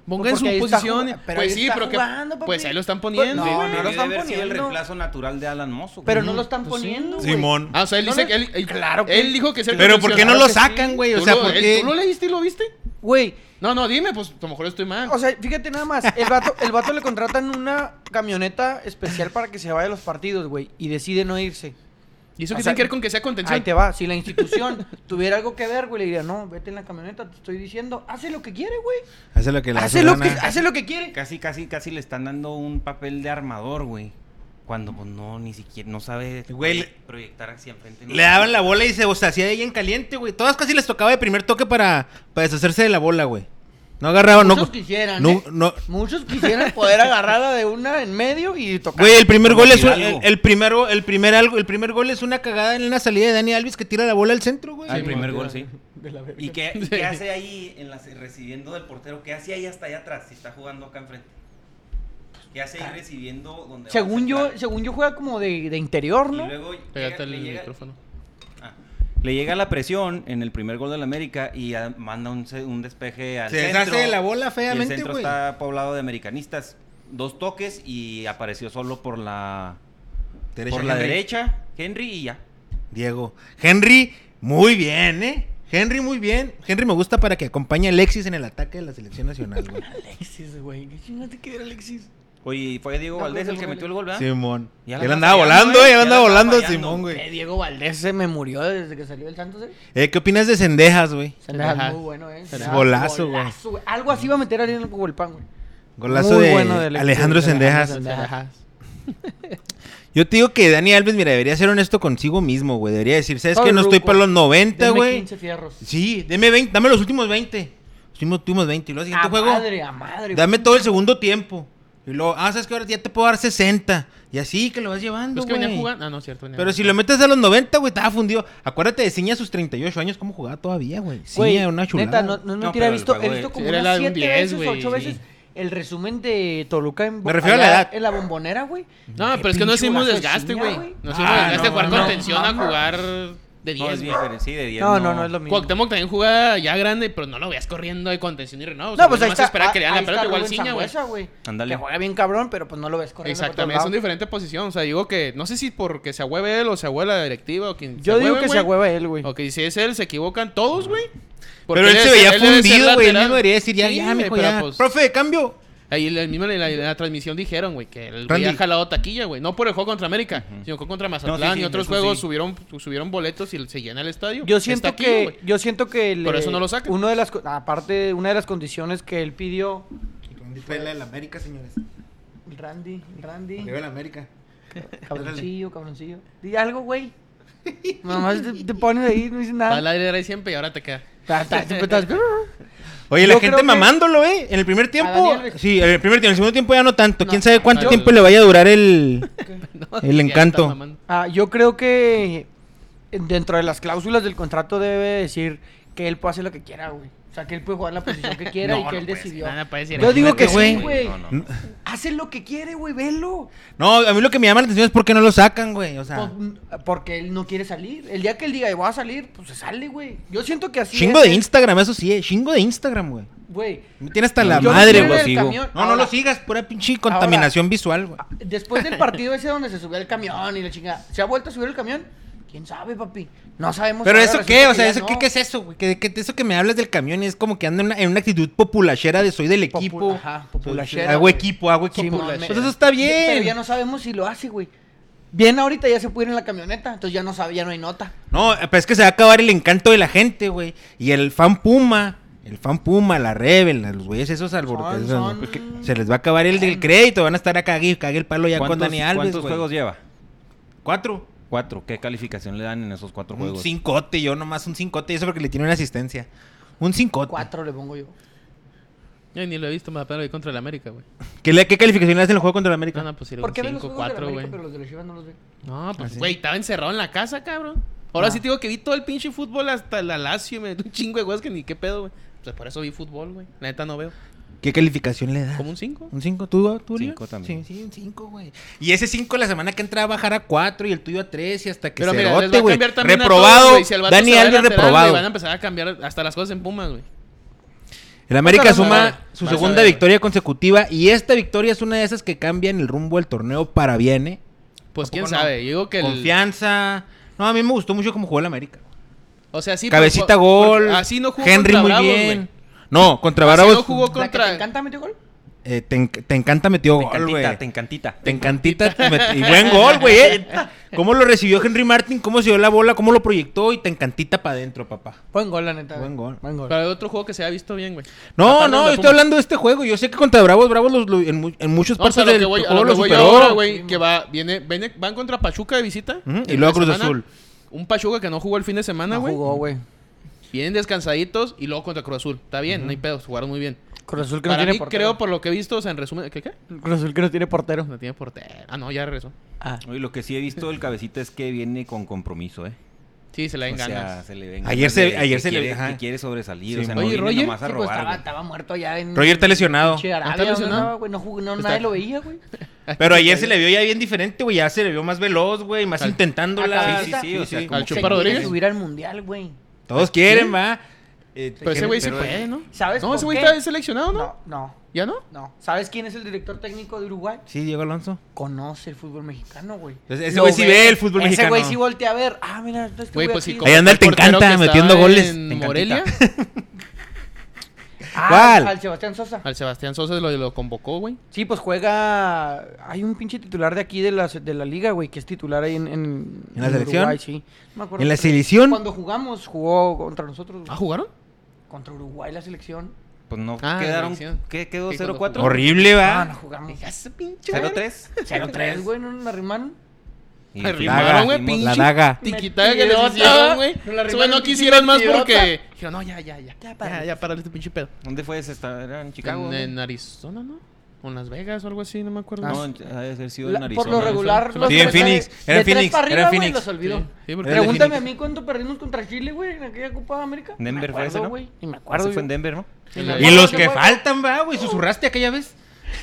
Speaker 2: Ponga
Speaker 3: Pues
Speaker 2: en su
Speaker 3: porque ahí está
Speaker 2: posición.
Speaker 3: jugando, pero
Speaker 2: pues
Speaker 3: ahí
Speaker 2: sí,
Speaker 3: está
Speaker 2: pero que.
Speaker 3: jugando, papi.
Speaker 2: pues ahí lo están
Speaker 3: Pues,
Speaker 2: poniendo. güey.
Speaker 3: no, no lo
Speaker 5: Debió
Speaker 3: están
Speaker 5: de haber sido el
Speaker 3: poniendo.
Speaker 5: reemplazo natural de Alan Mozo.
Speaker 3: Pero
Speaker 5: güey.
Speaker 3: no
Speaker 2: Ujú,
Speaker 3: lo están
Speaker 2: pues sí.
Speaker 3: poniendo, güey.
Speaker 1: Simón.
Speaker 2: Ah, o sea, él
Speaker 3: No
Speaker 2: dice
Speaker 3: lo-
Speaker 2: que él, él-
Speaker 3: Claro que-
Speaker 2: él dijo que es el
Speaker 1: Pero ¿por qué no
Speaker 2: condicionado.
Speaker 1: lo sacan, güey? O
Speaker 2: Tú
Speaker 1: sea,
Speaker 2: lo-
Speaker 1: ¿por
Speaker 2: él-
Speaker 1: qué?
Speaker 2: ¿Tú lo leíste y lo viste?
Speaker 3: Güey,
Speaker 2: No, no, dime, pues a lo mejor estoy mal.
Speaker 3: o sea, fíjate nada más. El vato, el vato le contratan una camioneta especial para que se vaya a los partidos, güey. Y decide no irse.
Speaker 2: ¿Y eso
Speaker 3: o
Speaker 2: qué
Speaker 3: sea,
Speaker 2: tiene que ver con que sea contención?
Speaker 3: Ahí te va. Si la institución tuviera algo que ver, güey, le diría, no, vete en la camioneta, te estoy diciendo, hace lo que quiere, güey.
Speaker 1: Hace lo que ¿eh? le
Speaker 3: Hace
Speaker 1: hace
Speaker 3: lo
Speaker 1: gana.
Speaker 3: que, hace lo que quiere.
Speaker 5: Casi, casi, casi le están dando un papel de armador, güey. Cuando, pues, no, ni siquiera, no sabe
Speaker 1: Güey, le-
Speaker 5: proye- proyectar hacia enfrente.
Speaker 1: Le daban la bola y se o sea, hacía de ella en caliente, güey. Todas casi les tocaba de primer toque para, para deshacerse de la bola, güey. No agarraban, no.
Speaker 3: Muchos quisieran,
Speaker 1: no,
Speaker 3: ¿eh?
Speaker 1: no-
Speaker 3: Muchos quisieran poder agarrarla de una en medio y tocar.
Speaker 1: Güey, el primer
Speaker 5: Como
Speaker 1: gol es un- el,
Speaker 5: Fidalgo.
Speaker 1: el primer go- el primer algo, el primer gol es una cagada en una salida de Dani Alves que tira la bola al centro, güey.
Speaker 5: Ah, el
Speaker 2: Sí,
Speaker 5: primer
Speaker 2: no,
Speaker 5: gol,
Speaker 2: ya.
Speaker 5: sí.
Speaker 3: [LAUGHS] De la verga.
Speaker 5: ¿Y qué, y qué hace ahí en las- recibiendo del portero? ¿Qué hace ahí hasta allá atrás si está jugando acá enfrente? Pues, ¿Qué hace ahí recibiendo donde va
Speaker 3: Según
Speaker 5: a
Speaker 3: yo,
Speaker 5: centrar?
Speaker 3: según yo juega como de, de interior, ¿no?
Speaker 5: Y luego llega-
Speaker 2: Pégate el
Speaker 5: le, llega,
Speaker 2: micrófono.
Speaker 5: ah, le llega la presión en el primer gol del América y ah, manda un, ce- un despeje al
Speaker 1: Se
Speaker 5: centro.
Speaker 1: deshace de la bola
Speaker 5: Y el
Speaker 1: feamente,
Speaker 5: centro
Speaker 1: güey.
Speaker 5: está poblado de americanistas. Dos toques y apareció solo por la
Speaker 1: Derecha,
Speaker 5: por la
Speaker 1: Henry.
Speaker 5: derecha, Henry y ya.
Speaker 1: Diego. Henry, muy bien, ¿eh? Henry, muy bien. Henry me gusta para que acompañe a Alexis en el ataque de la selección nacional,
Speaker 5: [LAUGHS]
Speaker 1: güey.
Speaker 3: Alexis, güey. ¿Qué chingas te queda Alexis?
Speaker 5: Oye, y fue Diego
Speaker 3: No,
Speaker 5: Valdés
Speaker 3: pero
Speaker 5: el que
Speaker 3: según
Speaker 5: metió el gol, ¿verdad?
Speaker 1: Simón.
Speaker 5: Ya
Speaker 1: Ya
Speaker 5: la
Speaker 1: le
Speaker 5: andaba
Speaker 1: andaba volando,
Speaker 5: fallando, ¿eh?
Speaker 1: eh. Ya
Speaker 5: Ya
Speaker 1: le
Speaker 5: la
Speaker 1: andaba
Speaker 5: andaba
Speaker 1: volando,
Speaker 5: fallando.
Speaker 1: Simón, güey.
Speaker 3: Eh, Diego Valdés se me murió desde que salió del Santos, ¿eh?
Speaker 1: Eh, ¿Qué opinas de Cendejas, güey?
Speaker 3: Sendejas,
Speaker 2: Ajá.
Speaker 3: muy bueno, ¿eh?
Speaker 2: Sendejas.
Speaker 1: Golazo, güey.
Speaker 3: güey. Algo así va a meter alguien en el pan, güey.
Speaker 1: Golazo
Speaker 3: Muy
Speaker 1: de
Speaker 3: bueno del-
Speaker 1: Alejandro
Speaker 3: de Alejandro
Speaker 1: Cendejas.
Speaker 3: Sendejas.
Speaker 1: Yo te digo que Dani Alves, mira, debería ser honesto consigo mismo, güey. Debería decir, ¿sabes
Speaker 3: Todo
Speaker 1: que
Speaker 3: el
Speaker 1: No estoy
Speaker 3: grupo.
Speaker 1: para los 90,
Speaker 3: Denme
Speaker 1: Este güey.
Speaker 3: 15 fierros.
Speaker 1: Sí, deme 20, dame los últimos 20. Los últimos- últimos 20. Y luego siguiente
Speaker 3: a
Speaker 1: juego,
Speaker 3: Ah, madre, a madre.
Speaker 1: dame
Speaker 3: güey.
Speaker 1: todo el segundo tiempo. Y luego, ah, ¿sabes que Ahora ya te puedo dar 60. Y así que lo vas llevando,
Speaker 2: Los que
Speaker 1: güey.
Speaker 2: venían jugando. Ah, no, cierto. venían
Speaker 1: Pero si lo
Speaker 2: jugando.
Speaker 1: metes a los 90, güey, estaba fundido. Acuérdate de Ciña a sus 38 años, cómo jugaba todavía, güey. Sí,
Speaker 3: Güey,
Speaker 1: una chulada.
Speaker 3: Neta, no, no es
Speaker 5: No,
Speaker 3: mentira, he
Speaker 5: pero el
Speaker 3: visto,
Speaker 5: juego
Speaker 3: he
Speaker 5: de-
Speaker 3: visto como
Speaker 2: era la
Speaker 3: unas
Speaker 2: de un
Speaker 3: 7
Speaker 2: 10,
Speaker 3: veces,
Speaker 2: güey,
Speaker 3: 8
Speaker 2: sí.
Speaker 3: veces el resumen de Toluca en
Speaker 1: Me refiero a la
Speaker 3: allá
Speaker 1: edad.
Speaker 3: En la bombonera, güey.
Speaker 2: No,
Speaker 3: Qué
Speaker 2: pero es que no
Speaker 3: pinche
Speaker 2: hicimos
Speaker 3: golazo de
Speaker 2: desgaste,
Speaker 3: Ciña,
Speaker 2: güey.
Speaker 1: Ah,
Speaker 2: No hicimos desgaste
Speaker 1: no,
Speaker 2: jugar
Speaker 1: no,
Speaker 2: contención a
Speaker 3: mames.
Speaker 2: jugar De
Speaker 4: No, es
Speaker 2: 10, güey.
Speaker 4: diferente. Sí, de 10.
Speaker 3: No, no, no es lo mismo.
Speaker 2: Cuauhtémoc también juega ya grande, pero no lo veas corriendo de contención y renado. O sea,
Speaker 3: No, pues ahí está.
Speaker 2: esperar que le
Speaker 3: ah,
Speaker 2: dan la
Speaker 3: ahí
Speaker 2: pelota
Speaker 3: está
Speaker 2: igual
Speaker 3: Rubén
Speaker 2: ciña, güey.
Speaker 3: Sambuesa, güey.
Speaker 4: Ándale.
Speaker 3: Que juega bien cabrón, pero pues no lo ves corriendo. por todos
Speaker 2: Exactamente, es una
Speaker 3: lados.
Speaker 2: diferente posición. O sea, digo que no sé si porque se ahueve él o se ahueve la directiva o quien
Speaker 3: Yo digo que se
Speaker 2: ahueve
Speaker 3: agüeva él, güey.
Speaker 2: Ok, si es él, se equivocan todos, güey. Porque
Speaker 1: Pero él se
Speaker 2: debe
Speaker 1: veía
Speaker 2: ser- debe ser
Speaker 1: fundido, güey. Él
Speaker 2: lateral.
Speaker 1: mismo debería decir, ya,
Speaker 2: Sí,
Speaker 1: ya,
Speaker 2: güey,
Speaker 1: mijo,
Speaker 2: pero
Speaker 1: ya.
Speaker 2: pues,
Speaker 1: Profe, cambio.
Speaker 2: Ahí el mismo en la, en la transmisión dijeron, güey, que el güey
Speaker 1: Randy.
Speaker 2: ha jalado taquilla, güey. No por el juego contra América, sino que contra Mazatlán
Speaker 4: sí,
Speaker 2: y otros
Speaker 4: eso
Speaker 2: juegos
Speaker 4: sí.
Speaker 2: subieron, subieron boletos y se llena el estadio.
Speaker 3: Yo
Speaker 2: Está
Speaker 3: siento
Speaker 2: aquí,
Speaker 3: que
Speaker 2: güey.
Speaker 3: yo siento que
Speaker 2: Por
Speaker 3: le-
Speaker 2: eso no lo sacan.
Speaker 3: Uno de las co- aparte una de las condiciones que él pidió
Speaker 1: Trae la del América, señores.
Speaker 3: Randy, Randy,
Speaker 1: Arriba el América.
Speaker 3: cabroncillo, cabroncillo. Di algo,
Speaker 4: [LAUGHS]
Speaker 3: güey. Nomás te, te pones ahí, no dices
Speaker 2: Va
Speaker 3: nada.
Speaker 2: al aire ahí siempre y ahora te queda.
Speaker 3: Ta- ta- siempre estás-
Speaker 1: Oye,
Speaker 3: Yo
Speaker 1: la
Speaker 3: creo
Speaker 1: gente
Speaker 3: que-
Speaker 1: mamándolo, ¿eh? En el primer tiempo.
Speaker 3: Daniel Ruiz.
Speaker 1: Sí, en el primer tiempo. En el segundo tiempo ya no tanto.
Speaker 3: No.
Speaker 1: ¿Quién sabe cuánto
Speaker 2: Yo-
Speaker 1: tiempo le vaya a durar el.
Speaker 2: [LAUGHS] No,
Speaker 1: El
Speaker 2: ya
Speaker 1: encanto.
Speaker 2: está mamando.
Speaker 3: Ah, yo creo que dentro de las cláusulas del contrato debe decir que él puede hacer lo que quiera, güey. O sea, que él puede jugar la posición que quiera
Speaker 4: No,
Speaker 3: y que
Speaker 4: no
Speaker 3: él
Speaker 4: puede
Speaker 3: decidió.
Speaker 2: Nada, puede decir,
Speaker 3: Yo digo que
Speaker 2: imagínate,
Speaker 3: sí,
Speaker 2: güey.
Speaker 3: güey.
Speaker 4: No, no, no.
Speaker 3: Hace lo que quiere, güey, velo.
Speaker 1: No, a mí lo que me llama la atención es por qué no lo sacan, güey. O sea,
Speaker 3: Por- Pues, Porque él no quiere salir. El día que él diga, "Ay, voy a salir, pues se sale, güey. Yo siento que así.
Speaker 1: chingo
Speaker 3: es
Speaker 1: de
Speaker 3: él,
Speaker 1: Instagram, eso sí, eh. Chingo de Instagram, güey.
Speaker 3: Güey.
Speaker 1: Me tiene hasta la
Speaker 3: Yo no
Speaker 1: madre,
Speaker 3: quiero
Speaker 1: güey.
Speaker 3: el
Speaker 4: sigo.
Speaker 3: camión.
Speaker 1: No, no
Speaker 3: Ahora,
Speaker 1: lo sigas, pura pinche contaminación visual, güey. [LAUGHS]
Speaker 3: Después del partido ese donde se subió el camión y la chingada. ¿Se ha vuelto a subir el camión? ¿Quién sabe, papi? No sabemos.
Speaker 1: Pero
Speaker 3: ahora
Speaker 1: eso
Speaker 3: resulta
Speaker 1: qué, o
Speaker 3: que
Speaker 1: sea,
Speaker 3: ya
Speaker 1: eso
Speaker 3: no.
Speaker 1: qué, qué es eso, güey. Que, que- eso que me hablas del camión y es como que anda en una, en una actitud populachera de soy del
Speaker 3: Popu-
Speaker 1: equipo.
Speaker 3: ajá,
Speaker 1: Soy-
Speaker 3: populachera,
Speaker 1: Hago
Speaker 3: güey.
Speaker 1: equipo, hago
Speaker 3: Sí,
Speaker 1: equipo.
Speaker 3: no, me-
Speaker 1: pues eso está bien.
Speaker 3: Pero ya no sabemos si lo hace, güey. Bien, ahorita ya se puede ir en la camioneta, entonces ya no sabe, ya no hay nota.
Speaker 1: No, pero es que se va a acabar el encanto de la gente, güey. Y el fan Puma, el fan Puma, la Rebel, los güeyes esos alborotados.
Speaker 3: son-
Speaker 1: güey, que Se les va a acabar el del crédito, van a estar acá, cague, cague el palo ya con
Speaker 4: ¿Cuántos,
Speaker 1: Dani Alves,
Speaker 4: ¿cuántos
Speaker 1: güey.
Speaker 4: juegos lleva?
Speaker 1: Cuatro.
Speaker 4: Cuatro. ¿Qué calificación le dan en esos cuatro
Speaker 1: Un
Speaker 4: juegos?
Speaker 1: cincote, yo nomás un cincote, y eso porque le tiene una asistencia. Un cincote.
Speaker 3: Cuatro le pongo yo.
Speaker 2: Yo ni lo he visto, más apenas lo vi contra el América, güey.
Speaker 1: ¿Qué, le- qué calificación le hacen el juego contra el América?
Speaker 2: No, no, pues sí,
Speaker 3: ¿Por qué ven los
Speaker 2: 5,
Speaker 3: juegos de la
Speaker 2: 4,
Speaker 3: América,
Speaker 2: güey.
Speaker 3: pero los de los Chivas no los ven?
Speaker 2: No, pues,
Speaker 1: ¿Ah, sí?
Speaker 2: güey, estaba encerrado en la casa, cabrón. Ahora
Speaker 3: Ah.
Speaker 2: sí te digo que vi todo el pinche fútbol hasta la Lazio y me dio un chingo de cosas que ni qué pedo, güey. Pues por eso vi fútbol, güey. La neta no veo.
Speaker 1: ¿Qué calificación le das?
Speaker 2: Como un 5.
Speaker 1: ¿Un 5? ¿Tú, tú Oliver?
Speaker 4: Cinco también.
Speaker 1: Sí, sí, un 5, güey. Y ese 5 la semana que entra va a bajar a 4 y el tuyo a 3 y hasta que
Speaker 2: Pero
Speaker 1: se
Speaker 2: mira, les va
Speaker 1: rote,
Speaker 2: a
Speaker 1: güey.
Speaker 2: cambiar también a
Speaker 1: Reprobado.
Speaker 2: todos, güey. Si el vato
Speaker 1: Dani
Speaker 2: se va de
Speaker 1: Alves
Speaker 2: lateral,
Speaker 1: reprobado.
Speaker 2: güey, van a empezar a cambiar hasta las cosas en Pumas, güey.
Speaker 1: El América
Speaker 3: Vas a ver, vas
Speaker 1: suma
Speaker 3: a
Speaker 2: ver.
Speaker 1: su
Speaker 2: Vas a
Speaker 1: segunda
Speaker 2: ver, güey.
Speaker 1: victoria consecutiva y esta victoria es una de esas que cambian el rumbo del torneo para bien, ¿eh?
Speaker 2: Pues quién
Speaker 1: Tampoco no.
Speaker 2: sabe. Yo digo que el...
Speaker 1: Confianza. No, a mí me gustó mucho cómo jugó el América.
Speaker 2: O sea, sí.
Speaker 1: Cabecita
Speaker 2: por-
Speaker 1: gol.
Speaker 2: porque Así no jugó
Speaker 1: Henry
Speaker 2: contra
Speaker 1: muy
Speaker 2: Bravos,
Speaker 1: bien.
Speaker 2: güey.
Speaker 1: No, contra
Speaker 2: Así
Speaker 1: Bravos.
Speaker 2: no jugó
Speaker 3: ¿La que
Speaker 2: contra...
Speaker 3: ¿Te encanta metió gol?
Speaker 1: eh, te, enc- te encanta metió
Speaker 4: Te
Speaker 1: gol, güey.
Speaker 4: encantita, te encantita.
Speaker 1: Te encantita. te met- Y buen gol, güey. ¿eh? ¿Cómo lo recibió Henry Martin? ¿Cómo se dio la bola? ¿Cómo lo proyectó? Y te encantita para adentro, papá.
Speaker 3: Buen gol, la neta.
Speaker 1: Buen
Speaker 3: güey.
Speaker 1: gol.
Speaker 3: Buen gol.
Speaker 2: Pero hay otro juego que se ha visto bien, güey.
Speaker 1: No,
Speaker 2: Aparte
Speaker 1: no,
Speaker 2: de
Speaker 1: yo
Speaker 2: Pumas.
Speaker 1: estoy hablando de este juego. Yo sé que contra Bravos, Bravos los, lo- en, mu- en muchos
Speaker 2: No, o
Speaker 1: partes
Speaker 2: sea, lo
Speaker 1: del
Speaker 2: que voy, a
Speaker 1: juego
Speaker 2: lo que
Speaker 1: lo
Speaker 2: voy
Speaker 1: superó.
Speaker 2: ahora, güey, que va, viene, viene- van contra Pachuca de visita.
Speaker 1: Ujú, y
Speaker 2: entre
Speaker 1: luego Cruz
Speaker 2: semana.
Speaker 1: Azul.
Speaker 2: Un Pachuca que no jugó el fin de semana,
Speaker 3: No
Speaker 2: güey.
Speaker 3: jugó, güey.
Speaker 2: Vienen descansaditos y luego contra Cruz Azul. Está bien, no hay pedos, jugaron muy bien.
Speaker 3: Cruz Azul que no
Speaker 2: Para
Speaker 3: tiene
Speaker 2: mí,
Speaker 3: portero.
Speaker 2: creo, por lo que he visto, o sea, en resumen... ¿Qué, qué?
Speaker 3: Cruz Azul que no tiene portero.
Speaker 2: No tiene portero. Ah, no, ya regresó.
Speaker 3: Ah.
Speaker 4: Oye, lo que sí he visto del cabecita es que viene con compromiso, ¿eh?
Speaker 2: Sí, se la
Speaker 4: O sea,
Speaker 2: engañas.
Speaker 4: se le ven
Speaker 1: Ayer
Speaker 4: ganas
Speaker 1: se-
Speaker 4: de-
Speaker 1: ayer
Speaker 4: que
Speaker 1: se le-
Speaker 4: quiere-
Speaker 1: ajá.
Speaker 4: que quiere sobresalir,
Speaker 1: Sí,
Speaker 4: o sea,
Speaker 2: man.
Speaker 4: no
Speaker 2: Oye,
Speaker 4: viene
Speaker 2: Roger,
Speaker 4: nomás a
Speaker 3: Sí, pues,
Speaker 4: robar,
Speaker 3: estaba,
Speaker 4: güey.
Speaker 3: estaba muerto ya en.
Speaker 1: Roger está lesionado.
Speaker 3: Pinche Arabia,
Speaker 2: ¿Está lesionado?
Speaker 3: ¿dónde andaba, güey? No, jugó- no,
Speaker 2: Está-
Speaker 3: nadie lo veía, güey.
Speaker 1: Pero ayer se le vio ya bien diferente, güey. Ya se le vio más veloz, güey. Más
Speaker 2: Al-
Speaker 1: intentándola.
Speaker 3: al cabecita.
Speaker 4: Sí, sí, sí, o sea, como
Speaker 2: Al
Speaker 4: que-
Speaker 3: Se
Speaker 2: Chupa
Speaker 3: quiere
Speaker 2: Rodríguez.
Speaker 3: subir al mundial, güey.
Speaker 1: Todos quieren, va. Eh,
Speaker 2: Pero ese güey sí
Speaker 1: pero-
Speaker 2: puede, ¿no?
Speaker 3: ¿Sabes
Speaker 2: No,
Speaker 3: por
Speaker 2: ese güey
Speaker 3: qué?
Speaker 2: está seleccionado, ¿no?
Speaker 3: No, no,
Speaker 2: ¿Ya no?
Speaker 3: no. ¿Sabes quién es el director técnico de Uruguay?
Speaker 1: Sí, Diego Alonso.
Speaker 3: Conoce el fútbol mexicano, güey.
Speaker 1: Ese- ese
Speaker 3: Lo
Speaker 1: güey sí ve el fútbol
Speaker 3: Ese güey
Speaker 1: mexicano. Eh,
Speaker 3: sí voltea a ver. Ah, mira, este
Speaker 2: Güey, pues sí.
Speaker 3: aquí.
Speaker 2: como
Speaker 1: Ahí anda el
Speaker 2: fue
Speaker 1: Te
Speaker 2: portero
Speaker 1: Encanta,
Speaker 2: que
Speaker 1: metiendo
Speaker 2: estaba
Speaker 1: goles. Te
Speaker 2: En
Speaker 1: Encantita.
Speaker 2: Morelia,
Speaker 3: Ah,
Speaker 1: ¿Cuál?
Speaker 3: Al Sebastián Sosa.
Speaker 2: al Sebastián Sosa lo, lo convocó, güey.
Speaker 3: Sí, pues juega. Hay un pinche titular de aquí de la, de la liga, güey, que es titular ahí en. ¿En,
Speaker 1: ¿En la selección?
Speaker 3: Uruguay, sí. No me acuerdo
Speaker 1: ¿En la
Speaker 3: contra-
Speaker 1: selección?
Speaker 3: Cuando jugamos, jugó contra nosotros. güey.
Speaker 2: ¿Ah, jugaron?
Speaker 3: Contra Uruguay, la selección.
Speaker 4: Pues no,
Speaker 2: Ah,
Speaker 4: quedaron...
Speaker 2: selección.
Speaker 4: ¿Qué quedó?
Speaker 2: Sí, cuando
Speaker 4: 0-4?
Speaker 2: jugó.
Speaker 1: Horrible,
Speaker 3: Ah, no
Speaker 1: va.
Speaker 3: jugamos.
Speaker 2: Ese pinche.
Speaker 4: 0-3.
Speaker 3: 0-3, güey, no nos arrimaron.
Speaker 4: Y
Speaker 2: Me
Speaker 4: fuimos-
Speaker 2: rimaron, güey,
Speaker 4: fuimos-
Speaker 1: La
Speaker 2: pinche.
Speaker 1: daga.
Speaker 2: Tiquitaca que
Speaker 3: Mentirota.
Speaker 2: les hicieron, güey.
Speaker 3: Nos la
Speaker 2: Esos güey,
Speaker 3: rimaron,
Speaker 2: no quisieron más
Speaker 3: pinche
Speaker 2: porque.
Speaker 3: mentirota.
Speaker 2: Dijeron, no, ya, ya, ya. Ya,
Speaker 3: párale.
Speaker 2: ya, ya, párale este pinche pedo.
Speaker 4: ¿Dónde fue ese? Estaba- ¿Era en Chicago?
Speaker 2: En,
Speaker 4: güey?
Speaker 2: en Arizona, ¿no? O en Las Vegas o algo así, no me acuerdo.
Speaker 4: No, en- ha de haber sido
Speaker 3: La-
Speaker 4: en Arizona. Ah,
Speaker 3: por lo regular.
Speaker 2: Sí,
Speaker 3: los
Speaker 1: en
Speaker 3: tres de-
Speaker 1: Phoenix, era
Speaker 3: de
Speaker 1: en
Speaker 3: tres
Speaker 1: Phoenix,
Speaker 3: para
Speaker 1: era
Speaker 3: arriba,
Speaker 1: en
Speaker 3: güey,
Speaker 1: Phoenix.
Speaker 3: los olvidó.
Speaker 2: Sí, sí, porque- [LAUGHS]
Speaker 3: Pregúntame
Speaker 1: Phoenix.
Speaker 3: a mí cuánto perdimos contra Chile, güey, en aquella Copa de América.
Speaker 4: Denver
Speaker 3: Me
Speaker 4: fue ese,
Speaker 3: acuerdo,
Speaker 4: ¿no?
Speaker 3: güey. Ni me
Speaker 4: Ese
Speaker 3: acuerdo.
Speaker 4: fue en
Speaker 3: yo.
Speaker 4: Denver, ¿no?
Speaker 3: Ni
Speaker 2: Y
Speaker 3: me
Speaker 1: Y
Speaker 3: acuerdo
Speaker 1: los
Speaker 3: ese
Speaker 1: que
Speaker 3: juego.
Speaker 1: faltan, va, güey. Susurraste aquella vez.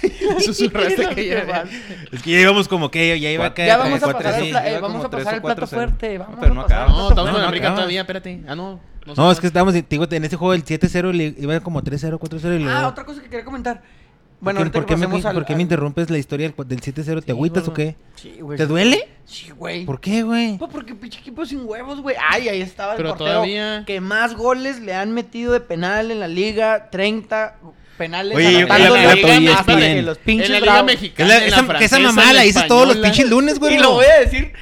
Speaker 2: Le susurraste este [LAUGHS] que ya era.
Speaker 1: Es que ya íbamos como que ya iba a
Speaker 4: Ya
Speaker 1: caer.
Speaker 3: ya
Speaker 1: como
Speaker 3: vamos a
Speaker 1: cuatro,
Speaker 3: pasar,
Speaker 1: sí.
Speaker 3: el, pla- eh,
Speaker 4: Iba
Speaker 3: vamos
Speaker 4: como
Speaker 3: a pasar
Speaker 4: tres o
Speaker 3: el plato
Speaker 4: cuatro, cero.
Speaker 3: fuerte. Vamos
Speaker 4: Pero no
Speaker 3: a pasar el
Speaker 4: acabamos.
Speaker 2: [LAUGHS] No,
Speaker 3: plato
Speaker 2: estamos
Speaker 1: No,
Speaker 2: en
Speaker 1: no,
Speaker 2: América
Speaker 1: no.
Speaker 2: todavía, espérate. Ah, no.
Speaker 1: No, es que estábamos, te digo, en ese juego del 7-0 le iba como 3-0, 4-0 y luego...
Speaker 3: Ah, otra cosa que quería comentar. Bueno,
Speaker 1: ¿Por qué,
Speaker 3: ahorita
Speaker 1: por
Speaker 3: que
Speaker 1: qué me,
Speaker 3: pasemos al-
Speaker 1: por qué me
Speaker 3: al- pues
Speaker 1: interrumpes la historia del, del 7-0? ¿Te
Speaker 2: Sí,
Speaker 1: agüitas
Speaker 2: bueno.
Speaker 1: o qué?
Speaker 3: Sí, güey.
Speaker 1: ¿Te duele?
Speaker 3: Sí, güey.
Speaker 1: ¿Por qué, güey?
Speaker 3: Pues porque pinche equipo sin huevos, güey. Ay, ahí estaba el
Speaker 2: Pero
Speaker 3: portero
Speaker 2: todavía-
Speaker 3: que más goles le han metido de penal en la liga, 30 penales.
Speaker 1: Oye, yo-
Speaker 3: anotándole
Speaker 1: la- la
Speaker 3: a Liga
Speaker 1: apoyé,
Speaker 3: hasta
Speaker 1: bien.
Speaker 3: que los pinches
Speaker 2: En la Liga
Speaker 3: bravos.
Speaker 1: Que
Speaker 2: Mexicana.
Speaker 1: la-
Speaker 2: en la
Speaker 1: esa, que esa
Speaker 2: francesa, en la
Speaker 1: mamá la dices todos los
Speaker 2: española.
Speaker 1: pinches lunes, güey.
Speaker 3: Y
Speaker 1: no.
Speaker 3: lo voy a decir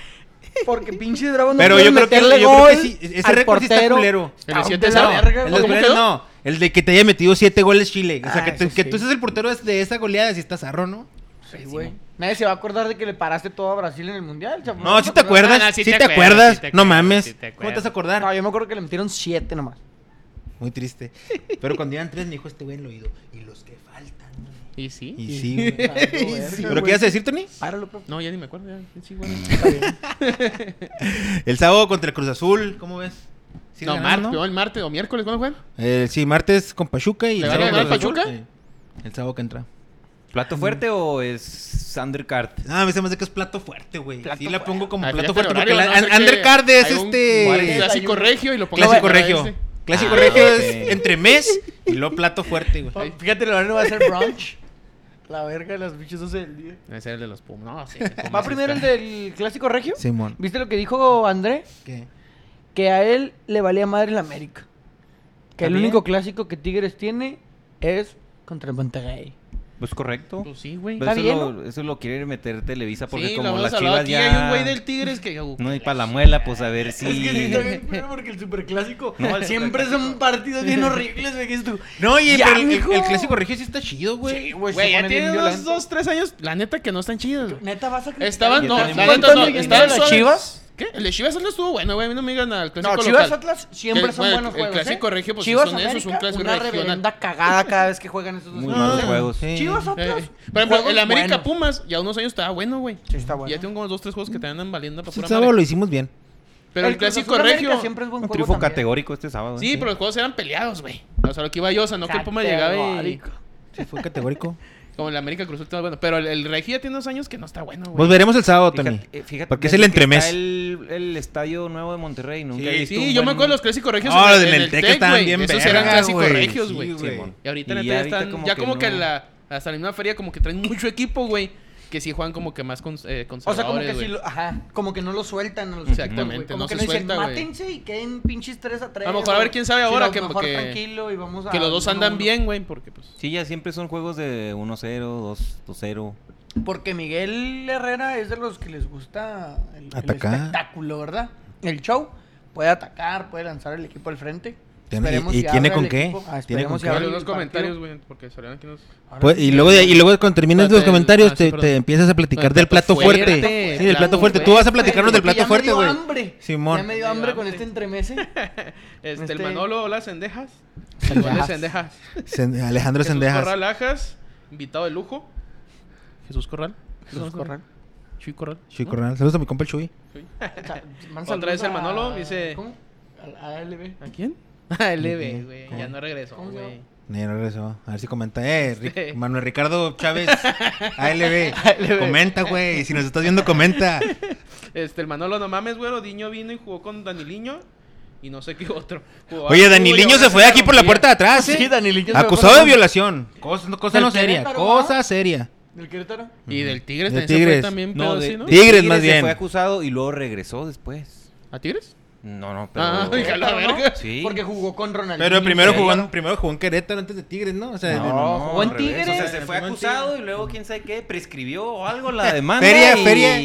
Speaker 3: porque pinches bravos no
Speaker 1: Pero yo
Speaker 3: pueden
Speaker 1: creo que-
Speaker 3: meterle
Speaker 1: yo creo que
Speaker 3: gol
Speaker 1: sí, ese
Speaker 3: al
Speaker 1: récord sí está
Speaker 3: portero.
Speaker 1: culero.
Speaker 2: El de
Speaker 3: Aunque
Speaker 2: 7-0.
Speaker 3: la verga,
Speaker 1: El,
Speaker 2: ¿Cómo
Speaker 1: de
Speaker 3: güey.
Speaker 1: goles
Speaker 2: quedó?
Speaker 1: no, el de que te haya metido 7 goles Chile. O sea,
Speaker 3: Ah,
Speaker 1: que, te-
Speaker 3: eso
Speaker 1: que
Speaker 3: sí.
Speaker 1: tú seas el portero es de esa goleada, si estás zarro, ¿no?
Speaker 3: Sí, güey. Nadie se va a acordar de que le paraste todo a Brasil en el mundial. chaval.
Speaker 1: No, si te acuerdas,
Speaker 2: no,
Speaker 1: si te acuerdas,
Speaker 2: sí te
Speaker 1: no
Speaker 2: acuerdas,
Speaker 1: mames.
Speaker 2: sí te
Speaker 1: ¿Cómo te vas
Speaker 2: acuerdas.
Speaker 1: a acordar?
Speaker 3: No, yo me acuerdo que le metieron 7 nomás.
Speaker 1: Muy triste. Pero cuando iban tres me dijo este güey en el oído, y los que faltan.
Speaker 2: ¿Y sí?
Speaker 1: Y [LAUGHS] sí, güey.
Speaker 3: [LAUGHS] Ay, no,
Speaker 1: ¿Pero qué ibas a decir, Tony?
Speaker 3: Páralo, profe.
Speaker 2: No, ya ni me acuerdo. Ya. Sí, bueno.
Speaker 3: Está bien.
Speaker 1: El sábado contra el Cruz Azul, ¿cómo ves? ¿Sí
Speaker 2: no,
Speaker 1: le
Speaker 2: martes,
Speaker 1: ganamos,
Speaker 2: el martes o miércoles, ¿cuándo juegan?
Speaker 1: Eh, sí, martes con Pachuca y
Speaker 2: ¿Le
Speaker 1: el
Speaker 2: van a
Speaker 1: sábado
Speaker 2: ganar
Speaker 1: con Cruz
Speaker 2: Pachuca?
Speaker 1: Azul. Sí. El sábado que entra.
Speaker 4: ¿Plato fuerte o es undercard?
Speaker 1: No, a mí se me hace que es plato fuerte, güey.
Speaker 3: Plato
Speaker 1: Sí, la pongo como
Speaker 2: Ah,
Speaker 1: plato
Speaker 2: fíjate el
Speaker 1: fuerte porque
Speaker 2: horario,
Speaker 1: la-
Speaker 2: no sé
Speaker 1: an-
Speaker 2: qué.
Speaker 1: Undercard es
Speaker 2: Hay un
Speaker 1: este.
Speaker 2: Clásico regio y lo pongo
Speaker 1: Clásico
Speaker 2: en la
Speaker 1: regio.
Speaker 2: ese.
Speaker 1: Clásico
Speaker 4: Ah,
Speaker 1: regio
Speaker 4: ok.
Speaker 1: es entre mes y luego plato fuerte, güey.
Speaker 3: Fíjate, lo no va a hacer brunch. [LAUGHS] La verga de las bichos 12 del día.
Speaker 2: Debe ser el de los Pumas. No, sí.
Speaker 3: ¿Va primero el del clásico regio?
Speaker 1: Simón.
Speaker 3: ¿Viste lo que dijo André?
Speaker 1: ¿Qué?
Speaker 3: Que a él le valía madre el América. Que el
Speaker 1: ¿También?
Speaker 3: único clásico que Tigres tiene es contra el Monterrey.
Speaker 4: Pues correcto.
Speaker 2: Pues sí, güey.
Speaker 4: Pero
Speaker 3: Está
Speaker 4: eso,
Speaker 3: bien,
Speaker 4: lo, eso lo quiere meter Televisa porque
Speaker 2: Sí,
Speaker 4: como
Speaker 2: lo
Speaker 4: las
Speaker 2: hemos hablado
Speaker 4: chivas
Speaker 2: aquí.
Speaker 4: ya...
Speaker 2: Hay un güey del Tigres que... uh,
Speaker 4: No, y para la muela, pues a ver si... [LAUGHS]
Speaker 3: porque
Speaker 2: [LAUGHS]
Speaker 3: el superclásico siempre son partidos bien horribles, güey. que es tú.
Speaker 1: No, oye,
Speaker 3: Ya,
Speaker 1: pero el,
Speaker 3: mijo.
Speaker 1: el clásico regio sí está chido, güey.
Speaker 3: Sí, güey, se
Speaker 2: Güey, ya
Speaker 3: ponen bien
Speaker 2: tiene unos
Speaker 3: violentos.
Speaker 2: dos, tres años. La neta que no están chidos. güey.
Speaker 3: Neta, vas a criticar
Speaker 2: Estaban,
Speaker 3: el
Speaker 2: no,
Speaker 3: clásico?
Speaker 2: la neta no.
Speaker 3: ¿Cuánto le
Speaker 2: Estaban
Speaker 3: llegaste a las
Speaker 2: suaves.
Speaker 3: Chivas?
Speaker 2: ¿Qué? El de Chivas Atlas estuvo bueno, güey. A mí no me digan al clásico
Speaker 3: No, Chivas
Speaker 2: local.
Speaker 3: Atlas siempre
Speaker 2: Que,
Speaker 3: son
Speaker 2: bueno,
Speaker 3: buenos
Speaker 2: el
Speaker 3: juegos.
Speaker 2: clásico
Speaker 3: ¿eh?
Speaker 2: regio, pues,
Speaker 3: Chivas
Speaker 2: son esos, un clásico
Speaker 3: una
Speaker 2: regional.
Speaker 3: reverenda cagada cada vez que juegan esos dos
Speaker 4: Muy
Speaker 3: juegos.
Speaker 4: malos juegos.
Speaker 1: sí.
Speaker 3: Chivas Atlas.
Speaker 2: Eh, por ejemplo, el
Speaker 3: juegos
Speaker 2: América
Speaker 3: buenos.
Speaker 2: Pumas ya unos años estaba bueno, güey.
Speaker 3: Sí, está bueno.
Speaker 2: Ya tengo como dos, tres juegos que te andan valiendo para
Speaker 1: Pues El
Speaker 2: pura
Speaker 1: sábado
Speaker 2: madre.
Speaker 1: lo hicimos bien.
Speaker 2: Pero el,
Speaker 3: Cruz
Speaker 2: clásico
Speaker 3: Azul América
Speaker 2: regio.
Speaker 3: siempre es buen
Speaker 4: Un
Speaker 3: juego
Speaker 4: trifo
Speaker 3: también.
Speaker 4: categórico este sábado.
Speaker 2: Sí, pero los juegos eran peleados, güey. O sea, lo que iba yo, o sea, no que el Puma llegaba y.
Speaker 3: Categórico.
Speaker 1: Sí, fue categórico.
Speaker 2: Como el América Cruz Azul estaba bueno. Pero el, el regio ya tiene unos años que no está bueno,
Speaker 1: Nos
Speaker 2: güey.
Speaker 1: Pues veremos el sábado, Tony.
Speaker 4: Fíjate, eh, fíjate,
Speaker 1: Porque es
Speaker 4: desde
Speaker 1: el
Speaker 4: que
Speaker 1: entremés.
Speaker 4: está El, el estadio nuevo de Monterrey. Nunca
Speaker 1: Sí,
Speaker 4: he visto
Speaker 2: Sí,
Speaker 4: un
Speaker 2: yo me
Speaker 4: buen-
Speaker 2: acuerdo de los clásicos regios.
Speaker 1: No,
Speaker 2: en-
Speaker 1: los del
Speaker 2: en el
Speaker 1: Tec
Speaker 2: Tec,
Speaker 1: estaban
Speaker 2: güey.
Speaker 1: bien
Speaker 2: Esos eran
Speaker 1: verga,
Speaker 2: clásicos
Speaker 1: güey.
Speaker 2: regios,
Speaker 1: Sí,
Speaker 2: güey.
Speaker 1: güey.
Speaker 4: Simón.
Speaker 2: Y ahorita,
Speaker 4: Y
Speaker 2: neta, ya
Speaker 4: ahorita
Speaker 2: están-
Speaker 4: como
Speaker 2: ya
Speaker 4: que
Speaker 2: como que
Speaker 4: no.
Speaker 2: la, hasta la misma feria, como que traen mucho equipo, güey. Que sí juegan como que más con, eh,
Speaker 3: O sea,
Speaker 2: conservadores,
Speaker 3: como que
Speaker 2: güey.
Speaker 3: si lo- ajá, como que no lo sueltan a los
Speaker 2: Exactamente,
Speaker 3: güey. Como
Speaker 2: no
Speaker 3: que
Speaker 2: se
Speaker 3: dicen,
Speaker 2: suelta, güey.
Speaker 3: Mátense y queden pinches 3 a 3.
Speaker 2: A lo mejor a ver quién sabe ahora que-
Speaker 3: mejor
Speaker 2: que-
Speaker 3: tranquilo y vamos a
Speaker 2: Que los dos
Speaker 3: uno a
Speaker 2: andan
Speaker 3: uno.
Speaker 2: bien, güey, porque pues...
Speaker 4: Sí, ya siempre son juegos de 1-0, 2 2-0.
Speaker 3: Porque Miguel Herrera es de los que les gusta el, el
Speaker 1: Atacar.
Speaker 3: espectáculo, ¿verdad? El show. Puede atacar, puede lanzar el equipo al frente.
Speaker 1: Tiene-
Speaker 3: Esperemos
Speaker 1: y- y
Speaker 3: si
Speaker 1: tiene
Speaker 3: abra
Speaker 1: con
Speaker 3: el
Speaker 1: qué,
Speaker 3: equipo. Ah,
Speaker 1: tiene
Speaker 3: esperemos
Speaker 1: con
Speaker 3: si
Speaker 1: qué.
Speaker 3: abra
Speaker 2: Dale
Speaker 3: el
Speaker 2: unos
Speaker 3: partido.
Speaker 2: comentarios, güey, porque Soriano aquí nos...
Speaker 3: Ahora
Speaker 1: Pues,
Speaker 3: sí.
Speaker 1: y luego, de- y luego cuando terminas los
Speaker 2: Espérate,
Speaker 1: comentarios
Speaker 2: ah, sí,
Speaker 1: te,
Speaker 2: perdón.
Speaker 1: te empiezas a platicar
Speaker 2: Del
Speaker 1: del
Speaker 2: plato
Speaker 1: plato fuerte.
Speaker 2: fuerte.
Speaker 1: Sí, del
Speaker 2: Plato
Speaker 1: plato fuerte. Tú vas a
Speaker 3: [LAUGHS]
Speaker 1: platicarnos del
Speaker 3: Porque
Speaker 1: plato
Speaker 3: ya
Speaker 1: fuerte,
Speaker 3: me dio
Speaker 1: güey.
Speaker 3: hambre.
Speaker 1: Simón.
Speaker 3: Ya
Speaker 2: Me
Speaker 3: me dio
Speaker 2: dio
Speaker 3: hambre con
Speaker 2: hambre.
Speaker 3: este
Speaker 2: [LAUGHS]
Speaker 3: entremese.
Speaker 2: Este, el
Speaker 3: Este-
Speaker 2: Manolo, hola, Sendejas.
Speaker 3: Sendejas.
Speaker 2: Hola, Sendejas.
Speaker 1: Sen- Alejandro
Speaker 2: Jesús
Speaker 1: Sendejas.
Speaker 2: Corral Ajas, invitado de lujo. Jesús Corral.
Speaker 3: Jesús Corral.
Speaker 2: Chuy Corral.
Speaker 1: Chuy
Speaker 2: ¿no? [LAUGHS]
Speaker 1: Corral. Saludos a mi compa el Chuy.
Speaker 3: Otra
Speaker 2: vez el Manolo dice-
Speaker 3: ¿Cómo? Al ALB.
Speaker 2: ¿A quién? A
Speaker 1: LB,
Speaker 2: LB,
Speaker 1: güey,
Speaker 2: güey.
Speaker 1: ¿Cómo?
Speaker 2: Ya no regresó,
Speaker 3: ¿Cómo se
Speaker 2: güey.
Speaker 1: No, ya no regresó. A ver si comenta. Eh, Ri-
Speaker 2: Este.
Speaker 1: Manuel Ricardo
Speaker 3: [LAUGHS]
Speaker 1: Chávez, ALB. Comenta, güey. Si nos estás viendo, comenta.
Speaker 2: Este, el Manolo, no mames, güey. Odiño vino y jugó con Daniliño. Y no sé qué otro. Jugaba
Speaker 1: Oye,
Speaker 2: tú, y
Speaker 1: Daniliño
Speaker 2: ahora
Speaker 1: se fue de aquí por la
Speaker 2: rompía.
Speaker 1: puerta de atrás, ¿eh?
Speaker 3: Sí, Daniliño se fue
Speaker 1: Acusado
Speaker 3: por
Speaker 1: de
Speaker 3: la-
Speaker 1: violación. Cosa, cosa no
Speaker 3: Del
Speaker 1: seria.
Speaker 3: Querétaro,
Speaker 1: Cosa
Speaker 3: ¿no?
Speaker 1: seria.
Speaker 3: ¿Del Querétaro?
Speaker 2: Y del Tigres
Speaker 1: De
Speaker 2: también se fue
Speaker 1: Tigres.
Speaker 2: también,
Speaker 4: No,
Speaker 2: pero
Speaker 4: de-
Speaker 2: sí, ¿no?
Speaker 1: Tigres, más
Speaker 4: Se
Speaker 1: bien.
Speaker 4: fue acusado y luego regresó después.
Speaker 2: ¿A Tigres?
Speaker 4: No, no, pero...
Speaker 2: Ah, [LAUGHS] hija, la
Speaker 3: Querétaro, ¿no?
Speaker 2: verga.
Speaker 4: Sí.
Speaker 3: Porque jugó con Ronaldinho.
Speaker 1: Pero primero
Speaker 3: Sí.
Speaker 1: jugó, en, primero jugó en Querétaro antes de Tigres, ¿no? O sea,
Speaker 4: No,
Speaker 1: de-
Speaker 3: No, jugó en
Speaker 4: al revés.
Speaker 3: Tigres.
Speaker 4: O sea, se fue
Speaker 1: Jugó en
Speaker 4: acusado y luego quién sabe qué, prescribió o
Speaker 1: [LAUGHS]
Speaker 4: algo la demanda.
Speaker 1: Feria,
Speaker 4: y,
Speaker 1: feria.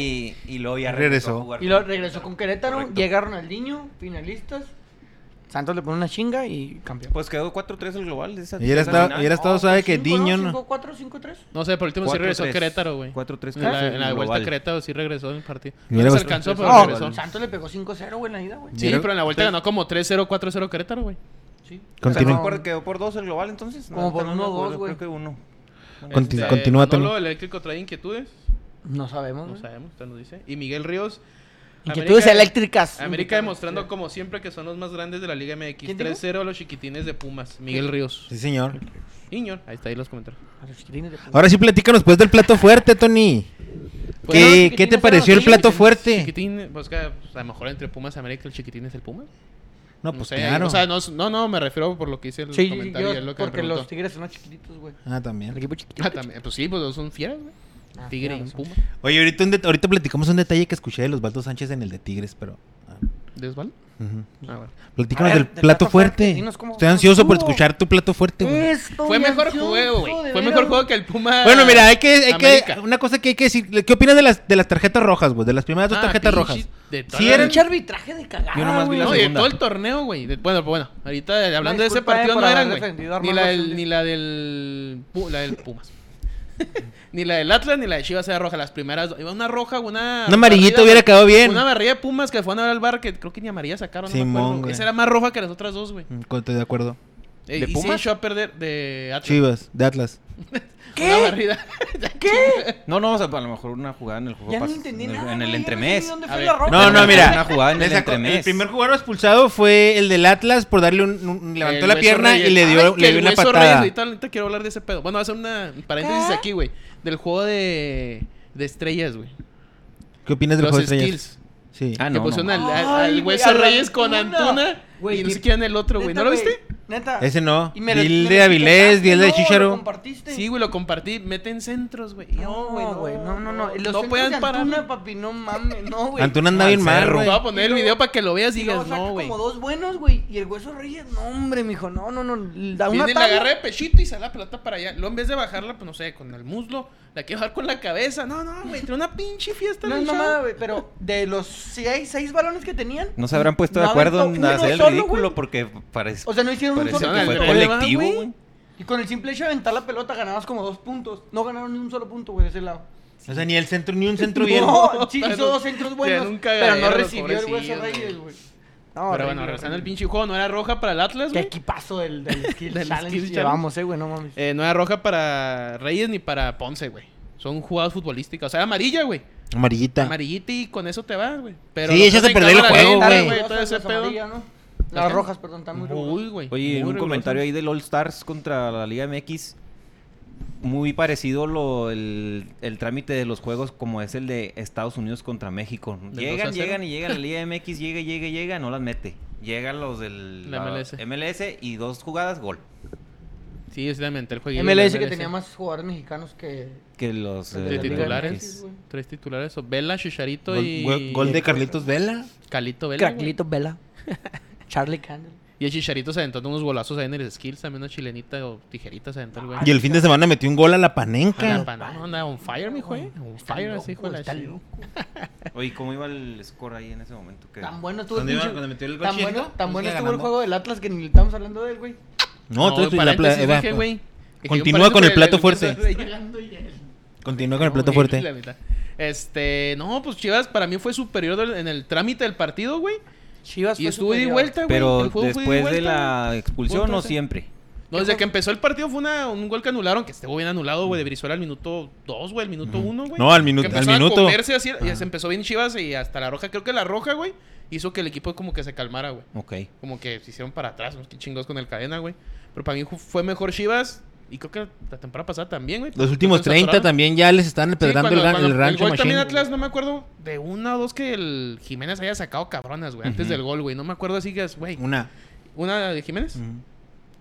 Speaker 4: Y luego ya
Speaker 1: Regresó.
Speaker 4: regresó. a jugar
Speaker 3: Y
Speaker 4: con-
Speaker 3: luego regresó con Querétaro,
Speaker 4: Correcto.
Speaker 3: llega Ronaldinho, finalistas. Santos le pone una chinga y campeón.
Speaker 4: Pues quedó 4-3 el global. De esa,
Speaker 1: Y hubiera
Speaker 4: de esa
Speaker 1: estado-
Speaker 4: final.
Speaker 1: hubiera estado suave que Diño no-
Speaker 3: 5 4 5 3.
Speaker 2: No sé, por último sí regresó a
Speaker 4: 4-3.
Speaker 2: Querétaro, güey.
Speaker 4: 4-3
Speaker 2: En la,
Speaker 4: Querétaro,
Speaker 2: en la vuelta
Speaker 4: global.
Speaker 2: a Querétaro sí regresó en el partido.
Speaker 1: Me
Speaker 2: No
Speaker 1: hubiera
Speaker 2: se
Speaker 1: gustado-
Speaker 2: alcanzó, pero
Speaker 4: No,
Speaker 2: regresó.
Speaker 3: Santos le pegó 5-0, güey, en la ida, güey.
Speaker 2: Sí,
Speaker 1: Mira,
Speaker 2: pero en la vuelta ganó como 3-0, 4-0, Querétaro, güey.
Speaker 3: Sí.
Speaker 1: Continúa.
Speaker 4: Pero por- quedó por 2 el global entonces.
Speaker 3: Como por
Speaker 4: me
Speaker 3: uno o dos,
Speaker 4: acuerdo,
Speaker 3: güey.
Speaker 4: Creo que 1.
Speaker 1: Conti-
Speaker 2: Este,
Speaker 1: continúa,
Speaker 2: Manolo,
Speaker 1: Tony.
Speaker 2: el eléctrico trae inquietudes.
Speaker 3: No sabemos.
Speaker 2: No
Speaker 3: güey.
Speaker 2: sabemos, usted nos dice. Y Miguel Ríos,
Speaker 3: Inquietudes
Speaker 2: América-
Speaker 3: eléctricas.
Speaker 2: América demostrando como siempre que son los más grandes de la Liga MX.
Speaker 3: ¿Quién dijo?
Speaker 2: 3-0 a los chiquitines de Pumas. Miguel Ríos.
Speaker 1: Sí, señor.
Speaker 2: Iñor, ahí está ahí los comentarios.
Speaker 3: A los chiquitines de Pumas.
Speaker 1: Ahora sí platícanos pues del plato fuerte, Tony.
Speaker 2: Pues,
Speaker 3: no,
Speaker 1: ¿Qué,
Speaker 3: chiquitín,
Speaker 1: qué te
Speaker 3: no,
Speaker 1: pareció el
Speaker 3: sí,
Speaker 1: plato
Speaker 3: chiquitín,
Speaker 1: fuerte?
Speaker 2: Chiquitín, pues, que, pues, a lo mejor entre Pumas y América el chiquitín es el Pumas.
Speaker 1: No,
Speaker 2: No
Speaker 1: pues
Speaker 2: sé,
Speaker 1: claro.
Speaker 2: O sea, no, no, no, me refiero por lo que hice el
Speaker 3: Sí,
Speaker 2: comentario. es
Speaker 3: yo,
Speaker 2: lo que me
Speaker 3: porque
Speaker 2: preguntó.
Speaker 3: los tigres son los chiquititos, güey.
Speaker 1: Ah,
Speaker 3: El
Speaker 1: también.
Speaker 3: equipo chiquitito.
Speaker 2: Ah, también, pues sí, pues son fieras, güey.
Speaker 3: Ah,
Speaker 2: Tigre y
Speaker 3: tienes
Speaker 2: un
Speaker 3: razón.
Speaker 2: Puma.
Speaker 1: Oye, ahorita, un det- ahorita platicamos un detalle que escuché de los Baldos Sánchez en el de Tigres, pero... ah,
Speaker 2: ¿De Osvaldo?
Speaker 1: ujú.
Speaker 2: Ah, bueno.
Speaker 1: Platícanos
Speaker 3: A ver,
Speaker 1: del plato, fuerte.
Speaker 3: dinos cómo-
Speaker 1: Estoy
Speaker 3: cómo
Speaker 1: ansioso por
Speaker 3: estuvo.
Speaker 1: escuchar tu plato fuerte, güey.
Speaker 3: Estoy
Speaker 2: Fue mejor
Speaker 3: ansioso
Speaker 2: juego, güey.
Speaker 3: de
Speaker 2: Fue
Speaker 3: ver
Speaker 2: mejor
Speaker 3: a-
Speaker 2: juego que el Puma.
Speaker 1: Bueno, mira, hay que, hay que...
Speaker 2: América.
Speaker 1: Una cosa que hay que decir. ¿Qué opinas de las, de las tarjetas rojas, güey? De las primeras dos
Speaker 2: Ah,
Speaker 1: tarjetas
Speaker 2: pinche-
Speaker 1: rojas.
Speaker 2: de toda
Speaker 1: Sí
Speaker 2: la-
Speaker 1: eran-
Speaker 3: Pinche arbitraje de cagada,
Speaker 1: Yo nomás vi
Speaker 3: güey.
Speaker 1: la
Speaker 2: No, y de
Speaker 1: segunda.
Speaker 2: todo el torneo, güey. De- Bueno, pues, bueno, ahorita eh, hablando de ese
Speaker 3: disculpa, eh,
Speaker 2: partido
Speaker 3: por
Speaker 2: no
Speaker 3: haber
Speaker 2: eran, güey.
Speaker 3: defendido a
Speaker 2: Ni la
Speaker 3: Armando
Speaker 2: del,
Speaker 3: Solís.
Speaker 2: ni la del, Pu- la del Pumas. [LAUGHS] ni la del Atlas ni la de Chivas era roja. Las primeras, do- iba una roja, una.
Speaker 1: Un amarillito
Speaker 2: barrida,
Speaker 1: hubiera
Speaker 2: güey.
Speaker 1: quedado bien.
Speaker 2: Una barrilla de Pumas que fue a ver al bar que creo que ni amarilla sacaron. no me
Speaker 1: Simón,
Speaker 2: acuerdo.
Speaker 1: güey.
Speaker 2: Esa era más roja que las otras dos, güey.
Speaker 1: Mm, Estoy de acuerdo.
Speaker 2: Eh,
Speaker 1: ¿De
Speaker 2: y se
Speaker 1: Pumas?
Speaker 2: echó a perder de Atlas.
Speaker 1: Chivas, de Atlas.
Speaker 2: Una barrida.
Speaker 4: Este,
Speaker 5: No, no, o sea, a lo mejor una jugada en el juego
Speaker 3: Ya no
Speaker 5: pas-
Speaker 3: entendí
Speaker 5: en el,
Speaker 3: nada,
Speaker 5: en el
Speaker 3: güey, ya no sé
Speaker 5: entremés.
Speaker 3: ni dónde
Speaker 2: A
Speaker 3: fue
Speaker 2: ver.
Speaker 3: la roja.
Speaker 1: No, no, mira.
Speaker 5: Una jugada en
Speaker 1: Le
Speaker 5: el
Speaker 1: sacó-
Speaker 5: entremés.
Speaker 1: el primer jugador expulsado fue el del Atlas por darle un, un- levantó
Speaker 2: El
Speaker 1: la
Speaker 2: Hueso
Speaker 1: pierna
Speaker 2: Reyes.
Speaker 1: y le dio,
Speaker 2: Ay, que
Speaker 1: le
Speaker 2: el
Speaker 1: dio una
Speaker 2: Hueso
Speaker 1: patada.
Speaker 2: Reyes, ahorita, ahorita quiero hablar de ese pedo. Bueno, hace una paréntesis
Speaker 3: ¿Qué?
Speaker 2: aquí, güey. Del juego de, de estrellas, güey.
Speaker 1: ¿Qué opinas del
Speaker 2: Los
Speaker 1: juego de estrellas?
Speaker 2: Steels.
Speaker 1: Sí.
Speaker 5: Ah,
Speaker 2: Que
Speaker 5: no,
Speaker 2: pusieron
Speaker 5: no.
Speaker 2: al, al-
Speaker 3: Ay,
Speaker 2: al
Speaker 3: güey,
Speaker 2: Hueso
Speaker 3: a la
Speaker 2: Reyes con
Speaker 3: Antuna.
Speaker 2: Antuna.
Speaker 3: Güey,
Speaker 2: y no
Speaker 3: ni-
Speaker 2: sé quién el otro, güey.
Speaker 3: Neta,
Speaker 2: ¿No lo viste?
Speaker 3: Neta.
Speaker 1: Ese no.
Speaker 3: Y me-
Speaker 1: Dil
Speaker 3: me
Speaker 1: de
Speaker 3: lo
Speaker 1: Avilés,
Speaker 3: etiquetaste,
Speaker 1: Dil de
Speaker 3: no, lo
Speaker 1: Chicharo.
Speaker 3: compartiste.
Speaker 2: Sí, güey, lo compartí. Meten centros, güey.
Speaker 3: No, güey, no, no, no. Los
Speaker 2: no
Speaker 3: centros
Speaker 2: pueden
Speaker 3: de
Speaker 2: parar.
Speaker 3: Antuna, eh, papi, no mames, no, güey.
Speaker 1: Antuna anda bien mal,
Speaker 2: Te
Speaker 1: güey.
Speaker 2: Voy a poner
Speaker 3: Y
Speaker 2: el
Speaker 3: luego-
Speaker 2: video para que lo veas y
Speaker 3: Y luego
Speaker 2: digas,
Speaker 3: saca
Speaker 2: no, güey.
Speaker 3: como dos buenos, güey. Y el hueso Reyes, no, hombre, mijo, no, no, no. Da una
Speaker 2: Viene, la
Speaker 3: tabla.
Speaker 2: agarra de pechito y sale la pelota para allá. Luego, en vez de bajarla, pues no sé, con el muslo, la quiero bajar con la cabeza. No, no, güey, tiene una pinche fiesta.
Speaker 3: No
Speaker 2: la
Speaker 3: es
Speaker 2: chava.
Speaker 3: mamada, güey, pero de los seis, seis balones que tenían.
Speaker 5: No se habrán puesto de
Speaker 3: No
Speaker 5: acuerdo
Speaker 3: aventó
Speaker 5: en
Speaker 3: uno
Speaker 5: hacer el
Speaker 3: solo,
Speaker 5: ridículo
Speaker 3: güey.
Speaker 5: porque parece,
Speaker 3: O sea, no hicieron
Speaker 5: parece
Speaker 3: un solo
Speaker 5: que fue
Speaker 2: gol.
Speaker 3: punto.
Speaker 5: colectivo,
Speaker 2: güey.
Speaker 5: güey.
Speaker 3: Y con el simple hecho de aventar la pelota ganabas como dos puntos. No ganaron ni un solo punto, güey, de ese lado.
Speaker 1: O sea, ni el centro, ni un centro bien.
Speaker 3: No, sí, hizo
Speaker 2: Pero-
Speaker 3: dos centros
Speaker 2: Ya
Speaker 3: buenos,
Speaker 2: nunca
Speaker 3: pero no
Speaker 2: ganaron,
Speaker 3: recibió el hueso
Speaker 2: pobrecillos,
Speaker 3: Reyes,
Speaker 2: güey.
Speaker 3: güey. No,
Speaker 2: Pero
Speaker 3: horrible,
Speaker 2: bueno, regresando al
Speaker 3: horrible.
Speaker 2: pinche juego, no era roja para el Atlas,
Speaker 3: Qué
Speaker 2: güey.
Speaker 3: equipazo
Speaker 2: [LAUGHS]
Speaker 3: del, del Skill
Speaker 2: Del
Speaker 3: Challenge
Speaker 2: Skill
Speaker 3: llevamos, eh, güey, no mames.
Speaker 2: Eh, no era roja para Reyes ni para Ponce, güey. Son jugadas futbolísticas. O sea, era amarilla, güey.
Speaker 1: Amarillita.
Speaker 2: Amarillita y con eso te vas, güey. Pero
Speaker 1: Sí,
Speaker 2: los
Speaker 1: échate
Speaker 2: dos
Speaker 1: a perder el
Speaker 2: encajan a la
Speaker 1: juego,
Speaker 2: venta,
Speaker 1: güey.
Speaker 2: Todo ese
Speaker 3: Las amarillas,
Speaker 2: pedo.
Speaker 3: ¿no? Las rojas, perdón, están muy
Speaker 2: Uy,
Speaker 3: regulares.
Speaker 2: güey.
Speaker 5: Oye,
Speaker 2: muy
Speaker 5: un
Speaker 2: riguroso.
Speaker 5: comentario ahí del All Stars contra la Liga MX. Muy parecido lo, el, el trámite de los juegos como es el de Estados Unidos contra México.
Speaker 2: Del 2 a
Speaker 5: Llegan,
Speaker 2: 0.
Speaker 5: llegan
Speaker 2: [LAUGHS]
Speaker 5: y llegan. La Liga MX llega, llega, llega, no las mete. Llegan los del
Speaker 2: La
Speaker 5: la
Speaker 2: MLS.
Speaker 5: MLS y dos jugadas, gol.
Speaker 2: Sí, exactamente. El jueguillo de la
Speaker 3: MLS que tenía más jugadores mexicanos que...
Speaker 5: Que los
Speaker 3: De
Speaker 5: eh,
Speaker 2: De
Speaker 5: la Liga
Speaker 2: titulares.
Speaker 5: MX.
Speaker 3: güey.
Speaker 2: Tres titulares. o Vela, Chicharito
Speaker 1: Gol,
Speaker 2: y.
Speaker 1: gol- gol de Carlitos Vela.
Speaker 2: Calito Vela. güey.
Speaker 3: Cracklito Vela. [LAUGHS] Charlie Candle.
Speaker 2: Y el Chicharito se aventó unos golazos ahí en el skills. También una chilenita o tijerita se aventó el güey.
Speaker 1: Y el fin de semana metió un gol a la
Speaker 2: Ah, A la
Speaker 1: panenca.
Speaker 2: pana- anda on fire, mi güey. On
Speaker 3: Está
Speaker 2: fire,
Speaker 3: loco,
Speaker 2: así, hijo de la
Speaker 3: está
Speaker 2: chingada.
Speaker 3: loco.
Speaker 5: Oye, ¿cómo iba el score ahí en ese momento? Que...
Speaker 3: Tan bueno estuvo el
Speaker 1: Cuando iba-
Speaker 3: pinche-
Speaker 1: cuando metió el gol
Speaker 3: Tan
Speaker 1: Chivas,
Speaker 3: bueno, tan
Speaker 1: pues, iba
Speaker 3: bueno estuvo el
Speaker 1: ganando.
Speaker 3: juego del Atlas que ni le estamos hablando de él, güey.
Speaker 1: No, entonces la
Speaker 2: paréntesis,
Speaker 1: pla- pues,
Speaker 2: dije,
Speaker 1: va,
Speaker 2: güey. Dije,
Speaker 1: Continúa
Speaker 2: paréntesis,
Speaker 1: con el
Speaker 2: le- [LAUGHS]
Speaker 1: plato
Speaker 2: le empiezo
Speaker 1: fuerte.
Speaker 2: regalando y él-
Speaker 1: Continúa con el plato
Speaker 2: No,
Speaker 1: fuerte.
Speaker 2: la mitad. Este, no, pues Chivas para mí fue superior del- en el trámite del partido, güey.
Speaker 3: Chivas
Speaker 2: Y
Speaker 3: fue
Speaker 2: estuvo de
Speaker 3: superior.
Speaker 2: vuelta, güey.
Speaker 5: Pero
Speaker 2: El juego fue ida y
Speaker 5: después de
Speaker 2: vuelta,
Speaker 5: la expulsión, no
Speaker 2: Vuelta, sí.
Speaker 5: siempre.
Speaker 2: güey. No, desde que empezó el partido fue una, un gol que anularon, que estuvo bien anulado, güey, de Brizuela al minuto 2, güey, al minuto 1, güey.
Speaker 1: Mm. No, al minuto-
Speaker 2: Que
Speaker 1: al
Speaker 2: empezó a
Speaker 1: minuto. Ah.
Speaker 2: comerse así, y se empezó bien Chivas y hasta la roja, creo que la roja, güey, hizo que el equipo como que se calmara, güey.
Speaker 5: Ok.
Speaker 2: como que se hicieron para atrás, unos chingos con el cadena, güey. Pero para mí ju- fue mejor Chivas y creo que la temporada pasada también, güey.
Speaker 1: Los últimos 30 también ya les están
Speaker 2: Sí,
Speaker 1: empedrando
Speaker 2: cuando-
Speaker 1: el, gan-
Speaker 2: cuando
Speaker 1: el rancho
Speaker 2: gol también
Speaker 1: machine.
Speaker 2: Atlas, no me acuerdo de una o dos que el Jiménez haya sacado cabronas, güey, antes
Speaker 5: Ujú.
Speaker 2: del gol, güey. No me acuerdo así que es, güey,
Speaker 1: Una.
Speaker 2: una de Jiménez.
Speaker 1: Ujú.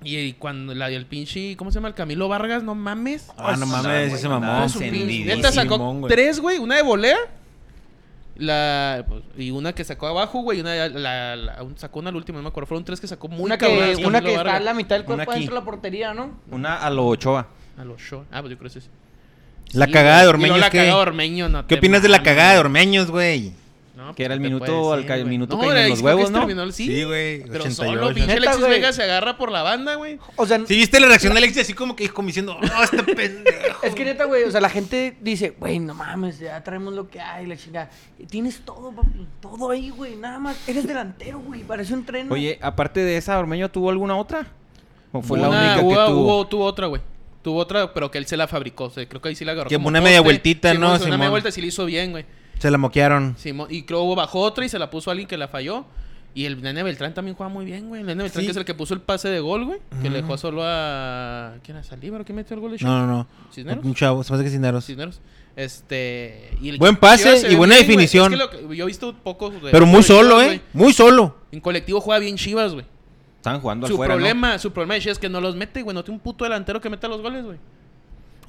Speaker 2: Y, y cuando la del pinche, ¿cómo se llama? El Camilo Vargas, no mames.
Speaker 1: Ah, no
Speaker 5: Ah,
Speaker 1: mames,
Speaker 5: güey,
Speaker 1: ese
Speaker 5: no
Speaker 1: mamón.
Speaker 5: mames,
Speaker 2: Su pinche-
Speaker 5: Encendidísimo,
Speaker 2: Neta sacó
Speaker 1: Simón, güey.
Speaker 2: tres, güey, una de volea. La, pues, y una que sacó abajo, güey, y una la, la- un- sacó una al último, no me acuerdo. Fueron tres que sacó muy
Speaker 3: Una
Speaker 2: cabronas,
Speaker 3: que, una
Speaker 2: Camilo
Speaker 3: que está
Speaker 2: Vargas.
Speaker 3: en la mitad del
Speaker 5: Una
Speaker 3: cuerpo
Speaker 5: aquí.
Speaker 3: dentro de la portería, ¿no?
Speaker 5: Una a lo Ochoa.
Speaker 2: A los Shaw. Ah, pues yo creo que sí.
Speaker 1: La
Speaker 2: Sí,
Speaker 1: cagada
Speaker 2: güey.
Speaker 1: de
Speaker 2: Y luego
Speaker 1: Ormeños.
Speaker 2: La
Speaker 1: ¿qué?
Speaker 2: cagada de Ormeño, no
Speaker 1: ¿Qué
Speaker 2: te
Speaker 1: opinas de la
Speaker 2: mames,
Speaker 1: cagada de
Speaker 2: güey.
Speaker 1: Ormeños, güey?
Speaker 2: No, pues,
Speaker 5: Que era el
Speaker 2: no te
Speaker 5: minuto
Speaker 2: puedes
Speaker 5: al
Speaker 2: decir,
Speaker 5: ca- el
Speaker 2: güey.
Speaker 5: minuto
Speaker 2: No,
Speaker 5: caían
Speaker 2: era-
Speaker 5: los
Speaker 2: creo que
Speaker 5: huevos,
Speaker 2: sí
Speaker 5: ¿no?
Speaker 2: terminó el sí.
Speaker 1: Sí, güey.
Speaker 2: Pero solo
Speaker 1: 88.
Speaker 2: pinche
Speaker 3: Neta,
Speaker 2: Alexis
Speaker 3: güey.
Speaker 2: Vega se agarra por la banda, güey.
Speaker 3: O sea,
Speaker 1: Sí, viste la reacción de Alexis así como que como diciendo, ¡oh,
Speaker 2: [LAUGHS]
Speaker 1: este pendejo!
Speaker 3: es que neta, güey, o sea, la gente dice, güey, no mames, ya traemos lo que hay, la chingada. Y Tienes todo, papi, todo ahí, güey, nada más. Eres delantero, güey, parece un tren.
Speaker 5: Oye, aparte de esa, ¿Ormeño tuvo alguna otra? ¿O fue la
Speaker 2: Una-
Speaker 5: única que
Speaker 2: hubo,
Speaker 5: tuvo?
Speaker 2: hubo- tuvo otra, güey. Tuvo otra, pero que él se la fabricó. o sea, creo que ahí sí la agarró.
Speaker 1: Que
Speaker 2: como
Speaker 1: una media
Speaker 2: poste.
Speaker 1: vueltita,
Speaker 2: Sí,
Speaker 1: ¿no,
Speaker 2: Una media
Speaker 1: Simón?
Speaker 2: vuelta sí le hizo bien, güey.
Speaker 1: Se la moquearon.
Speaker 2: Simón, y creo hubo bajó otra y se la puso a alguien que la falló. Y el Nene Beltrán también juega muy bien, güey. El Nene Beltrán
Speaker 1: Sí.
Speaker 2: que es el que puso el pase de gol, güey. Que le dejó solo a... ¿Quién era? ¿Salíbaro? ¿Quién metió el gol de Chivas?
Speaker 1: No, no, no.
Speaker 2: ¿Cisneros?
Speaker 1: Un chavo, se me hace que Cisneros.
Speaker 2: Cisneros. Este... y el
Speaker 1: Buen
Speaker 2: equipo de
Speaker 1: pase
Speaker 2: Chivas se
Speaker 1: y
Speaker 2: ve
Speaker 1: buena
Speaker 2: bien, güey.
Speaker 1: definición.
Speaker 2: Es que lo que- yo he visto pocos... de-
Speaker 1: Pero muy
Speaker 2: de Chivas,
Speaker 1: solo,
Speaker 2: güey.
Speaker 1: ¿eh? Muy solo.
Speaker 2: En colectivo juega bien Chivas, güey.
Speaker 5: Estaban jugando
Speaker 2: Su
Speaker 5: afuera, ¿no?
Speaker 2: problema, su problema de Chivas es que no los mete, güey. No tiene un puto delantero que meta los goles, güey.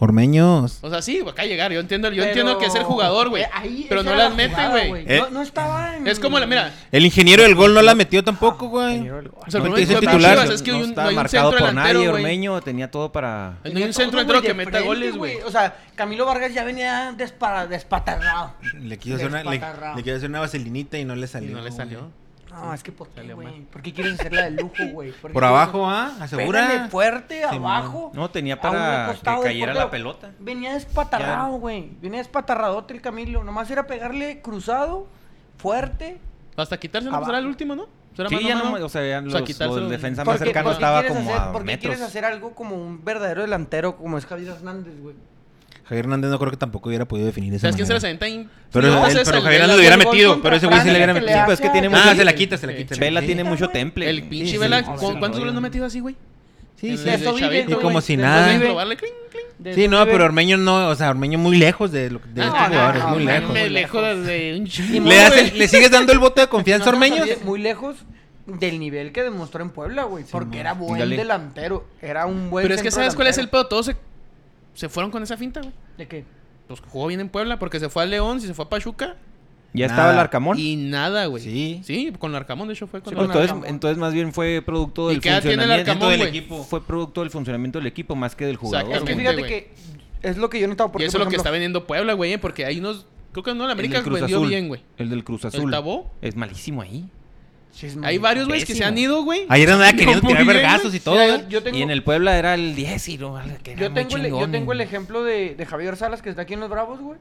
Speaker 1: Ormeños.
Speaker 2: O sea, sí, acá llegar. Yo entiendo, yo
Speaker 3: Pero-
Speaker 2: entiendo que es el jugador, güey.
Speaker 3: Eh, ahí
Speaker 2: Pero
Speaker 3: esa
Speaker 2: no
Speaker 3: era
Speaker 2: las
Speaker 3: la
Speaker 2: mete,
Speaker 3: jugada,
Speaker 2: güey.
Speaker 1: Eh.
Speaker 3: No, no estaba en...
Speaker 2: Es como la... Mira,
Speaker 1: El ingeniero del gol no la metió tampoco, güey.
Speaker 3: Ingeniero del gol.
Speaker 2: O sea,
Speaker 1: No
Speaker 2: el
Speaker 1: te dice
Speaker 2: problema con
Speaker 1: titular.
Speaker 2: Chivas es que
Speaker 5: no
Speaker 2: hay un, no
Speaker 5: estaba
Speaker 2: hay un
Speaker 5: marcado
Speaker 2: centro
Speaker 5: por nadie,
Speaker 2: delantero, güey.
Speaker 5: Ormeño tenía todo para...
Speaker 2: No hay un centro
Speaker 3: Tenía todo, güey,
Speaker 2: delantero que
Speaker 3: de
Speaker 2: meta
Speaker 3: frente,
Speaker 2: goles, güey.
Speaker 3: O sea, Camilo Vargas ya venía despara- despatarrado.
Speaker 1: Le quiso, hacer una, le,
Speaker 3: Despatarrado.
Speaker 1: le quiso hacer una vaselinita y no le
Speaker 2: Y
Speaker 1: salió.
Speaker 2: no le
Speaker 1: güey.
Speaker 2: salió.
Speaker 3: No, es que ¿por qué,
Speaker 2: Salió
Speaker 3: güey?
Speaker 2: mal.
Speaker 3: ¿Por qué quieres hacerla de lujo, güey? ¿Por qué
Speaker 1: Por
Speaker 3: quieres-
Speaker 1: abajo, ¿ah?
Speaker 3: Pégale
Speaker 1: ¿Asegura?
Speaker 3: fuerte,
Speaker 1: Sí,
Speaker 3: abajo.
Speaker 5: No, tenía
Speaker 3: a
Speaker 5: para
Speaker 3: un
Speaker 5: que
Speaker 3: costado del
Speaker 5: cayera
Speaker 3: portero.
Speaker 5: la pelota.
Speaker 3: Venía despatarrado, güey. Venía despatarradote el Camilo. Nomás era pegarle cruzado, fuerte.
Speaker 2: Hasta quitarse no
Speaker 3: Abajo.
Speaker 2: será el último, ¿no? Será
Speaker 5: Sí,
Speaker 2: mano a
Speaker 5: ya
Speaker 2: mano.
Speaker 5: no, o sea, ya los,
Speaker 2: sea, quitarse
Speaker 5: el
Speaker 2: un-
Speaker 5: defensa más
Speaker 3: Porque-
Speaker 5: cercano
Speaker 3: porque
Speaker 5: estaba
Speaker 3: quieres
Speaker 5: como
Speaker 3: hacer-
Speaker 5: a
Speaker 3: porque
Speaker 5: metros.
Speaker 3: quieres hacer algo como un verdadero delantero como es Javier Hernández, güey.
Speaker 1: Javier Hernández no creo que tampoco hubiera podido definir esa
Speaker 2: ¿Sabes quién se la
Speaker 1: manera.
Speaker 2: senta ahí?
Speaker 1: Pero,
Speaker 2: No,
Speaker 1: él-
Speaker 2: ese es
Speaker 1: pero
Speaker 2: el-
Speaker 1: Javier
Speaker 2: el-
Speaker 1: Hernández lo hubiera
Speaker 3: el gol
Speaker 1: metido,
Speaker 3: contra
Speaker 1: pero ese güey sí le
Speaker 3: Francia
Speaker 1: hubiera
Speaker 3: que le
Speaker 1: metido.
Speaker 3: hace
Speaker 5: pues, es que
Speaker 3: a-
Speaker 5: tiene
Speaker 3: a-
Speaker 5: mucho-
Speaker 1: Ah,
Speaker 5: Sí.
Speaker 1: se la quita, se la
Speaker 2: Sí.
Speaker 1: quita. se la
Speaker 5: Vela
Speaker 1: quita.
Speaker 5: tiene mucho temple.
Speaker 2: El pinche
Speaker 1: sí,
Speaker 2: Vela,
Speaker 1: sí,
Speaker 2: ¿cu-
Speaker 1: sí, sí,
Speaker 2: ¿cuántos
Speaker 1: sí.
Speaker 2: goles no ha metido así, güey?
Speaker 1: Sí, sí.
Speaker 3: de eso vive,
Speaker 1: Y como
Speaker 2: güey.
Speaker 1: si
Speaker 2: Te
Speaker 3: Ah.
Speaker 1: nada.
Speaker 2: pones a robarle, cling, cling.
Speaker 3: de
Speaker 1: Sí, no,
Speaker 3: nueve.
Speaker 1: pero Ormeño no, o sea, Ormeño muy lejos de, lo, de
Speaker 2: Ah,
Speaker 1: estos
Speaker 2: no,
Speaker 1: jugadores,
Speaker 2: no,
Speaker 1: muy
Speaker 2: no,
Speaker 1: lejos.
Speaker 2: Me lejos de un chingo,
Speaker 1: ¿Le, das
Speaker 2: güey.
Speaker 1: el- ¿Le sigues dando el voto de confianza a
Speaker 3: No, no,
Speaker 1: Ormeño?
Speaker 3: también Muy lejos del nivel que demostró en Puebla, güey. porque era buen
Speaker 5: Ándale.
Speaker 3: delantero. Era un buen
Speaker 2: Pero es que
Speaker 3: centro
Speaker 2: ¿sabes cuál es el
Speaker 3: delantero.
Speaker 2: pedo? Todos se, se fueron con esa finta, güey.
Speaker 3: ¿De qué?
Speaker 2: Los que jugó bien en Puebla porque se fue a León, si se fue a Pachuca
Speaker 5: Ya estaba el
Speaker 1: Nada.
Speaker 5: Arcamón.
Speaker 2: y nada, güey.
Speaker 1: Sí.
Speaker 2: Sí, con el Arcamón, de hecho, fue con
Speaker 5: Sí,
Speaker 2: el
Speaker 5: pues,
Speaker 3: con
Speaker 5: entonces,
Speaker 3: Arcamón.
Speaker 5: entonces más bien fue producto
Speaker 2: ¿Y
Speaker 5: del
Speaker 2: qué edad tiene el
Speaker 5: funcionamiento
Speaker 2: Arcamón,
Speaker 5: del
Speaker 2: güey?
Speaker 5: equipo. Fue producto del funcionamiento del equipo más que del jugador.
Speaker 3: Es que
Speaker 2: Exactamente,
Speaker 5: güey.
Speaker 3: fíjate
Speaker 2: güey.
Speaker 3: que es lo que yo necesitaba. Porque,
Speaker 2: Y eso
Speaker 3: por
Speaker 2: es lo que
Speaker 3: ejemplo,
Speaker 2: está vendiendo Puebla, güey, eh, porque hay unos... Creo que no, la
Speaker 5: El del
Speaker 2: América
Speaker 5: Cruz
Speaker 2: vendió
Speaker 5: Azul.
Speaker 2: bien, güey.
Speaker 5: El del Cruz
Speaker 2: ¿El
Speaker 5: Azul.
Speaker 2: Tabó?
Speaker 5: Es malísimo ahí.
Speaker 1: Mm,
Speaker 3: chisme.
Speaker 2: Hay varios güeyes que se
Speaker 5: Pésimo.
Speaker 2: han ido, güey.
Speaker 1: Ayer andaba queriendo
Speaker 2: Muy
Speaker 1: tirar
Speaker 2: bien,
Speaker 1: vergazos
Speaker 2: güey.
Speaker 1: y todo.
Speaker 3: Mira,
Speaker 1: ¿eh?
Speaker 3: yo, yo tengo,
Speaker 5: Y en el Puebla era el 10 y no, que era
Speaker 3: yo,
Speaker 5: muy
Speaker 3: tengo el, yo
Speaker 5: chingón.
Speaker 3: tengo el ejemplo de, de Javier Salas, que está aquí en los Bravos, güey.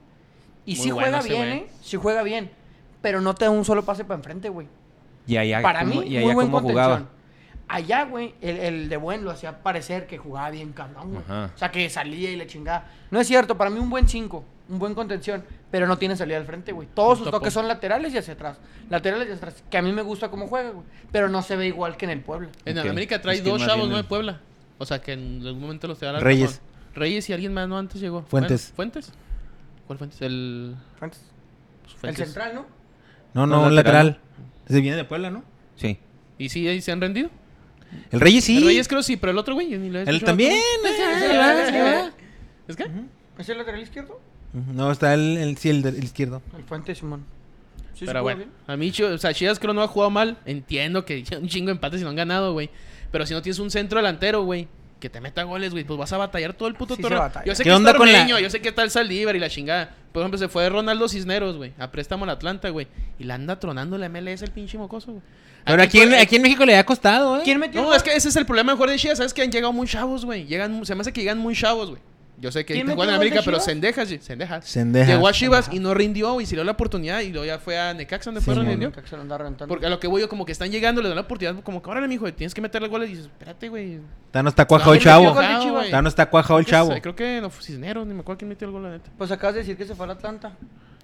Speaker 3: Y
Speaker 2: Muy
Speaker 3: sí
Speaker 2: bueno
Speaker 3: juega
Speaker 2: ese
Speaker 3: bien,
Speaker 2: güey.
Speaker 3: ¿eh? Sí juega bien. Pero no te da un solo pase para enfrente, güey.
Speaker 5: Y allá
Speaker 3: Para mí,
Speaker 5: cómo- y
Speaker 3: muy
Speaker 5: allá
Speaker 3: buen
Speaker 5: cómo
Speaker 3: contención.
Speaker 5: jugaba.
Speaker 3: Allá, güey, el, el de buen lo hacía parecer que jugaba bien cabrón, güey.
Speaker 5: Ajá.
Speaker 3: O sea, que salía y la chingaba. No es cierto, para mí un buen 5, un buen contención, pero no tiene salida al frente, güey. Todos sus
Speaker 2: tapón.
Speaker 3: toques son laterales y hacia atrás. Laterales y hacia atrás, que a mí me gusta cómo juega, güey. Pero no se ve igual que en el Puebla.
Speaker 2: En
Speaker 5: Ok.
Speaker 2: América trae
Speaker 5: Es que
Speaker 2: dos
Speaker 5: más
Speaker 2: chavos,
Speaker 5: bien
Speaker 2: ¿no?
Speaker 5: el-
Speaker 2: De Puebla. O sea, que en algún momento los te darán.
Speaker 1: Reyes.
Speaker 2: Reyes y alguien más, ¿no? Antes llegó.
Speaker 1: Fuentes.
Speaker 2: Bueno, ¿Fuentes? ¿Cuál Fuentes? El... pues,
Speaker 3: El
Speaker 2: Fuentes.
Speaker 3: central, ¿no?
Speaker 1: No, no, un lateral. Se viene de Puebla, ¿no?
Speaker 5: Sí.
Speaker 2: ¿Y sí ahí se han rendido?
Speaker 1: El Reyes sí.
Speaker 2: El Reyes creo sí, pero el otro güey... yo ni lo he
Speaker 1: Él
Speaker 2: escuchado.
Speaker 1: también.
Speaker 3: ahí va, ahí va.
Speaker 2: ¿Es que?
Speaker 3: ¿Es el lateral izquierdo?
Speaker 1: No, está el, el, sí, el, del- el izquierdo.
Speaker 3: El Fuente Simón. Sí,
Speaker 2: pero
Speaker 3: sí juega
Speaker 2: bueno,
Speaker 3: bien.
Speaker 2: a mí, Chivas- o sea, Chivas creo no ha jugado mal. Entiendo que [LAUGHS] ya un chingo de empates y no han ganado, güey. Pero si no tienes un centro delantero, güey, que te meta goles, güey, pues vas a batallar todo el puto
Speaker 3: Sí se
Speaker 2: torneo.
Speaker 3: batalla.
Speaker 2: Yo sé
Speaker 1: ¿Qué
Speaker 2: que
Speaker 1: onda
Speaker 2: está
Speaker 1: con la-
Speaker 2: Ormeño, yo sé que está el Saldívar y la chingada. Por ejemplo, se fue Ronaldo Cisneros, güey, a préstamo al Atlanta, güey. Y la anda tronando la MLS el pinche mocoso, güey.
Speaker 1: Pero aquí en, aquí en México le ha costado, ¿eh?
Speaker 3: ¿Quién metió,
Speaker 2: No,
Speaker 3: gol?
Speaker 2: es que ese es el problema de jugar de Chivas. Sabes que han llegado muy chavos, güey. Llegan, se me hace que llegan muy chavos, güey. Yo sé que
Speaker 3: ¿Quién
Speaker 2: te juegan en
Speaker 3: metió
Speaker 2: América,
Speaker 3: gol de
Speaker 2: pero
Speaker 3: Chivas?
Speaker 2: Sendejas, güey, Sendejas.
Speaker 1: Sendejas.
Speaker 2: Llegó a Chivas y no rindió, y se le dio la oportunidad y luego ya fue a Necaxa donde fue
Speaker 1: Simón.
Speaker 2: rindió.
Speaker 3: Que se lo anda reventando.
Speaker 2: Porque a lo que voy yo, como que están llegando, le dan la oportunidad, como que ahora mijo, tienes que meterle goles. Y dices, espérate, güey.
Speaker 1: Está no está cuajado el
Speaker 2: ¿Quién metió
Speaker 1: chavo.
Speaker 2: gol de Chivas?
Speaker 1: Está no está cuajado el
Speaker 2: Creo que-
Speaker 1: chavo.
Speaker 2: Creo que no fue Cisneros, ni me acuerdo quién metió el gol, la neta.
Speaker 3: Pues acabas de decir que se fue al Atlanta.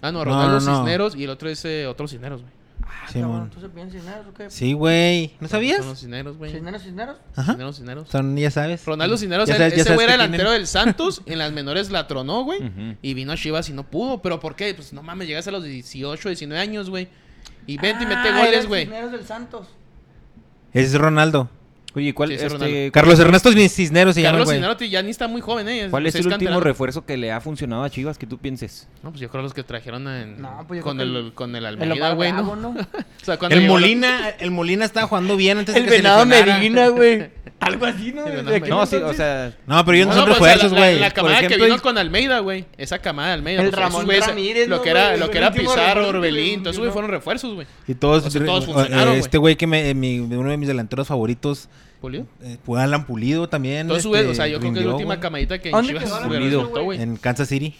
Speaker 2: Ah, no,
Speaker 1: No,
Speaker 2: Ronaldo
Speaker 1: no, no.
Speaker 2: Cisneros y el otro es eh, otro Cisneros, güey.
Speaker 3: Ah,
Speaker 1: Simón.
Speaker 3: cabrón, ¿tú se piensas Cisneros o qué?
Speaker 1: Sí, güey. ¿No
Speaker 2: Son los
Speaker 1: sabías?
Speaker 2: Cisneros, güey.
Speaker 3: ¿Cisneros, Cisneros?
Speaker 1: Ajá.
Speaker 2: Cisneros, Cisneros.
Speaker 1: Son, ya sabes.
Speaker 2: Ronaldo Cisneros,
Speaker 1: Ya
Speaker 2: el-
Speaker 1: sabes- ya
Speaker 2: ese
Speaker 1: sabes
Speaker 2: güey era
Speaker 1: que
Speaker 2: delantero
Speaker 1: tienen-
Speaker 2: del Santos, en las menores la tronó, güey,
Speaker 5: Ujú.
Speaker 2: y vino a Chivas y no pudo. ¿Pero por qué? Pues no mames, llegas a los 18, 19 años, güey, y vente y mete
Speaker 3: Ah, era
Speaker 2: goles,
Speaker 3: el
Speaker 2: güey.
Speaker 3: Cisneros del Santos.
Speaker 1: Ese es Ronaldo.
Speaker 5: Oye, ¿cuál,
Speaker 2: Sí, ese
Speaker 5: este,
Speaker 2: Ronaldo.
Speaker 1: Carlos Ernesto Cisneros se llama,
Speaker 2: Carlos
Speaker 1: güey.
Speaker 2: Cisneros ya ni está muy joven, ¿eh?
Speaker 5: ¿cuál es
Speaker 2: pues,
Speaker 5: el último
Speaker 2: canterano.
Speaker 5: refuerzo que le ha funcionado a Chivas que tú pienses?
Speaker 2: No, pues yo creo los que trajeron en-
Speaker 3: No, pues yo
Speaker 2: con,
Speaker 3: creo que
Speaker 2: el, con el
Speaker 3: El
Speaker 2: Almeida,
Speaker 3: Omar
Speaker 2: güey,
Speaker 3: Bravo,
Speaker 2: ¿no?
Speaker 3: ¿no?
Speaker 2: [LAUGHS] O sea, cuando
Speaker 1: El
Speaker 2: llegó-
Speaker 1: Molina, el Molina estaba jugando bien antes de
Speaker 3: El
Speaker 1: que se
Speaker 3: venado
Speaker 1: lesionara.
Speaker 2: [LAUGHS]
Speaker 3: Medina, güey. Algo así, ¿no?
Speaker 2: El
Speaker 3: De
Speaker 2: Venado
Speaker 3: aquel
Speaker 5: No, sí, o
Speaker 3: entonces.
Speaker 5: sea,
Speaker 1: No, pero ellos no,
Speaker 2: No,
Speaker 1: son
Speaker 2: no, pues, o sea,
Speaker 1: refuerzos,
Speaker 2: la- la-
Speaker 1: güey.
Speaker 2: La,
Speaker 1: Por
Speaker 2: camada que
Speaker 1: ejemplo,
Speaker 2: vino con Almeida, güey. Esa camada de Almeida.
Speaker 3: El
Speaker 2: pues, esos
Speaker 3: Ramón
Speaker 2: güeyes,
Speaker 3: Ramírez,
Speaker 2: Lo
Speaker 3: ¿no,
Speaker 2: que era,
Speaker 3: güey?
Speaker 2: lo que era
Speaker 3: El último
Speaker 2: Pizarro,
Speaker 3: Ramírez,
Speaker 2: Orbelín. Todo
Speaker 3: el
Speaker 2: eso, güey,
Speaker 3: último.
Speaker 2: fueron refuerzos, güey.
Speaker 1: Y todos,
Speaker 2: O sea, pues, todos
Speaker 1: eh,
Speaker 2: funcionaron, güey.
Speaker 1: este güey que me, eh, mi- uno de mis delanteros favoritos,
Speaker 2: Pulido.
Speaker 1: eh, fue Alan Pulido también.
Speaker 2: Todo eso, güey,
Speaker 1: este,
Speaker 2: o sea, yo creo que es
Speaker 1: rindió,
Speaker 2: la última
Speaker 1: güey,
Speaker 2: camadita que en
Speaker 3: ¿Dónde
Speaker 2: Chivas
Speaker 3: quedó
Speaker 2: se
Speaker 5: Ramírez,
Speaker 2: resultó,
Speaker 3: güey?
Speaker 2: güey.
Speaker 1: En Kansas City.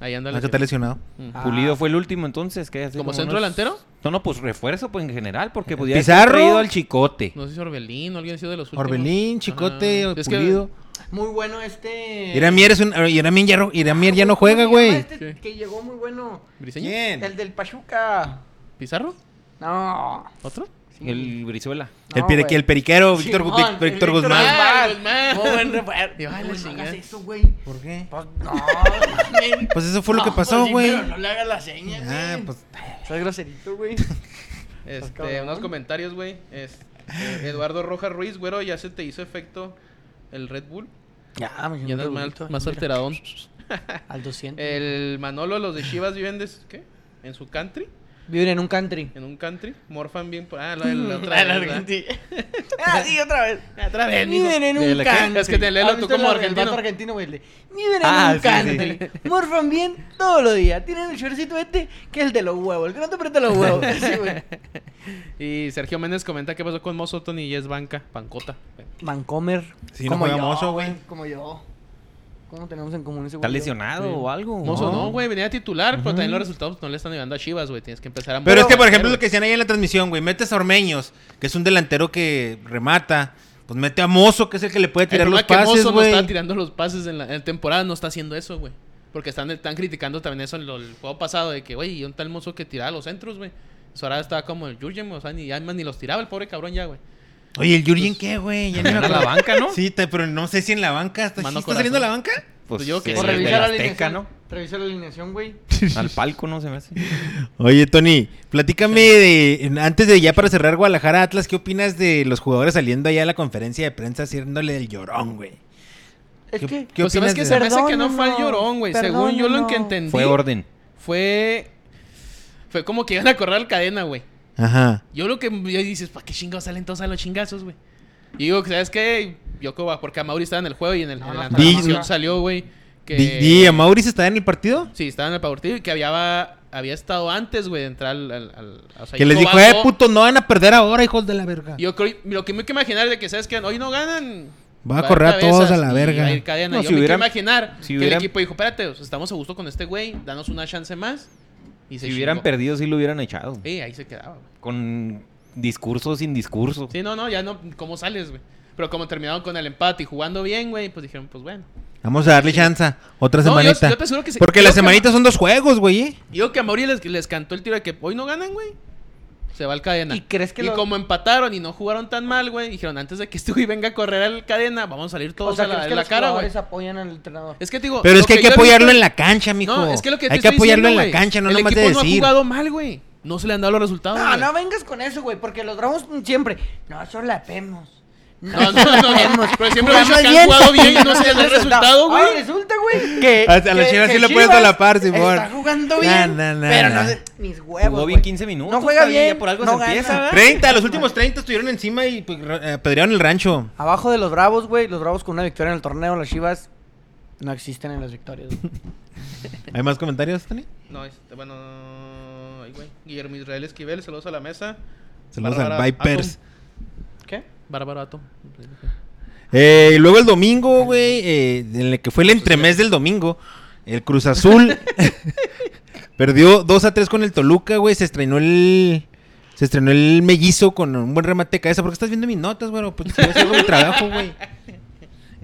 Speaker 2: Ahí anda
Speaker 1: Ah,
Speaker 2: la
Speaker 1: que está
Speaker 2: Chivas.
Speaker 1: lesionado.
Speaker 2: Mm.
Speaker 3: Ah.
Speaker 5: Pulido fue el último entonces. que hace
Speaker 2: ¿Como centro delantero? Eh,
Speaker 5: No, no, pues refuerzo pues, en general, porque podía
Speaker 1: Pizarro.
Speaker 5: traído al chicote.
Speaker 2: No sé si Orbelín o alguien ha sido de los últimos.
Speaker 1: Orbelín, Chicote,
Speaker 2: Ajá. Pues Ah, Es que
Speaker 1: Pulido.
Speaker 3: Ah, Muy bueno este.
Speaker 1: Iramier es un. eh, Iramier ya, no- Iramier ya no
Speaker 3: ¿Cómo se
Speaker 1: juega,
Speaker 3: llama
Speaker 1: güey.
Speaker 3: este
Speaker 2: Sí.
Speaker 3: que llegó muy bueno.
Speaker 2: ¿Briseño?
Speaker 1: ¿Quién?
Speaker 3: El del Pachuca.
Speaker 2: ¿Pizarro?
Speaker 3: No.
Speaker 2: ¿Otro?
Speaker 5: El Brizuela.
Speaker 1: El,
Speaker 3: No,
Speaker 1: peri-
Speaker 3: güey.
Speaker 1: el periquero, Víctor,
Speaker 3: Simón,
Speaker 1: Vic-
Speaker 3: el
Speaker 1: Víctor Guzmán.
Speaker 2: Guzmán.
Speaker 3: Muy buen refuerzo.
Speaker 2: Dios,
Speaker 3: Ay,
Speaker 2: la
Speaker 3: no
Speaker 2: chingada.
Speaker 3: hagas eso, güey.
Speaker 1: ¿Por qué?
Speaker 3: Pues no. mames.
Speaker 1: Pues eso fue lo
Speaker 3: No,
Speaker 1: que pasó,
Speaker 3: pues sí,
Speaker 1: güey.
Speaker 3: pero no le hagas la seña, güey.
Speaker 1: ah, pues.
Speaker 3: Estás groserito, güey.
Speaker 2: Este,
Speaker 3: cabrón.
Speaker 2: unos comentarios, güey. Este, Eduardo Rojas Ruiz, güero, ya se te hizo efecto el Red Bull.
Speaker 3: Ya, me
Speaker 2: Ya andas mal- más alteradón.
Speaker 3: Al 200.
Speaker 2: El Manolo, los de Chivas viven de, ¿qué? en su country,
Speaker 3: Vivir en un country.
Speaker 2: en un country. Morfan bien. por- Ah, [LAUGHS] la,
Speaker 3: [LAUGHS]
Speaker 2: la otra.
Speaker 3: Ah,
Speaker 2: vez,
Speaker 3: la
Speaker 2: ¿verdad?
Speaker 3: Argentina. [LAUGHS] Ah, sí, otra vez.
Speaker 2: Otra vez, mijo.
Speaker 3: Viven en un
Speaker 2: Dele, ¿qué?
Speaker 3: country. Ah,
Speaker 2: Es que te léelo
Speaker 3: ¿Has
Speaker 2: tú
Speaker 3: visto
Speaker 2: como
Speaker 3: el- el vato
Speaker 2: argentino.
Speaker 3: argentino, güey. Le- Viven en
Speaker 5: Ah,
Speaker 3: un
Speaker 5: sí,
Speaker 3: country. Morfan bien todos los días. Tienen el shortcito este que es el de los huevos. El que no te presta los huevos. Sí, güey.
Speaker 2: Y Sergio Méndez comenta qué pasó con Mozo Tony y es banca, pancota.
Speaker 3: Vancomer.
Speaker 1: Sí, no juega Mozo, güey.
Speaker 3: Como yo. ¿Cómo tenemos en común ese
Speaker 5: ¿Está
Speaker 3: güey?
Speaker 5: lesionado o algo?
Speaker 2: Mozo no, güey, venía a titular, pero también los resultados no le están llegando a Chivas, güey. Tienes que empezar a
Speaker 1: Pero es que, por ejemplo, lo que decían ahí en la transmisión, güey, metes a Ormeños, que es un delantero que remata, pues mete a Mozo, que es el que le puede tirar los pases,
Speaker 2: Mozo no
Speaker 1: güey.
Speaker 2: está tirando los pases en la, en temporada, no está haciendo eso, güey. Porque están, están criticando también eso en lo- el juego pasado, de que, güey, y un tal Mozo que tiraba los centros, güey. Eso ahora estaba como el Jurgen, o sea, ni, ya ni los tiraba el pobre cabrón ya, güey.
Speaker 1: Oye, el Jurgen, ¿qué, güey? Ya ni me
Speaker 5: Era la
Speaker 1: acuerdo.
Speaker 5: banca,
Speaker 2: [LAUGHS]
Speaker 5: ¿no?
Speaker 1: Sí, te- pero no sé si en la banca. ¿Está,
Speaker 2: Mano
Speaker 1: ¿sí está saliendo a la
Speaker 2: corazón.
Speaker 1: banca?
Speaker 5: Pues
Speaker 2: yo que
Speaker 5: de-
Speaker 2: sí.
Speaker 3: O
Speaker 2: Por
Speaker 5: de
Speaker 3: revisar la
Speaker 5: Azteca,
Speaker 3: alineación.
Speaker 5: ¿no?
Speaker 3: Revisar la alineación, güey.
Speaker 2: [LAUGHS]
Speaker 5: Al palco, ¿no? Se me hace.
Speaker 1: Oye, Tony, platícame de. en- Antes de ya para cerrar Guadalajara Atlas, ¿qué opinas de los jugadores saliendo allá a la conferencia de prensa haciéndole el llorón, güey?
Speaker 3: Es que.
Speaker 1: ¿Qué
Speaker 2: Pues, ¿sabes
Speaker 1: opinas
Speaker 2: qué?
Speaker 1: de-
Speaker 2: Se me hace que no fue al
Speaker 3: Perdónenlo,
Speaker 2: llorón, güey. Según yo lo que
Speaker 3: perdónenlo.
Speaker 2: entendí,
Speaker 5: Fue orden.
Speaker 2: fue, fue como que iban a correr al cadena, güey.
Speaker 1: Ajá.
Speaker 2: Yo lo que yo dices, ¿para qué chingados salen todos a los chingazos, güey? Y digo, ¿sabes qué? Yo como, porque a Mauri estaba en el juego y en, el,
Speaker 3: No,
Speaker 2: en
Speaker 3: no
Speaker 2: la
Speaker 3: está
Speaker 1: la
Speaker 2: transmisión
Speaker 3: banca.
Speaker 2: salió, güey. Que...
Speaker 1: Di- di, ¿a Mauricio está en el partido?
Speaker 2: Sí, estaba en el partido y que había, había estado antes, güey, de entrar al... al- al- o sea,
Speaker 1: Que
Speaker 2: yo
Speaker 1: les
Speaker 2: no
Speaker 1: dijo, eh,
Speaker 2: banco".
Speaker 1: puto, no van a perder ahora, hijos de la verga.
Speaker 2: Yo creo, lo que me quiero imaginar es de que, ¿sabes qué? Hoy no ganan...
Speaker 1: Va a correr a
Speaker 2: cabezas
Speaker 1: todos a la
Speaker 2: y
Speaker 1: verga.
Speaker 2: va a ir cadena.
Speaker 5: No,
Speaker 2: yo
Speaker 5: si
Speaker 2: me
Speaker 5: hubieran-
Speaker 2: quiero imaginar
Speaker 5: si
Speaker 2: que
Speaker 5: hubieran-
Speaker 2: el equipo dijo, espérate, o sea, estamos a gusto con este güey, danos una chance más. Y se
Speaker 5: Si hubieran
Speaker 2: chingó.
Speaker 5: perdido, sí lo hubieran echado.
Speaker 2: Sí, ahí se quedaba, güey.
Speaker 5: Con discurso sin discurso.
Speaker 2: Sí, no, no, ya no, ¿cómo sales, güey? Pero como terminaron con el empate y jugando bien, güey, pues dijeron, pues bueno.
Speaker 1: Vamos a darle chance. Otra
Speaker 2: No, yo-
Speaker 1: semanita.
Speaker 2: yo te aseguro que sí.
Speaker 1: Porque
Speaker 2: Yo
Speaker 1: las
Speaker 2: creo-
Speaker 1: semanitas son dos juegos, güey. ¿eh?
Speaker 2: Y Yo que a Mauri les, les cantó el tiro de que hoy no ganan, güey. Se va al cadena.
Speaker 3: ¿Y crees que
Speaker 2: Y
Speaker 3: lo-
Speaker 2: como empataron y no jugaron tan mal, güey, dijeron, antes de que [LAUGHS] este güey venga a correr al cadena, vamos a salir todos
Speaker 3: O sea,
Speaker 2: a la,
Speaker 3: ¿crees
Speaker 2: en
Speaker 3: que
Speaker 2: la
Speaker 3: los
Speaker 2: cara, güey.
Speaker 3: jugadores apoyan al entrenador?
Speaker 2: Es que te digo...
Speaker 1: Pero
Speaker 2: lo
Speaker 1: es que hay que
Speaker 2: yo he
Speaker 1: apoyarlo
Speaker 2: visto-
Speaker 1: en la cancha, mijo.
Speaker 2: No, es que lo que te
Speaker 1: Hay que
Speaker 2: estoy
Speaker 1: apoyarlo
Speaker 2: diciendo,
Speaker 1: en la
Speaker 2: güey,
Speaker 1: cancha, no
Speaker 2: el
Speaker 1: nomás de
Speaker 2: equipo no ha
Speaker 1: decir.
Speaker 2: jugado mal, güey. No se le han dado los resultados,
Speaker 3: No,
Speaker 2: güey.
Speaker 3: no vengas con eso, güey, porque los Dragons siempre. No solapemos.
Speaker 2: No, no, no, no. Pero siempre lo han dicho que han
Speaker 3: Jugamos
Speaker 2: jugado bien y no se les da el resultado, güey.
Speaker 3: Ahora resulta, güey, que.
Speaker 1: A- a la Chivas sí lo puedes solapar, Simón.
Speaker 3: Está jugando bien.
Speaker 1: Na, na, na,
Speaker 3: pero
Speaker 1: na.
Speaker 3: no se. Mis huevos.
Speaker 5: Jugó
Speaker 3: güey.
Speaker 5: bien 15 minutos.
Speaker 3: No juega
Speaker 5: está ya
Speaker 3: bien.
Speaker 5: por algo
Speaker 3: no
Speaker 5: se
Speaker 3: gana.
Speaker 5: empieza, ¿verdad?
Speaker 1: 30, los últimos 30 estuvieron encima y pues, ra- apedrearon el rancho.
Speaker 3: Abajo de los Bravos, güey. Los Bravos con una victoria en el torneo. Las Chivas no existen en las victorias. güey.
Speaker 1: ¿Hay más comentarios, Tony?
Speaker 2: No, este, bueno... ay, güey. Guillermo Israel Esquivel, saludos a la mesa.
Speaker 1: Saludos
Speaker 2: Bárbara
Speaker 1: a Vipers.
Speaker 2: Atom.
Speaker 3: ¿Qué?
Speaker 2: Bárbara Atom.
Speaker 1: Eh, y luego el domingo, güey, eh, en el que fue el entremés del domingo, el Cruz Azul perdió 2 a 3 con el Toluca, güey. Se estrenó el. Se estrenó el mellizo con un buen remate de cabeza. ¿Por qué estás viendo mis notas, güey? Pues si yo sigo mi trabajo, güey.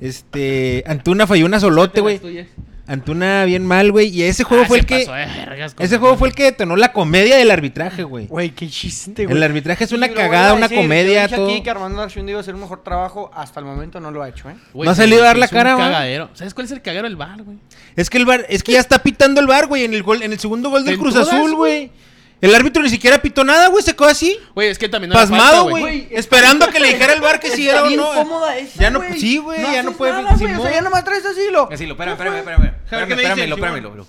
Speaker 1: Este. Antuna falló una solote, Este güey. Antuna bien mal, güey. Y ese juego
Speaker 2: Ah,
Speaker 1: fue
Speaker 2: se
Speaker 1: el que.
Speaker 2: pasó de vergas con-
Speaker 1: Ese juego fue el que detonó la comedia del arbitraje, güey.
Speaker 3: Güey, qué chiste, güey.
Speaker 1: El arbitraje es una
Speaker 3: Y lo vuelvo
Speaker 1: cagada,
Speaker 3: a
Speaker 1: una
Speaker 3: decir, Yo
Speaker 1: comedia,
Speaker 3: dije
Speaker 1: todo.
Speaker 3: aquí que Armando Archundi iba a hacer un mejor trabajo. Hasta el momento no lo ha hecho, ¿eh?
Speaker 2: Güey,
Speaker 1: No ha
Speaker 2: se-
Speaker 1: salido a
Speaker 2: se
Speaker 1: dar la
Speaker 2: hizo
Speaker 1: cara,
Speaker 2: un
Speaker 1: ¿va?
Speaker 2: cagadero. ¿Sabes cuál es el cagadero del bar, güey?
Speaker 1: Es que el bar, es que ya está pitando el bar, güey, en el gol, en el segundo gol del
Speaker 2: En
Speaker 1: Cruz
Speaker 2: todas,
Speaker 1: Azul, güey. El árbitro ni siquiera pitó nada, güey, se quedó así,
Speaker 2: Güey, es que también no era falta,
Speaker 1: pasmado, güey, esperando a que le dijera el bar que si era o
Speaker 3: Bien
Speaker 1: no.
Speaker 3: cómoda esa,
Speaker 1: ya no,
Speaker 3: güey.
Speaker 1: sí, güey, ya no
Speaker 3: haces
Speaker 1: puede.
Speaker 3: nada, güey, o
Speaker 1: Simón.
Speaker 3: sea, ya nomás traes así lo.
Speaker 5: Así, lo, espérame, espérame, espérame.
Speaker 1: Javier,
Speaker 5: Espérame,
Speaker 1: ¿qué me dices,
Speaker 5: espérame,
Speaker 1: Simón?
Speaker 5: espérame,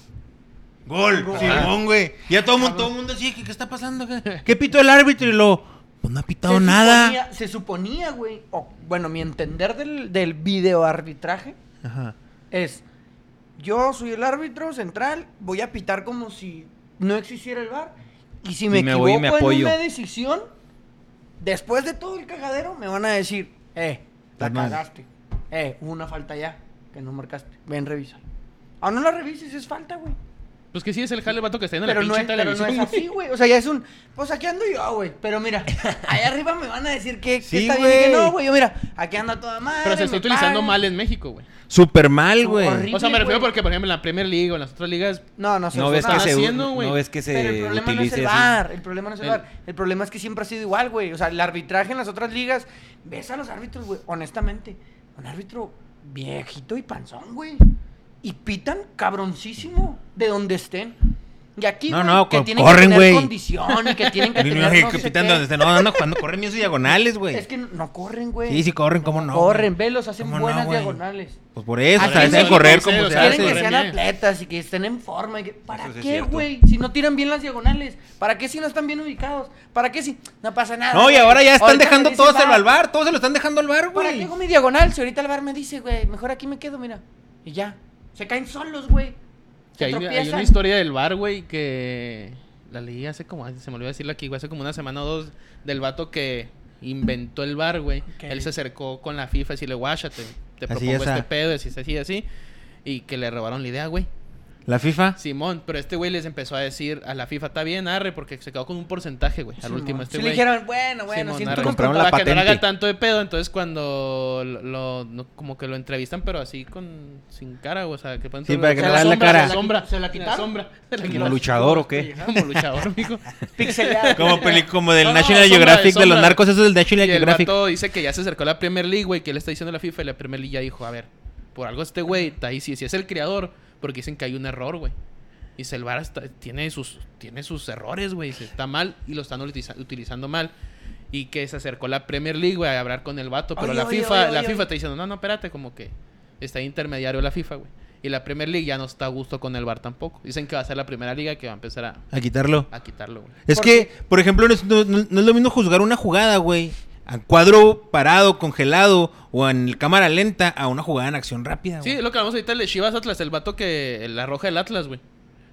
Speaker 5: lo- lo-
Speaker 1: Gol, Simón, güey. Ya todo el mundo, todo el mundo así, ¿qué, qué está pasando? ¿Qué, ¿Qué pitó el árbitro? Y lo, pues no ha pitado
Speaker 3: Se
Speaker 1: nada.
Speaker 3: suponía- se suponía, güey. o, bueno, mi entender del, del videoarbitraje
Speaker 1: Ajá.
Speaker 3: es: yo soy el árbitro central, voy a pitar como si no existiera el bar. Y si me,
Speaker 5: Y me
Speaker 3: equivoco
Speaker 5: voy y me
Speaker 3: en
Speaker 5: apoyo.
Speaker 3: una decisión, después de todo el cagadero, me van a decir: eh, la
Speaker 5: Pues
Speaker 1: Estás mal.
Speaker 3: cagaste. Eh, hubo una falta ya que no marcaste. Ven, revisa. Ah, no la revises, es falta, güey.
Speaker 2: [LAUGHS] Pues que sí es el jale vato que está en la
Speaker 3: Pero no,
Speaker 2: pinche
Speaker 3: es, pero no
Speaker 2: televisión.
Speaker 3: es así, güey. O sea, ya es un. Pues aquí ando yo, güey.
Speaker 2: [LAUGHS]
Speaker 3: Pero mira, allá arriba me van a decir que, que
Speaker 5: Sí,
Speaker 3: está bien y que
Speaker 5: güey.
Speaker 3: no, güey. Yo, mira, aquí anda toda madre.
Speaker 2: Pero se está
Speaker 3: me
Speaker 2: utilizando
Speaker 3: pagan.
Speaker 2: mal en México, güey.
Speaker 1: Súper mal, güey.
Speaker 3: Horrible.
Speaker 2: O sea, me refiero
Speaker 3: güey.
Speaker 2: porque, por ejemplo, en la Premier League o en las otras ligas.
Speaker 3: No, no se
Speaker 5: No ves,
Speaker 3: usa.
Speaker 5: que
Speaker 2: están
Speaker 5: se,
Speaker 2: haciendo,
Speaker 5: u-
Speaker 2: güey.
Speaker 5: no ves que se
Speaker 3: Pero el problema no es
Speaker 5: utilice
Speaker 3: el
Speaker 5: así.
Speaker 3: VAR, el problema no es el
Speaker 2: El-
Speaker 3: VAR. El problema es que siempre ha sido igual, güey. O sea, el arbitraje en las otras ligas, ves a los árbitros, güey, honestamente, un árbitro viejito y panzón, güey. Y pitan cabroncísimo de donde estén. Y aquí,
Speaker 1: No,
Speaker 3: güey,
Speaker 1: no,
Speaker 3: que
Speaker 1: co-
Speaker 3: tienen
Speaker 1: corren,
Speaker 3: que tener
Speaker 1: güey.
Speaker 3: condición y que tienen que
Speaker 1: Y
Speaker 3: tener
Speaker 1: [LAUGHS] no,
Speaker 3: no
Speaker 1: que
Speaker 3: sé
Speaker 1: pitan
Speaker 3: qué.
Speaker 1: donde están- no, no, cuando corren ni esos diagonales, güey.
Speaker 3: Es que no corren, güey.
Speaker 1: Sí, sí corren, ¿cómo no?
Speaker 3: corren,
Speaker 1: güey?
Speaker 3: velos, hacen
Speaker 1: ¿Cómo no,
Speaker 3: buenas
Speaker 1: güey?
Speaker 3: diagonales.
Speaker 1: Pues por eso,
Speaker 3: Así
Speaker 1: o sea,
Speaker 3: es,
Speaker 1: saben
Speaker 3: sí,
Speaker 1: correr
Speaker 2: sí,
Speaker 1: como
Speaker 2: o
Speaker 1: se
Speaker 2: sea,
Speaker 3: Quieren
Speaker 1: hace.
Speaker 3: que
Speaker 1: güey.
Speaker 3: sean
Speaker 2: Corren bien.
Speaker 3: atletas y que estén en forma. y que- ¿Para
Speaker 5: Eso sí es
Speaker 3: qué,
Speaker 5: cierto.
Speaker 3: güey? Si no tiran bien las diagonales. ¿Para qué si no están bien ubicados? ¿Para qué si no pasa nada?
Speaker 1: No, y
Speaker 3: güey?
Speaker 1: ahora ya están
Speaker 3: Ahorita me
Speaker 1: dejando
Speaker 3: dicen,
Speaker 1: todo
Speaker 3: "Va,
Speaker 1: al bar, todos se lo están dejando al bar,
Speaker 3: ¿Para qué
Speaker 1: güey.
Speaker 3: hago mi diagonal? Si ahorita el bar me dice, güey, mejor aquí me quedo, mira. Y ya. Se caen solos, güey.
Speaker 2: Que
Speaker 3: Se
Speaker 2: hay, hay
Speaker 3: tropiezan.
Speaker 2: una historia del bar, güey, que la leí hace como, ay, se me olvidó decirla aquí, güey, hace como una semana o dos del vato que inventó el bar, güey.
Speaker 3: Ok.
Speaker 2: Él se acercó con la FIFA y decirle, guáchate, te
Speaker 1: Así
Speaker 2: propongo
Speaker 1: es,
Speaker 2: este
Speaker 1: ah.
Speaker 2: pedo, así, así, así. Y que le robaron la idea, güey.
Speaker 1: La FIFA.
Speaker 2: Simón, pero este güey les empezó a decir a la FIFA, está bien, arre, porque se quedó con un porcentaje, güey, al
Speaker 3: Simón.
Speaker 2: último este
Speaker 3: Si le
Speaker 2: güey.
Speaker 3: dijeron, bueno, bueno,
Speaker 2: Simón,
Speaker 3: si
Speaker 2: arre.
Speaker 3: tú nos
Speaker 5: Compraron
Speaker 2: Para
Speaker 5: la
Speaker 2: que no le haga
Speaker 5: patente.
Speaker 2: tanto de pedo, entonces cuando lo, lo- no, como que lo entrevistan, pero así con sin cara, güey, o sea, que pueden
Speaker 1: Sí, para que
Speaker 2: o sea,
Speaker 1: no vea la
Speaker 2: sombra,
Speaker 1: cara.
Speaker 2: La sombra,
Speaker 3: ¿Se la quitaron?
Speaker 2: sombra, [LAUGHS] se la
Speaker 5: ¿Como
Speaker 2: quitaron.
Speaker 5: luchador o qué?
Speaker 2: [LAUGHS] Como luchador, mijo.
Speaker 1: [LAUGHS]
Speaker 3: pixeleados.
Speaker 1: Como, peli- como del
Speaker 2: No, no,
Speaker 1: National
Speaker 2: sombra,
Speaker 1: Geographic, de los
Speaker 2: sombra.
Speaker 1: narcos, eso es del
Speaker 2: Y
Speaker 1: National
Speaker 2: el
Speaker 1: Geographic.
Speaker 2: vato dice que ya se acercó a la Premier League, güey, que le está diciendo a la FIFA y la Premier League ya dijo, a ver, por algo este güey está ahí, si, si es el creador, porque dicen que hay un error, güey. Y dice, el VAR está- tiene, sus, tiene sus errores, güey, dice, está mal y lo están utiliza- utilizando mal. Y que se acercó a la Premier League, güey, a hablar con el vato, pero
Speaker 3: Oye,
Speaker 2: la
Speaker 3: oye,
Speaker 2: FIFA,
Speaker 3: oye,
Speaker 2: la
Speaker 3: oye,
Speaker 2: FIFA
Speaker 3: oye.
Speaker 2: está diciendo, no, no, espérate, como que está intermediario la FIFA, güey. Y la Premier League ya no está a gusto con el VAR tampoco. Dicen que va a ser la primera liga que va a empezar a,
Speaker 1: A quitarlo.
Speaker 2: a quitarlo, güey.
Speaker 1: Es que, por ejemplo, no es, no- no- no es lo mismo juzgar una jugada, güey, a cuadro parado, congelado o en cámara lenta a una jugada en acción
Speaker 3: Ah,
Speaker 1: rápida.
Speaker 2: Sí,
Speaker 1: güey.
Speaker 2: es lo que hablamos ahorita el de Chivas Atlas, el vato que la roja del Atlas, güey.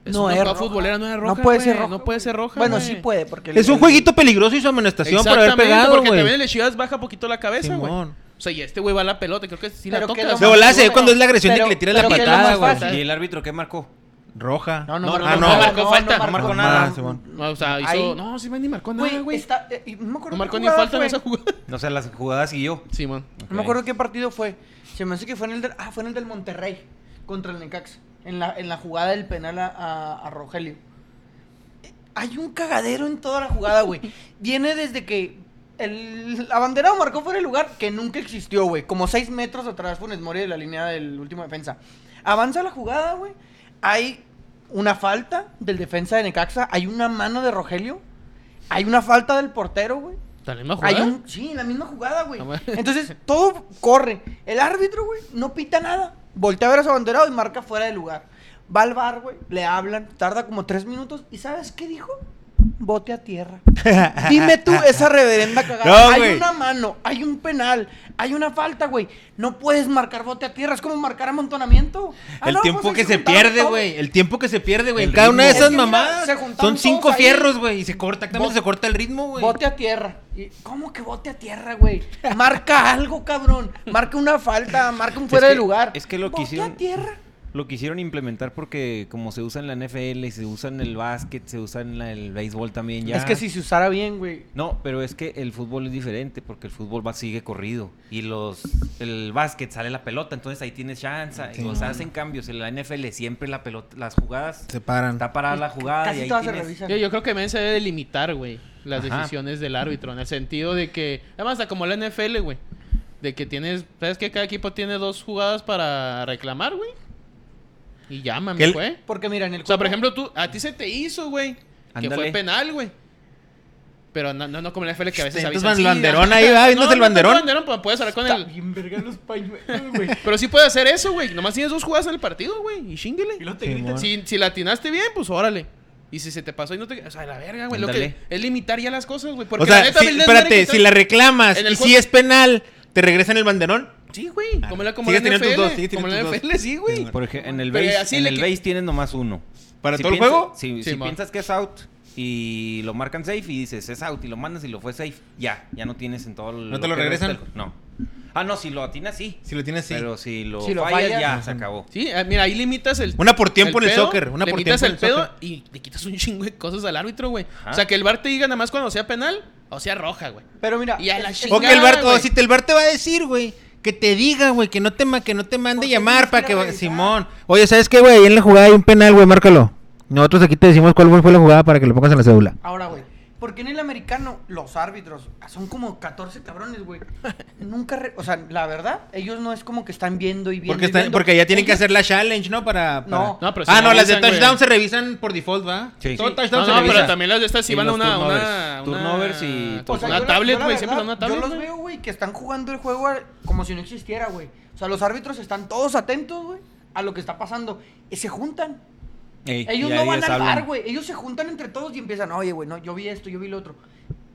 Speaker 3: No
Speaker 2: una
Speaker 3: es
Speaker 2: jugada
Speaker 3: roja.
Speaker 2: futbolera, no es
Speaker 3: No
Speaker 2: roja.
Speaker 3: puede
Speaker 2: güey,
Speaker 3: ser roja,
Speaker 2: No puede ser roja.
Speaker 3: Bueno,
Speaker 2: güey.
Speaker 3: sí puede, porque... el-
Speaker 1: es un
Speaker 3: el-
Speaker 1: jueguito peligroso y su amonestación por haber
Speaker 2: Exactamente,
Speaker 1: pegado,
Speaker 2: porque también
Speaker 1: güey.
Speaker 2: el de Chivas baja poquito la cabeza, güey.
Speaker 1: Simón.
Speaker 2: O sea, y este güey va a la pelota, creo que sí la
Speaker 3: Pero qué
Speaker 2: toca.
Speaker 3: lo
Speaker 1: De
Speaker 2: güey.
Speaker 1: volada
Speaker 3: más
Speaker 1: se ve
Speaker 3: seguro.
Speaker 1: cuando es la agresión de
Speaker 3: Pero-
Speaker 1: que le tiras la
Speaker 3: pero ¿qué es lo
Speaker 1: patada,
Speaker 3: más
Speaker 1: güey.
Speaker 3: fácil?
Speaker 5: ¿Y el árbitro qué marcó?
Speaker 1: Roja.
Speaker 3: No, no,
Speaker 1: No,
Speaker 3: pero
Speaker 1: ah,
Speaker 3: no,
Speaker 1: no.
Speaker 2: marcó falta.
Speaker 3: No marcó
Speaker 5: No,
Speaker 3: nada.
Speaker 1: nada, Simón.
Speaker 2: No, o sea, hizo...
Speaker 3: Ahí-
Speaker 2: No, sí, ni marcó nada,
Speaker 3: Güey,
Speaker 2: güey.
Speaker 3: está... eh, y No me acuerdo
Speaker 2: No
Speaker 3: qué
Speaker 2: marcó ni
Speaker 3: jugada
Speaker 2: falta en
Speaker 3: fue.
Speaker 2: esa jugada.
Speaker 5: O sea, las jugadas y yo.
Speaker 2: [LAUGHS] Simón.
Speaker 3: No me acuerdo qué partido fue. Se me hace que fue en el del, ah, fue en el del Monterrey contra el Necaxa. En la, en la jugada del penal a, a- a Rogelio. Eh, Hay un cagadero en toda la jugada, güey. Viene desde que el abanderado marcó fuera el lugar que nunca existió, güey. Como seis metros atrás Funes Mori de la línea del último defensa. Avanza la jugada, güey. Hay una falta del defensa de Necaxa. Hay una mano de Rogelio. Hay una falta del portero, güey.
Speaker 2: ¿La misma
Speaker 3: Hay
Speaker 2: jugada?
Speaker 3: un, sí, en la misma jugada, güey.
Speaker 1: [LAUGHS]
Speaker 2: Ah, bueno.
Speaker 3: Entonces, todo corre. El árbitro, güey, no pita nada. Voltea a ver a su abanderado y marca fuera de lugar. Va al bar, güey, le hablan, tarda como tres minutos. ¿Y sabes qué dijo? Bote a
Speaker 1: [LAUGHS]
Speaker 3: tierra. Dime tú esa reverenda cagada.
Speaker 1: No,
Speaker 3: hay
Speaker 1: güey.
Speaker 3: una mano, hay un penal, hay una falta, güey. No puedes marcar bote a tierra. Es como marcar amontonamiento. Ah,
Speaker 1: El
Speaker 3: no,
Speaker 1: tiempo
Speaker 3: pues ahí
Speaker 1: que se
Speaker 3: juntaron
Speaker 1: pierde,
Speaker 3: todos.
Speaker 1: güey. El tiempo que se pierde, güey.
Speaker 5: El
Speaker 1: Cada una de
Speaker 5: ritmo.
Speaker 1: esas
Speaker 3: Es que mira,
Speaker 1: mamadas
Speaker 3: se juntaron
Speaker 1: son cinco
Speaker 3: todos ahí.
Speaker 1: fierros, güey. Y se corta,
Speaker 3: Bo-
Speaker 1: exactamente se corta el ritmo, güey.
Speaker 3: Bote a tierra. Y, ¿Cómo que bote a tierra, güey?
Speaker 2: [LAUGHS]
Speaker 3: Marca algo, cabrón. Marca una falta, marca un fuera
Speaker 5: Es
Speaker 3: de
Speaker 5: que-
Speaker 3: lugar.
Speaker 5: es que lo
Speaker 3: bote
Speaker 5: que hicieron-
Speaker 3: a tierra.
Speaker 5: Lo quisieron implementar porque como se usa en la NFL, se usa en el básquet, se usa en la- el béisbol también ya.
Speaker 3: Es que si se usara bien, güey.
Speaker 5: No, pero es que el fútbol es diferente porque el fútbol va sigue corrido y los el básquet sale la pelota, entonces ahí tienes chance.
Speaker 1: Sí.
Speaker 5: Y los hacen cambios en la NFL siempre la pelota, las jugadas
Speaker 1: Se paran.
Speaker 5: está parada la jugada Ah,
Speaker 3: Pues
Speaker 5: y
Speaker 3: Casi
Speaker 5: ahí
Speaker 3: todas se
Speaker 5: tienes-
Speaker 3: revisan.
Speaker 2: Yo, yo creo que también se debe de limitar, güey, las
Speaker 5: Ajá.
Speaker 2: decisiones del árbitro. En el sentido de que, además, hasta como la NFL, güey, de que tienes, ¿sabes que Cada equipo tiene dos jugadas para reclamar, güey. Y ya,
Speaker 1: Que
Speaker 2: mami,
Speaker 1: el-
Speaker 2: güey.
Speaker 3: Porque mira, en el
Speaker 2: O sea, por
Speaker 3: cuerpo-
Speaker 2: ejemplo, tú, a ti se te hizo, güey, que fue
Speaker 5: Ándale.
Speaker 2: penal, güey. Pero no, no, no como la NFL que a veces
Speaker 1: Este, Entonces,
Speaker 2: avisan,
Speaker 1: el
Speaker 2: "Sí,
Speaker 1: banderón
Speaker 2: ya".
Speaker 1: ahí, va, viéndose el
Speaker 2: no, no tanto
Speaker 1: banderón.
Speaker 2: pues, puedes hablar con
Speaker 3: Está
Speaker 2: él.
Speaker 3: bien verga los pañuelos, güey.
Speaker 2: [LAUGHS] Pero sí puede hacer eso, güey. Nomás tienes dos jugadas en el partido, güey. Y xínguele.
Speaker 1: Y luego te gritan.
Speaker 2: Si, si la atinaste bien, pues órale. Y si se te pasó y no te. O sea, la verga, güey. Lo que
Speaker 5: Ándale.
Speaker 2: es limitar ya las cosas, güey. Porque
Speaker 1: O sea,
Speaker 2: la neta,
Speaker 1: si-
Speaker 2: Bill Lesnar
Speaker 1: espérate,
Speaker 2: quitó-
Speaker 1: si la reclamas
Speaker 2: en el
Speaker 1: y si
Speaker 2: juego-
Speaker 1: es penal, ¿te regresan el banderón?
Speaker 2: Sí, güey. Como la, como la
Speaker 1: Sigues teniendo tus
Speaker 2: NFL.
Speaker 1: dos, sigues
Speaker 2: como la
Speaker 1: teniendo tus
Speaker 2: NFL,
Speaker 1: dos.
Speaker 2: sí, güey.
Speaker 5: Por ejemplo, en el
Speaker 2: Pero
Speaker 5: base,
Speaker 2: así
Speaker 5: en
Speaker 2: le
Speaker 5: el
Speaker 2: que-
Speaker 5: base tienes nomás uno.
Speaker 1: ¿Para todo el juego?
Speaker 5: Si,
Speaker 2: Sí,
Speaker 5: si
Speaker 2: ma.
Speaker 5: piensas que es out y lo marcan safe y dices es out y lo mandas y lo fue safe, ya, ya no tienes en todo el-
Speaker 1: ¿No te lo
Speaker 5: que resta
Speaker 1: regresan?
Speaker 5: del- No. Ah, no, si lo atinas, sí.
Speaker 1: Si lo tienes así.
Speaker 5: Pero si lo,
Speaker 3: Si lo
Speaker 5: fallas,
Speaker 3: fallas,
Speaker 5: ya
Speaker 3: ajá.
Speaker 5: se acabó.
Speaker 2: Sí, ah, mira, ahí limitas el.
Speaker 1: Una por tiempo en el soccer, una
Speaker 2: le
Speaker 1: por
Speaker 2: limitas
Speaker 1: tiempo en
Speaker 2: el
Speaker 1: el
Speaker 2: pedo
Speaker 1: soccer.
Speaker 2: y le quitas un chingo de cosas al árbitro, güey.
Speaker 5: Ajá.
Speaker 2: O sea, que el bar te diga nada más cuando sea penal o sea roja, güey.
Speaker 3: Pero mira,
Speaker 2: Y a la
Speaker 3: es-
Speaker 1: O que el
Speaker 2: Chingada,
Speaker 1: bar, o
Speaker 2: güey.
Speaker 1: si te, el bar te va a decir, güey, que te diga, güey, que no te, ma- que no te mande
Speaker 3: Porque
Speaker 1: llamar
Speaker 3: tienes
Speaker 1: para
Speaker 3: que
Speaker 1: que... va-
Speaker 3: revisar.
Speaker 1: Simón. Oye, ¿sabes qué, güey? Ahí en la jugada hay un penal, güey, márcalo. Nosotros aquí te decimos cuál fue la jugada para que lo pongas en la cédula.
Speaker 3: Ahora, güey, ¿por qué en el americano los árbitros ah, son como 14 cabrones,
Speaker 5: [LAUGHS]
Speaker 3: güey? Nunca, re- o sea, la verdad, ellos no es como que están viendo y viendo.
Speaker 1: Porque,
Speaker 3: y
Speaker 1: están,
Speaker 3: viendo.
Speaker 1: porque ya tienen que
Speaker 3: Ellos-
Speaker 1: hacer la challenge, ¿no? Para, para-
Speaker 3: No.
Speaker 2: No, pero si
Speaker 1: ah,
Speaker 2: no
Speaker 1: no, las de
Speaker 2: avisan, güey.
Speaker 1: touchdown se revisan por default, ¿va?
Speaker 5: Sí.
Speaker 1: Todo
Speaker 5: Sí.
Speaker 1: touchdown
Speaker 2: No,
Speaker 1: se
Speaker 2: no,
Speaker 1: revisa.
Speaker 2: pero también las de estas sí
Speaker 5: Y
Speaker 2: van a
Speaker 5: los
Speaker 2: una, una,
Speaker 5: turnovers. Turnovers
Speaker 2: una-
Speaker 5: y todo
Speaker 3: O sea,
Speaker 5: eso.
Speaker 3: yo
Speaker 2: Pues una
Speaker 3: la-
Speaker 2: tablet,
Speaker 3: yo la
Speaker 2: güey. Siempre
Speaker 3: verdad,
Speaker 2: dan una tablet.
Speaker 3: Yo los
Speaker 2: güey.
Speaker 3: veo, güey, que están jugando el juego a- como si no existiera, güey. O sea, los árbitros están todos atentos, güey, a lo que está pasando. Y se juntan.
Speaker 5: Ey,
Speaker 3: Ellos
Speaker 5: y
Speaker 3: no
Speaker 5: ahí
Speaker 3: van
Speaker 5: les
Speaker 3: al
Speaker 5: hablan.
Speaker 3: bar, güey. Ellos se juntan entre todos y empiezan, oye, güey, no, yo vi esto, yo vi lo otro.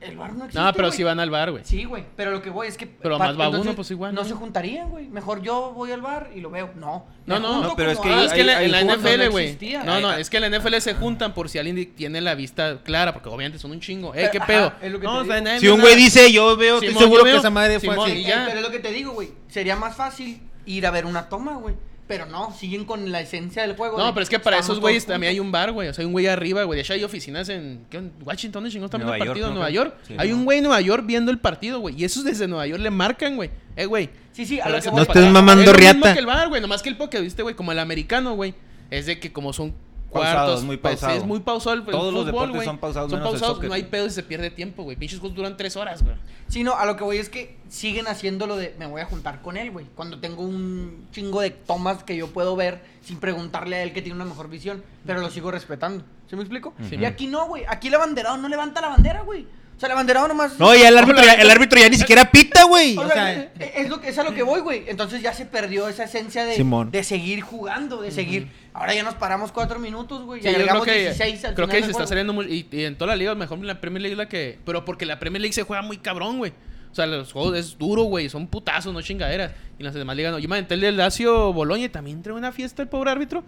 Speaker 3: El bar no existe,
Speaker 2: No, pero
Speaker 3: güey.
Speaker 2: sí van al bar, güey.
Speaker 3: Sí, güey, pero lo que voy es que...
Speaker 2: Pero
Speaker 3: pa-
Speaker 2: más va
Speaker 3: entonces,
Speaker 2: uno, pues, igual,
Speaker 3: No
Speaker 2: ¿no?
Speaker 3: se juntarían, güey. Mejor yo voy al bar y lo veo. No.
Speaker 2: No,
Speaker 3: me
Speaker 2: no,
Speaker 3: junto
Speaker 5: no,
Speaker 3: con
Speaker 5: pero es
Speaker 3: los
Speaker 5: que
Speaker 2: Ah,
Speaker 3: demás.
Speaker 2: es que en la,
Speaker 5: ahí
Speaker 2: en la
Speaker 5: jugó cuando
Speaker 2: NFL,
Speaker 3: no
Speaker 2: güey.
Speaker 3: existía.
Speaker 2: No, no,
Speaker 5: Ahí-
Speaker 2: es que en la NFL se juntan por si alguien tiene la vista clara, porque obviamente son un chingo. ¡Eh,
Speaker 3: Pero,
Speaker 2: qué
Speaker 3: ajá,
Speaker 2: pedo!
Speaker 3: es lo que
Speaker 2: No, o
Speaker 3: te
Speaker 2: sea,
Speaker 3: digo.
Speaker 2: nadie
Speaker 1: Si
Speaker 2: vio
Speaker 1: un
Speaker 2: nada.
Speaker 1: güey dice, yo veo, estoy
Speaker 2: Simón, yo
Speaker 1: seguro que
Speaker 2: veo.
Speaker 1: esa madre fue
Speaker 2: Simón,
Speaker 1: así.
Speaker 2: y ya.
Speaker 3: Eh, pero es lo que te digo, güey. Sería más fácil ir a ver una toma, güey. Pero no, siguen con la esencia del juego.
Speaker 2: No,
Speaker 3: de-
Speaker 2: pero es que para
Speaker 3: estamos
Speaker 2: esos
Speaker 3: todos
Speaker 2: güeyes
Speaker 3: juntos.
Speaker 2: también hay un bar, güey. O sea, hay un güey arriba, güey. De hecho, hay oficinas en ¿qué? en Washington, chingón, están viendo
Speaker 5: Nueva
Speaker 2: el partido
Speaker 5: York,
Speaker 2: en
Speaker 5: ¿no?
Speaker 2: Nueva York.
Speaker 5: Sí,
Speaker 2: hay
Speaker 5: ¿no?
Speaker 2: un güey en Nueva York viendo el partido, güey. Y esos desde Nueva York le marcan, güey. Eh, güey.
Speaker 3: Sí, sí, a
Speaker 2: Pero
Speaker 3: lo
Speaker 2: ese
Speaker 3: que
Speaker 1: No
Speaker 3: voy.
Speaker 1: estés
Speaker 2: para-
Speaker 1: mamando
Speaker 2: es lo mismo
Speaker 1: riata.
Speaker 2: que el bar, güey. Nomás que el poke, viste, güey. Como el americano, güey. Es de que como son
Speaker 5: Pausado,
Speaker 2: cuartos.
Speaker 5: es muy
Speaker 2: pues,
Speaker 5: pausado.
Speaker 2: es muy pausado el, el
Speaker 5: Todos los
Speaker 2: fútbol,
Speaker 5: deportes
Speaker 2: güey.
Speaker 5: son pausados,
Speaker 2: Son
Speaker 5: menos el
Speaker 2: pausados,
Speaker 5: soccer.
Speaker 2: no hay pedo y se pierde tiempo, güey. Pinches juegos duran tres horas, güey.
Speaker 3: Sí, no, a lo que voy es que siguen haciendo lo de me voy a juntar con él, güey. Cuando tengo un chingo de tomas que yo puedo ver sin preguntarle a él que tiene una mejor visión, pero lo sigo respetando. ¿Sí me explico?
Speaker 5: Sí.
Speaker 3: Y aquí no, güey. Aquí el abanderado no levanta la bandera, güey. O sea, el abanderado nomás.
Speaker 1: No, ya el árbitro, ya, el árbitro ya ni siquiera pita, güey.
Speaker 3: O
Speaker 1: O
Speaker 3: sea,
Speaker 1: sea,
Speaker 3: e- es, lo que, es a lo que voy, güey. Entonces ya se perdió esa esencia de,
Speaker 1: Simón.
Speaker 3: de seguir jugando, de seguir. Ahora ya nos paramos cuatro minutos, güey.
Speaker 2: Sí,
Speaker 3: y
Speaker 2: yo creo
Speaker 3: agregamos
Speaker 2: que,
Speaker 3: 16 al
Speaker 2: creo
Speaker 3: final
Speaker 2: que
Speaker 3: del
Speaker 2: se está
Speaker 3: juego.
Speaker 2: saliendo muy, y, y en toda la liga, mejor en la Premier League es la que... Pero porque la Premier League se juega muy cabrón, güey. O sea, los juegos es duro, güey. Son putazos, no chingaderas. Y en las demás ligas no. Yo me aventé el del Lazio Boloña y también trae una fiesta el pobre árbitro.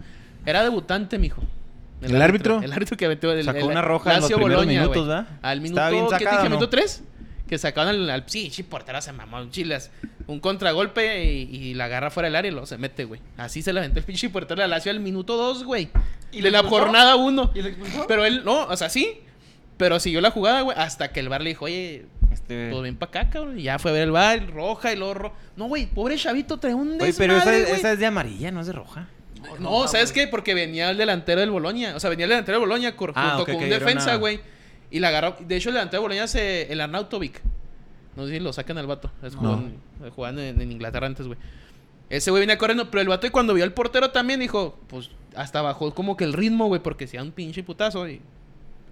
Speaker 2: Era debutante, mijo.
Speaker 1: ¿El árbitro?
Speaker 2: El árbitro que aventó el
Speaker 5: Sacó
Speaker 2: el-
Speaker 5: una roja en los
Speaker 2: Lazio
Speaker 5: primeros
Speaker 2: Boloña,
Speaker 5: minutos,
Speaker 2: güey.
Speaker 5: ¿verdad?
Speaker 2: Al minuto...
Speaker 5: Estaba bien
Speaker 2: ¿qué te
Speaker 5: sacada,
Speaker 2: dije?
Speaker 5: ¿no?
Speaker 2: ¿Minuto tres? Que sacaban al... al sí, sí, portero se mamó un chilas. Un contragolpe y, y la agarra fuera del área y luego se mete, güey. Así se la aventó el pinche portero de Lazio al minuto dos, güey.
Speaker 3: ¿Y
Speaker 2: Y
Speaker 3: lo
Speaker 2: de la
Speaker 3: expulsó?
Speaker 2: jornada uno.
Speaker 3: ¿Y lo expulsó?
Speaker 2: Pero él, no, o sea, sí. Pero siguió la jugada, güey, hasta que el bar le dijo, oye,
Speaker 5: Este-
Speaker 2: pues ven pa' acá, cabrón. Y ya fue a ver el bar, roja y luego... ro- No, güey, pobre chavito, trae un
Speaker 5: Oye, pero esa,
Speaker 2: desmadre, güey.
Speaker 5: esa es de amarilla, no es de roja.
Speaker 2: No, ¿sabes qué? Porque venía el delantero del Boloña. O sea, venía el delantero del Boloña cor-
Speaker 5: Ah,
Speaker 2: junto
Speaker 5: ok,
Speaker 2: con
Speaker 5: que
Speaker 2: un
Speaker 5: era
Speaker 2: defensa,
Speaker 5: una-
Speaker 2: güey. Y la agarró. De hecho, el delantero del Boloña es eh, el Arnautovic. No sé si lo sacan al vato. Es jugaban- jugaban en, en Inglaterra antes, güey. Ese güey venía corriendo, pero el vato y cuando vio al portero también dijo, pues hasta bajó como que el ritmo, güey, porque sea un pinche putazo. Y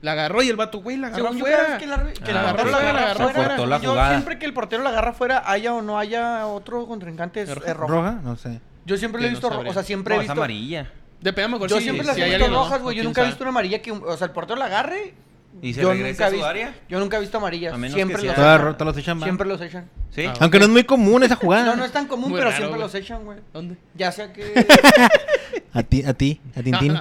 Speaker 2: la agarró y el vato, güey, la agarró
Speaker 3: Según yo, cada vez
Speaker 2: fuera.
Speaker 3: que el arbi- que el
Speaker 5: Ah,
Speaker 3: portero
Speaker 5: ok.
Speaker 3: la agarra
Speaker 5: Agarró
Speaker 3: fuera,
Speaker 5: cortó la
Speaker 3: yo
Speaker 5: jugada.
Speaker 3: siempre que el portero la agarra fuera, haya o no haya otro contrincante es,
Speaker 2: Es roja.
Speaker 3: es rojo.
Speaker 1: roja, no sé.
Speaker 3: Yo siempre lo he
Speaker 2: Yo no
Speaker 3: visto rojo,
Speaker 2: sabría.
Speaker 3: o sea, siempre
Speaker 5: No,
Speaker 3: he
Speaker 5: es
Speaker 3: visto...
Speaker 5: amarilla.
Speaker 2: Depende a lo mejor
Speaker 3: Yo
Speaker 2: si-
Speaker 3: siempre
Speaker 2: si
Speaker 3: las he
Speaker 2: hay
Speaker 3: visto
Speaker 2: alguien o no,
Speaker 3: rojas, güey. Yo
Speaker 2: quién
Speaker 3: nunca he
Speaker 2: sabe.
Speaker 3: visto una amarilla que... un- O sea, el portero la agarre...
Speaker 5: Y se
Speaker 3: yo
Speaker 5: regresa
Speaker 3: nunca
Speaker 5: a
Speaker 3: he
Speaker 5: su
Speaker 3: visto-
Speaker 5: área.
Speaker 3: Yo nunca he visto amarilla.
Speaker 5: A menos que
Speaker 3: Siempre
Speaker 5: sea-
Speaker 3: los
Speaker 5: Todas
Speaker 3: echan.
Speaker 1: rotas los echan, va.
Speaker 3: Siempre los echan.
Speaker 5: Sí.
Speaker 2: Ah,
Speaker 1: Aunque no es muy común esa
Speaker 3: No,
Speaker 1: jugada.
Speaker 3: no es tan común,
Speaker 2: Muy
Speaker 3: pero
Speaker 2: raro,
Speaker 3: siempre
Speaker 2: güey.
Speaker 3: los echan, güey.
Speaker 2: ¿Dónde?
Speaker 3: Ya
Speaker 1: [LAUGHS]
Speaker 3: sea que...
Speaker 1: A ti, a ti, [LAUGHS] a
Speaker 2: [LAUGHS]
Speaker 1: Tintín.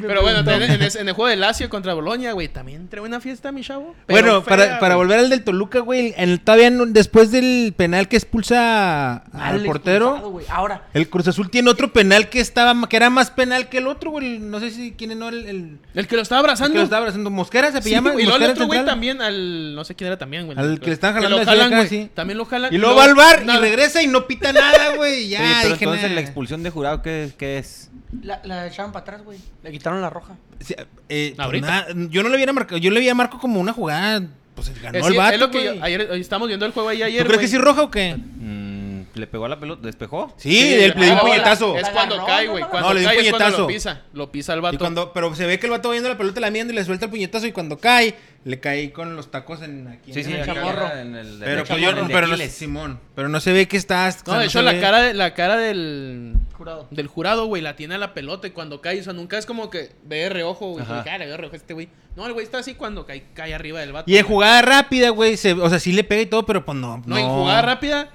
Speaker 2: Pero bueno, también en, ese- en el juego de Lazio contra Boloña, güey, también trae una fiesta, mi chavo. Pero
Speaker 1: bueno,
Speaker 2: fea,
Speaker 1: para, para
Speaker 2: güey.
Speaker 1: volver al del Toluca, güey, en el- todavía no- después del penal que expulsa
Speaker 3: Mal
Speaker 1: al portero,
Speaker 3: expulsado, güey. Ahora,
Speaker 1: el Cruz Azul tiene otro penal que estaba ma- que era más penal que el otro, güey. No sé si quién no el, el
Speaker 2: El que lo estaba
Speaker 1: el
Speaker 2: abrazando.
Speaker 1: que lo estaba haciendo Mosquera se
Speaker 2: Sí,
Speaker 1: pillaba
Speaker 2: güey, y luego el otro güey también al no sé quién era también, güey.
Speaker 1: Al que le están jalando
Speaker 2: lo
Speaker 1: así
Speaker 2: jalan,
Speaker 1: acá,
Speaker 2: güey.
Speaker 1: sí.
Speaker 2: También lo jalan.
Speaker 1: Y luego va al bar y
Speaker 2: nada.
Speaker 1: regresa y no pita nada, güey. [LAUGHS] Ya,
Speaker 5: Oye, pero
Speaker 1: dije,
Speaker 5: entonces
Speaker 1: nah.
Speaker 5: la expulsión de jurado, ¿qué, qué es?
Speaker 3: la, la echaron para atrás, güey. Le quitaron la roja.
Speaker 1: Sí, eh, pues,
Speaker 2: Ahorita.
Speaker 1: nada, yo no le hubiera marcado, yo le había marcado como una jugada, pues ganó
Speaker 2: Es,
Speaker 1: el
Speaker 2: sí,
Speaker 1: vato,
Speaker 2: es lo que yo-
Speaker 1: güey.
Speaker 2: ayer hoy estábamos viendo el juego ahí ayer,
Speaker 1: ¿Tú crees que
Speaker 2: güey.
Speaker 1: sí roja o qué?
Speaker 5: Mm, ¿Le pegó a la pelota? ¿Despejó?
Speaker 1: Sí, él le dio un
Speaker 2: ah, bola.
Speaker 1: puñetazo.
Speaker 2: Es
Speaker 3: La
Speaker 2: cuando
Speaker 3: agarró,
Speaker 2: cae,
Speaker 3: ¿no?
Speaker 2: güey.
Speaker 3: No,
Speaker 2: Cuando
Speaker 1: le dio un
Speaker 2: cae es cuando lo
Speaker 1: puñetazo.
Speaker 2: pisa. Lo pisa el
Speaker 1: Y
Speaker 2: vato.
Speaker 1: cuando, pero se ve que el vato va viendo la pelota, la miende y le suelta el puñetazo y cuando cae, le cae con los tacos en aquí. en
Speaker 5: Sí, sí,
Speaker 1: el-
Speaker 5: aquí
Speaker 3: chamorro.
Speaker 5: era en el-
Speaker 1: Pero,
Speaker 5: el
Speaker 1: pues,
Speaker 5: chamorro,
Speaker 1: yo-
Speaker 5: el de
Speaker 1: pero no,
Speaker 5: Aquiles.
Speaker 1: Simón, pero no se ve que estás.
Speaker 2: No, de hecho, la cara, de- la cara del,
Speaker 3: Jurado.
Speaker 2: del jurado, güey, la tiene a la pelota y cuando cae, o sea, nunca es como que ve de reojo, güey.
Speaker 5: Ajá.
Speaker 2: Cara, veo de reojo este güey. No, el güey está así cuando cae, cae arriba del vato.
Speaker 1: Y en
Speaker 2: güey.
Speaker 1: jugada rápida, güey, se- o sea, sí le pega y todo, pero pues no. No,
Speaker 2: No, en jugada rápida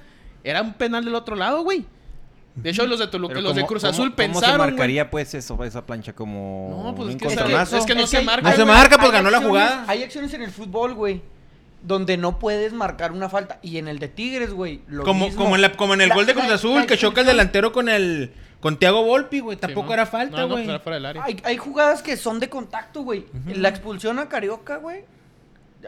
Speaker 2: era un penal del otro lado, güey. De hecho, los de Toluca,
Speaker 5: Pero
Speaker 2: los de
Speaker 5: ¿cómo-
Speaker 2: Cruz
Speaker 5: cómo-
Speaker 2: Azul
Speaker 5: cómo
Speaker 2: pensaron.
Speaker 5: se
Speaker 2: güey.
Speaker 5: marcaría, pues, eso, esa plancha como
Speaker 2: No, pues,
Speaker 5: un
Speaker 2: es que esa-
Speaker 5: encontronazo?
Speaker 2: es que no se
Speaker 3: hay-
Speaker 2: marca,
Speaker 1: No se
Speaker 3: güey,
Speaker 1: marca, pues,
Speaker 3: hay
Speaker 1: ganó la
Speaker 3: acciones-
Speaker 1: jugada.
Speaker 3: Hay acciones en el fútbol, güey. donde no puedes marcar una falta. Y en el de Tigres, güey, lo
Speaker 1: Como,
Speaker 3: mismo.
Speaker 1: como, en la- como en el
Speaker 3: La-
Speaker 1: gol de Cruz
Speaker 3: la-
Speaker 1: Azul,
Speaker 3: la
Speaker 1: que choca el
Speaker 3: expulsión-
Speaker 1: delantero con el. Con Thiago Volpi, güey. Tampoco
Speaker 2: Simón.
Speaker 1: era
Speaker 2: No,
Speaker 1: falta,
Speaker 2: no,
Speaker 1: güey.
Speaker 2: pues era fuera del área.
Speaker 3: Hay, hay jugadas que son de contacto, güey. La expulsión a Carioca, güey.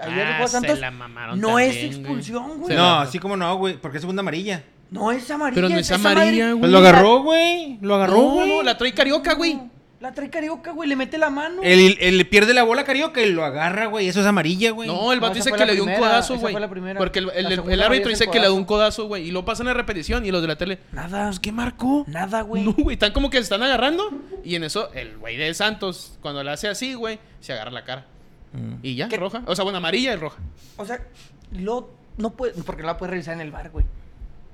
Speaker 3: Ayer
Speaker 2: Ah,
Speaker 3: jugó a
Speaker 2: se
Speaker 3: Santos.
Speaker 2: la mamaron
Speaker 3: no es
Speaker 2: también, güey.
Speaker 3: expulsión, güey.
Speaker 2: Se
Speaker 1: no,
Speaker 2: la-
Speaker 1: así como no, güey. Porque es segunda amarilla.
Speaker 3: No es amarilla.
Speaker 2: Pero no es
Speaker 3: esa madre-
Speaker 2: amarilla, güey.
Speaker 1: Pues lo agarró, güey. Lo agarró,
Speaker 2: No,
Speaker 1: güey.
Speaker 2: no, la trae carioca, güey.
Speaker 3: La trae Carioca, güey. Le mete la mano.
Speaker 1: El, el pierde la bola Carioca y lo agarra, güey. Eso es amarilla, güey.
Speaker 2: No, el
Speaker 3: No,
Speaker 2: vato
Speaker 3: esa
Speaker 2: dice
Speaker 3: fue
Speaker 2: que
Speaker 3: la
Speaker 2: le dio un
Speaker 3: primera,
Speaker 2: codazo,
Speaker 3: esa
Speaker 2: güey.
Speaker 3: fue la primera.
Speaker 2: Porque el, el-
Speaker 3: La
Speaker 2: el- el
Speaker 3: segunda
Speaker 2: árbitro
Speaker 3: amarilla es
Speaker 2: dice
Speaker 3: el
Speaker 2: que le dio
Speaker 3: codazo.
Speaker 2: un codazo, güey. Y lo pasan a repetición y los de la tele.
Speaker 3: Nada.
Speaker 2: Pues, ¿qué marcó?
Speaker 3: Nada, güey.
Speaker 2: No, güey. Están como que se están agarrando. Y en eso, el güey de Santos, cuando le hace así, güey, se agarra la cara.
Speaker 1: Mm.
Speaker 2: Y ya,
Speaker 3: ¿Qué?
Speaker 2: roja. O sea, bueno, amarilla y roja.
Speaker 3: O sea, lo, no puede, porque no la puedes revisar en el bar, güey.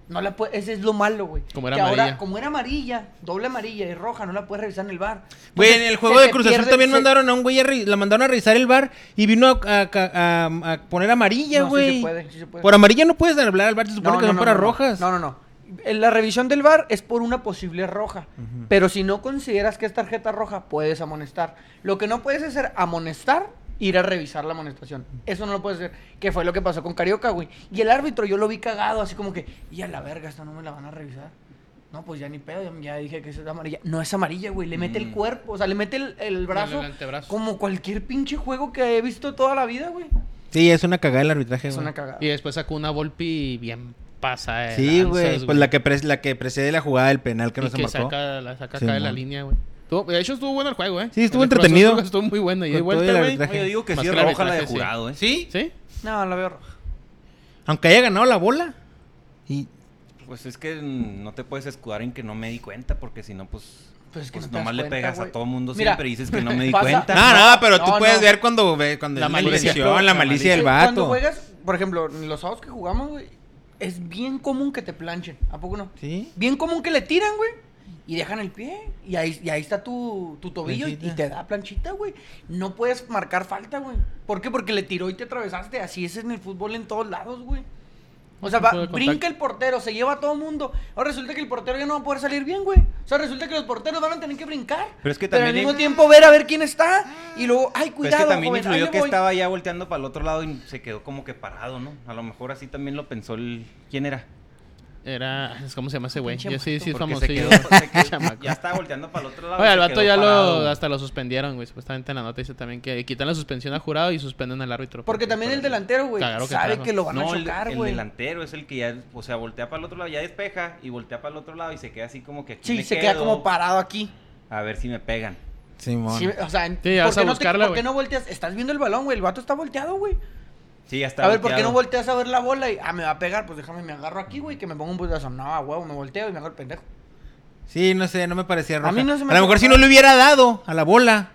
Speaker 3: No la puede, ese es lo malo, güey.
Speaker 2: Como era
Speaker 3: Que
Speaker 2: amarilla.
Speaker 3: Ahora, como era amarilla, doble amarilla y roja, no la puedes revisar en el bar.
Speaker 1: Güey, en el juego de Cruz Azul también mandaron a un güey a re- la mandaron a revisar el bar y vino a, a- a- a poner amarilla,
Speaker 3: No, sí se
Speaker 1: güey.
Speaker 3: puede, sí se puede.
Speaker 1: Por amarilla no puedes hablar al bar, se supone que son para rojas.
Speaker 3: No, no, no. En La revisión del bar es por una posible roja. Pero si no consideras que es tarjeta roja, puedes amonestar. Lo que no puedes hacer, amonestar, ir a revisar la amonestación. Eso no lo puedes hacer. Que fue lo que pasó con Carioca, güey. Y el árbitro yo lo vi cagado, así como que, y a la verga, esta no me la van a revisar. No, pues ya ni pedo, ya, ya dije que esa es amarilla. No es amarilla, güey. Le mete el cuerpo, o sea, le mete el, el brazo.
Speaker 2: el antebrazo.
Speaker 3: Como cualquier pinche juego que he visto toda la vida, güey.
Speaker 1: Sí, es una cagada el arbitraje,
Speaker 3: Es
Speaker 1: güey.
Speaker 3: una cagada.
Speaker 2: Y después sacó una Volpi bien pasa. de
Speaker 1: Sí,
Speaker 2: lanzas,
Speaker 1: güey. Pues la que, pre- la que precede la jugada del penal que
Speaker 2: Y
Speaker 1: no se
Speaker 2: que
Speaker 1: marcó.
Speaker 2: saca, la saca acá de la
Speaker 1: Simón.
Speaker 2: línea, güey. Estuvo- De hecho, estuvo bueno el juego, ¿eh?
Speaker 1: Sí, estuvo
Speaker 2: El Cruz Azul
Speaker 1: entretenido.
Speaker 2: Estuvo muy bueno. Y de
Speaker 1: Con todo el
Speaker 2: vuelta, güey.
Speaker 1: arbitraje.
Speaker 5: Oye, yo digo que
Speaker 2: Más
Speaker 5: sí
Speaker 2: que
Speaker 5: es
Speaker 2: el
Speaker 5: roja la de
Speaker 2: arbitraje, sí.
Speaker 5: jurado, ¿eh?
Speaker 1: Sí,
Speaker 2: ¿Sí?
Speaker 3: No, la veo roja.
Speaker 1: aunque haya ganado la bola. Y
Speaker 5: Pues es que mm, no te puedes escudar en que no me di cuenta, porque si no, pues.
Speaker 3: Pues es que no
Speaker 5: pues
Speaker 3: te
Speaker 5: nomás
Speaker 3: das
Speaker 5: le
Speaker 3: cuenta,
Speaker 5: pegas
Speaker 3: güey.
Speaker 5: a todo mundo
Speaker 3: Mira,
Speaker 5: siempre y dices que no [LAUGHS] me di
Speaker 3: pasa-
Speaker 5: cuenta.
Speaker 1: No, no, pero tú
Speaker 3: No,
Speaker 1: puedes
Speaker 3: no.
Speaker 1: ver cuando, ve- cuando
Speaker 2: La
Speaker 1: es
Speaker 2: malicia.
Speaker 1: intención, la
Speaker 5: La
Speaker 1: malicia del
Speaker 3: que Cuando
Speaker 1: vato.
Speaker 3: juegas, por ejemplo, en los sábados que jugamos, güey, es bien común que te planchen. ¿A poco no?
Speaker 1: Sí.
Speaker 3: Bien común que le tiran, güey. Y dejan el pie. Y ahí, y ahí está tu, tu tobillo y, y
Speaker 1: Planchita.
Speaker 3: te da planchita, güey. No puedes marcar falta, güey. ¿Por qué? Porque le tiró y te atravesaste. Así es en el fútbol en todos lados, güey. O sea,
Speaker 2: Un
Speaker 3: va-
Speaker 2: tipo de contacto.
Speaker 3: brinca el portero, se lleva a todo mundo. Ahora resulta que el portero ya no va a poder salir bien, güey. O sea, resulta que los porteros van a tener que brincar.
Speaker 5: Pero es que
Speaker 3: al
Speaker 5: también-
Speaker 3: mismo tiempo ver a ver quién está. Y luego, ay, cuidado,
Speaker 5: Pero Pues es que también
Speaker 3: joven, ahí
Speaker 5: influyó
Speaker 3: le
Speaker 5: que
Speaker 3: voy.
Speaker 5: estaba ya volteando para el otro lado y se quedó como que parado, ¿no? A lo mejor así también lo pensó el. ¿Quién era?
Speaker 2: Era. ¿Cómo se llama ese güey?
Speaker 3: Pinche
Speaker 2: Ya sí, sí, es
Speaker 5: Porque
Speaker 2: famoso.
Speaker 5: se
Speaker 2: sí,
Speaker 5: quedó-
Speaker 2: güey.
Speaker 5: se [LAUGHS] quedó-
Speaker 2: Chamaco.
Speaker 5: ya estaba volteando para el otro
Speaker 2: [LAUGHS]
Speaker 5: lado.
Speaker 2: Oye,
Speaker 5: y
Speaker 2: al
Speaker 5: se
Speaker 2: vato
Speaker 5: quedó
Speaker 2: ya
Speaker 5: parado,
Speaker 2: lo,
Speaker 5: güey.
Speaker 2: hasta lo suspendieron, güey. Supuestamente en la nota dice también que quitan la suspensión a jurado y suspenden al árbitro.
Speaker 3: Porque también el delantero, güey,
Speaker 2: Claro que
Speaker 3: sabe
Speaker 2: trajo.
Speaker 3: que lo van
Speaker 5: No,
Speaker 3: a
Speaker 5: el-
Speaker 3: chocar,
Speaker 5: el,
Speaker 3: güey.
Speaker 5: delantero es el que ya, o sea, voltea para el otro lado, ya despeja y voltea para el otro lado y se queda así como que aquí
Speaker 3: Sí,
Speaker 5: me
Speaker 3: se queda
Speaker 5: quedo,
Speaker 3: como parado aquí.
Speaker 5: A ver si me pegan.
Speaker 1: Simón.
Speaker 3: Sí, o sea,
Speaker 2: Sí, vas a
Speaker 3: ¿por, qué no te-
Speaker 2: buscarla,
Speaker 3: por qué
Speaker 2: güey.
Speaker 3: no volteas? Estás viendo el balón, güey. El vato está volteado, güey.
Speaker 5: Sí, ya está.
Speaker 3: A ver, ¿por qué
Speaker 5: volteado.
Speaker 3: no volteas a ver la bola? Y, ah, me va a pegar. Pues déjame, me agarro aquí, güey, que me pongo un putazo. No, a huevo, me volteo y me hago el pendejo.
Speaker 1: Sí, no sé, no me parecía roja. A,
Speaker 3: mí no se me
Speaker 1: lo
Speaker 3: hace
Speaker 1: mejor si
Speaker 3: roja.
Speaker 1: no le hubiera dado a la bola.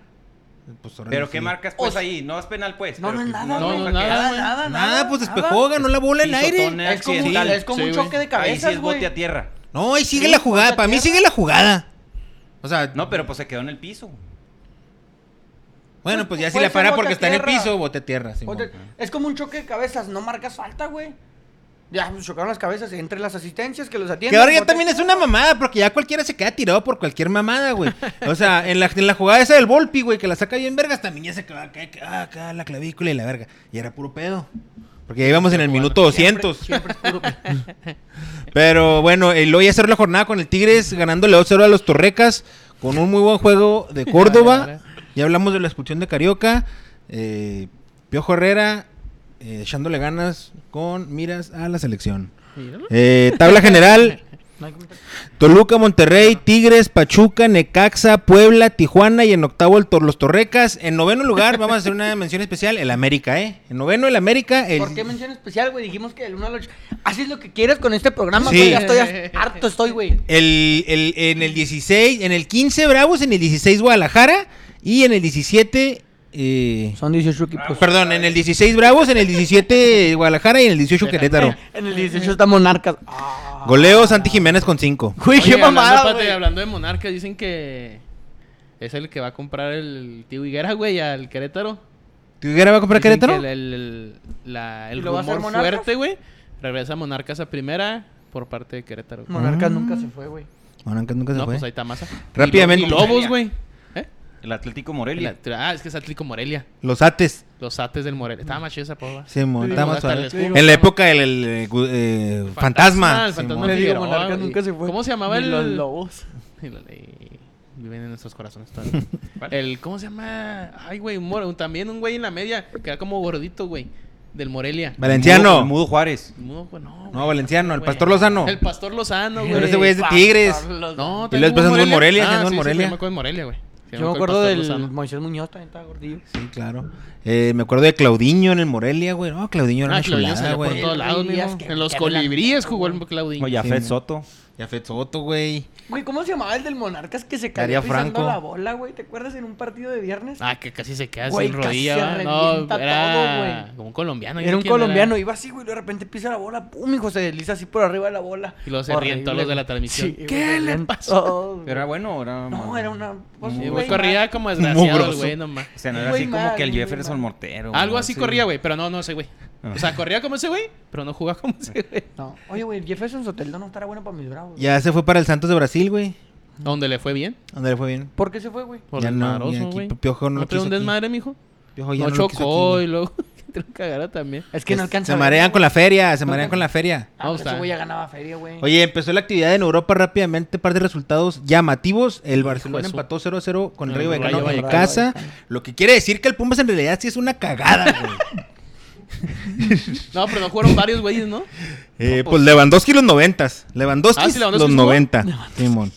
Speaker 1: Pues, órale,
Speaker 5: Pero qué
Speaker 1: sí.
Speaker 5: marcas
Speaker 3: O
Speaker 5: pues
Speaker 3: sea-
Speaker 5: ahí, no es penal pues.
Speaker 3: No,
Speaker 5: pero
Speaker 3: no es
Speaker 5: que-
Speaker 3: nada,
Speaker 2: no,
Speaker 3: güey.
Speaker 2: no,
Speaker 5: para
Speaker 2: nada,
Speaker 5: que-
Speaker 2: güey.
Speaker 3: Ah, nada,
Speaker 1: Nada, pues
Speaker 3: nada.
Speaker 1: despejó, ganó la bola en el aire.
Speaker 5: Pisotón,
Speaker 3: Es como, un,
Speaker 5: accidental.
Speaker 3: es como
Speaker 2: Sí,
Speaker 3: un
Speaker 2: güey.
Speaker 3: choque de
Speaker 5: Ahí sí
Speaker 3: cabezas,
Speaker 5: es
Speaker 3: güey.
Speaker 5: bote a tierra.
Speaker 1: No, y sigue
Speaker 3: Sí,
Speaker 1: la jugada.
Speaker 3: contra
Speaker 1: Para mí
Speaker 3: tierra.
Speaker 1: sigue la jugada. O sea,
Speaker 5: No, pero pues se quedó en el piso.
Speaker 1: bueno, pues ya si
Speaker 3: puede
Speaker 1: la
Speaker 3: ser
Speaker 1: para
Speaker 3: bote
Speaker 1: porque
Speaker 3: a
Speaker 1: está en el
Speaker 3: tierra.
Speaker 1: piso, bote a tierra. Simón.
Speaker 3: Bote- es como un choque de cabezas. No marcas falta, güey. Ya, pues, chocaron las cabezas entre las asistencias que los atienden.
Speaker 1: Que ahora ya
Speaker 3: bote-
Speaker 1: también es una mamada, porque ya cualquiera se queda tirado por cualquier mamada, güey. O sea, en la, en la jugada esa del Volpi, güey, que la saca bien vergas, también ya se queda acá, acá, acá, la clavícula y la verga. Y era puro pedo. Porque ya íbamos en el minuto 200.
Speaker 3: Siempre es puro-
Speaker 1: [LAUGHS] Pero bueno, el hoy cerró la jornada con el Tigres ganándole 2-0 a los Torrecas con un muy buen juego
Speaker 3: [LAUGHS]
Speaker 1: de
Speaker 2: Vale,
Speaker 1: Córdoba.
Speaker 2: vale.
Speaker 1: ya hablamos de la expulsión de Carioca. Eh, Piojo Herrera eh, echándole ganas con miras a la selección.
Speaker 2: Míralo.
Speaker 1: Eh, tabla general.
Speaker 3: No hay comentario.
Speaker 1: Toluca, Monterrey, Tigres, Pachuca, Necaxa, Puebla, Tijuana y en octavo el Tor- los Torrecas. En noveno lugar, vamos a hacer una mención especial, el América, ¿eh? En noveno el América. El...
Speaker 3: ¿Por qué mención especial, güey? Dijimos que el 1 al 8. Haces lo que quieras con este programa,
Speaker 1: Sí.
Speaker 3: güey. Ya estoy hasta- harto, estoy, güey.
Speaker 1: El, el- en el 16, en el 15 Bravos, en el 16 Guadalajara y en el 17... eh,
Speaker 3: Son 18 equipos.
Speaker 1: perdón, en el 16 Bravos, en el 17 Guadalajara y en el 18 Querétaro.
Speaker 3: En el 18 está Monarcas.
Speaker 1: Goleo Santi Jiménez con 5. [LAUGHS]
Speaker 3: Güey,
Speaker 2: Oye,
Speaker 3: qué
Speaker 2: hablando,
Speaker 3: mamada,
Speaker 2: espérate,
Speaker 3: güey.
Speaker 2: hablando de Monarca, dicen que es el que va a comprar el tío Higuera, güey, al Querétaro.
Speaker 1: ¿Tú Higuera va a comprar
Speaker 2: Dicen
Speaker 1: Querétaro?
Speaker 2: que El, el- el- la- el
Speaker 3: ¿Y lo va a hacer
Speaker 2: rumor
Speaker 3: Monarcas?
Speaker 2: fuerte, güey. Regresa Monarcas a primera por parte de Querétaro. güey.
Speaker 3: Monarcas
Speaker 1: Mm.
Speaker 3: nunca se fue, güey.
Speaker 1: Bueno, nunca se
Speaker 2: No,
Speaker 1: fue.
Speaker 2: pues ahí está Maza.
Speaker 1: Rápidamente.
Speaker 2: Y, lo- y Lobos, güey. ¿Eh?
Speaker 5: El Atlético Morelia.
Speaker 2: El Atl- ah, es que es Atlético Morelia.
Speaker 1: Los ates.
Speaker 2: Los ates del Morelia. Estaba más chido esa poba.
Speaker 1: Simón,
Speaker 2: Sí,
Speaker 1: está más
Speaker 2: hasta
Speaker 1: suave.
Speaker 2: les
Speaker 1: En la época del el, eh, gu- eh, fantasma.
Speaker 2: el fantasma
Speaker 1: Simón.
Speaker 2: de
Speaker 3: Le digo,
Speaker 2: Figueroa,
Speaker 3: Monarca
Speaker 2: güey.
Speaker 3: nunca se fue.
Speaker 2: ¿Cómo se llamaba
Speaker 3: Ni
Speaker 2: el-
Speaker 3: Los lobos.
Speaker 2: Y lo leí. Viven en nuestros corazones
Speaker 1: [LAUGHS]
Speaker 2: todavía. El, ¿cómo se llama? Ay, güey, un moro- también un güey en la media que era como gordito, güey, del Morelia.
Speaker 1: Valenciano.
Speaker 5: El Mudo, el Mudo Juárez.
Speaker 2: No, güey, pues, no, güey.
Speaker 1: No, Valenciano, el
Speaker 2: Güey.
Speaker 1: Pastor Lozano.
Speaker 2: El Pastor Lozano, güey.
Speaker 1: Pero ese güey es de Tigres.
Speaker 2: No,
Speaker 1: Y luego después anduvo en Morelia,
Speaker 2: Ah,
Speaker 1: anduvo en
Speaker 2: sí, sí,
Speaker 1: Morelia.
Speaker 2: yo me acuerdo en Morelia, güey. Sí,
Speaker 3: Yo me
Speaker 2: el
Speaker 3: acuerdo
Speaker 2: Pastor
Speaker 3: del
Speaker 2: Lozano.
Speaker 3: Moisés Muñoz, también estaba gordillo.
Speaker 1: Sí, claro. Eh, me acuerdo de Claudiño en el Morelia, güey. No, Claudiño era
Speaker 2: Ah,
Speaker 1: una
Speaker 2: Claudio
Speaker 1: chulada,
Speaker 2: salió por
Speaker 1: güey.
Speaker 2: todos lados,
Speaker 3: Díaz,
Speaker 2: mijo.
Speaker 3: que-
Speaker 2: En los
Speaker 3: que
Speaker 2: colibríes
Speaker 3: blanco,
Speaker 2: jugó el
Speaker 3: güey.
Speaker 2: Claudinho.
Speaker 5: Oye, a Fed
Speaker 1: Sí.
Speaker 5: Soto.
Speaker 1: Y a Fed Soto, güey.
Speaker 3: Güey, ¿cómo se llamaba el del Monarcas que se
Speaker 1: Daría
Speaker 3: cayó pisando
Speaker 1: Franco.
Speaker 3: la bola, güey? ¿Te acuerdas en un partido de viernes?
Speaker 2: Ah, que casi se queda
Speaker 3: Güey,
Speaker 2: sin
Speaker 3: casi
Speaker 2: rodilla.
Speaker 3: se
Speaker 2: ¿verdad? no,
Speaker 3: revienta
Speaker 2: era
Speaker 3: todo, güey.
Speaker 2: como un colombiano. yo
Speaker 3: Era
Speaker 2: no
Speaker 3: un
Speaker 2: sé quién
Speaker 3: colombiano, iba así, güey, de repente pisa la bola, pum, hijo, se desliza así por arriba de la bola.
Speaker 2: Y luego se ríen todos los de la transmisión. ¿Qué le pasó?
Speaker 3: pasó?
Speaker 5: Pero era bueno, era.
Speaker 3: No, era una... pues,
Speaker 2: Sí,
Speaker 3: un
Speaker 2: güey,
Speaker 3: güey
Speaker 2: corría
Speaker 3: mal.
Speaker 2: como desgraciado el
Speaker 1: mugroso.
Speaker 2: güey nomás.
Speaker 5: O sea, no
Speaker 3: Un
Speaker 5: era
Speaker 3: güey
Speaker 5: así como
Speaker 3: mal,
Speaker 5: que el
Speaker 3: un güey
Speaker 5: Jefferson
Speaker 3: mal.
Speaker 5: Montero.
Speaker 2: Algo así corría,
Speaker 5: güey.
Speaker 2: güey, pero no, no ese güey.
Speaker 1: Ah.
Speaker 2: O sea, corría como ese güey, pero no jugaba como ese güey.
Speaker 3: No. Oye, güey, Jefferson Soteldo no estará bueno para mis bravos.
Speaker 1: Ya se fue para el Santos de Brasil, güey.
Speaker 2: Donde le fue bien.
Speaker 1: Donde le fue bien.
Speaker 3: ¿Por qué se fue, güey?
Speaker 2: Por
Speaker 1: Ya no,
Speaker 2: desmadroso,
Speaker 1: ya aquí
Speaker 2: güey.
Speaker 1: Piojo no lo
Speaker 2: trae un
Speaker 1: quiso aquí.
Speaker 2: desmadre, mijo.
Speaker 1: Piojo ya
Speaker 2: no,
Speaker 1: no lo quiso
Speaker 2: chocó
Speaker 1: aquí.
Speaker 2: y luego [LAUGHS] que te lo cagara también.
Speaker 3: Es que no
Speaker 1: Pues,
Speaker 3: alcanza.
Speaker 1: Se
Speaker 3: a ver,
Speaker 1: marean
Speaker 3: güey.
Speaker 1: con la feria, se
Speaker 3: No
Speaker 1: marean con la feria.
Speaker 3: Ah,
Speaker 2: No,
Speaker 3: pero
Speaker 2: está.
Speaker 3: ese güey ya ganaba feria, güey.
Speaker 1: Oye, empezó la actividad en Europa rápidamente, par de resultados llamativos. El Barcelona
Speaker 2: de su-
Speaker 1: empató 0-0 con el
Speaker 2: El
Speaker 1: Rayo
Speaker 2: Rayo
Speaker 1: Vallecano en
Speaker 2: Vallecano.
Speaker 1: casa, lo que quiere decir que el Pumas en realidad sí es una cagada, güey.
Speaker 2: No, pero no jugaron varios güeyes, ¿no?
Speaker 1: Eh, pues Lewandowski los noventas. Lewandowski,
Speaker 2: Ah, sí, [LAUGHS] Lewandowski
Speaker 1: los
Speaker 2: jugó.
Speaker 1: 90. Simón.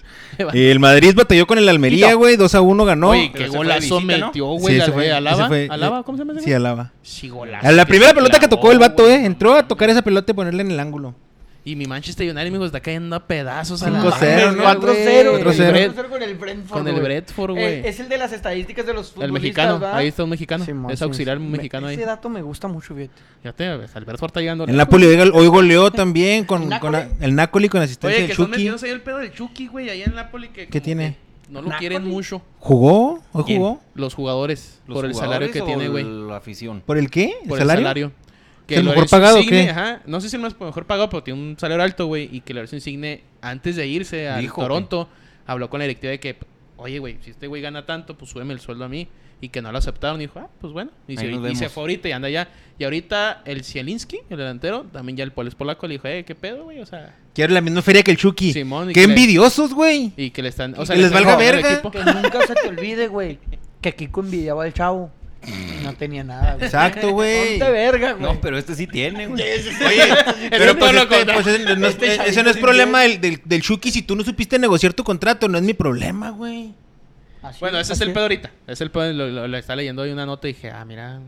Speaker 1: Y el Madrid batalló con el Almería,
Speaker 2: Quito.
Speaker 1: güey. 2 a 1 ganó.
Speaker 2: Oye,
Speaker 5: pero
Speaker 2: qué
Speaker 5: se fue de
Speaker 2: golazo
Speaker 5: visita, ¿no?
Speaker 2: metió, güey. la
Speaker 1: ese
Speaker 2: de
Speaker 1: ese
Speaker 2: Alaba.
Speaker 1: fue- eh,
Speaker 2: ¿Alaba? ¿Cómo se llama ese
Speaker 1: Sí,
Speaker 2: güey? Ah,
Speaker 1: Alaba.
Speaker 2: Sí, golazo.
Speaker 1: A la
Speaker 2: que
Speaker 1: primera
Speaker 2: se
Speaker 1: pelota que
Speaker 2: clavó,
Speaker 1: tocó el vato,
Speaker 2: güey.
Speaker 1: eh. Entró a tocar esa pelota y ponerla en el ángulo.
Speaker 2: Y mi Manchester United, mijo, está cayendo a pedazos a la
Speaker 3: Ah,
Speaker 1: 5-0,
Speaker 2: madre,
Speaker 1: ¿no?
Speaker 2: güey.
Speaker 3: 4-0. güey.
Speaker 1: 4-0.
Speaker 3: 4-0 con el Brentford.
Speaker 2: Con el
Speaker 3: güey.
Speaker 2: Brentford, güey.
Speaker 3: Eh, Es el de las estadísticas de los futbolistas.
Speaker 2: El mexicano,
Speaker 3: ¿verdad?
Speaker 2: ahí está un mexicano.
Speaker 3: Simón,
Speaker 2: es
Speaker 3: sí,
Speaker 2: auxiliar
Speaker 3: sí.
Speaker 2: mexicano ahí.
Speaker 3: Ese dato me gusta mucho, fíjate.
Speaker 2: Fíjate, Alberto Ford está llegando.
Speaker 1: El Napoli hoy, hoy
Speaker 2: [LAUGHS]
Speaker 1: goleó también con,
Speaker 3: ¿El
Speaker 1: con
Speaker 3: Napoli?
Speaker 1: la- el Napoli con asistencia
Speaker 2: Oye, que
Speaker 1: del
Speaker 2: están
Speaker 1: Chucky.
Speaker 2: metiéndose ahí el pedo del Chucky, güey, allá en Napoli. Que
Speaker 1: ¿Qué
Speaker 2: como
Speaker 1: tiene?
Speaker 2: que No lo quieren mucho
Speaker 1: ¿Jugó? ¿Hoy
Speaker 5: ¿Quién?
Speaker 1: jugó?
Speaker 2: los jugadores
Speaker 5: ¿Los
Speaker 2: por el salario
Speaker 5: jugadores
Speaker 2: que
Speaker 5: o
Speaker 2: tiene, güey.
Speaker 5: La afición.
Speaker 3: Pues,
Speaker 1: ¿Por el qué?
Speaker 2: Por el salario.
Speaker 1: ¿Es el
Speaker 2: lo
Speaker 1: mejor pagado o qué?
Speaker 2: Ajá, no sé si el más mejor pagado, pero tiene un salario alto, güey. Y que Lorenzo Insigne, antes de irse a
Speaker 5: Dijo,
Speaker 2: Toronto, habló con la directiva de que, oye, güey, si este güey gana tanto, pues súbeme el sueldo a mí. Y que no lo aceptaron. Y dijo, ah, pues bueno. Y, se,
Speaker 5: Ahí nos
Speaker 2: y se
Speaker 5: vemos.
Speaker 2: fue ahorita y anda ya. Y ahorita el Zielinski, el delantero, también ya el pol- es polaco, le dijo, eh, qué pedo, güey. O sea,
Speaker 1: Quiero la misma feria que el Chucky.
Speaker 2: Simón, y
Speaker 1: ¡Qué
Speaker 2: que le-
Speaker 1: envidiosos, güey!
Speaker 2: [LAUGHS] y que le están.
Speaker 1: Y
Speaker 2: O sea,
Speaker 1: que les
Speaker 2: están
Speaker 1: valga
Speaker 2: robando el
Speaker 1: verga.
Speaker 2: equipo.
Speaker 3: Que nunca se te olvide, güey, que Kiko envidiaba al chavo. No tenía nada, güey.
Speaker 1: Exacto, güey.
Speaker 3: Ponte verga, güey.
Speaker 5: No, pero este sí
Speaker 3: [LAUGHS]
Speaker 5: tiene, güey.
Speaker 1: Pero pues,
Speaker 2: todo lo
Speaker 1: este,
Speaker 2: contrario.
Speaker 1: pues, ese no es,
Speaker 3: Este
Speaker 1: ese
Speaker 3: chavito
Speaker 1: no es
Speaker 3: sí
Speaker 1: problema del, del, del Chucky. Si tú no supiste negociar tu contrato, no es mi problema, güey.
Speaker 3: Así
Speaker 2: Bueno, ese es el
Speaker 3: así
Speaker 2: pedo ahorita. Es el pedo, lo, lo- lo está leyendo hoy una nota y dije, ah, mira,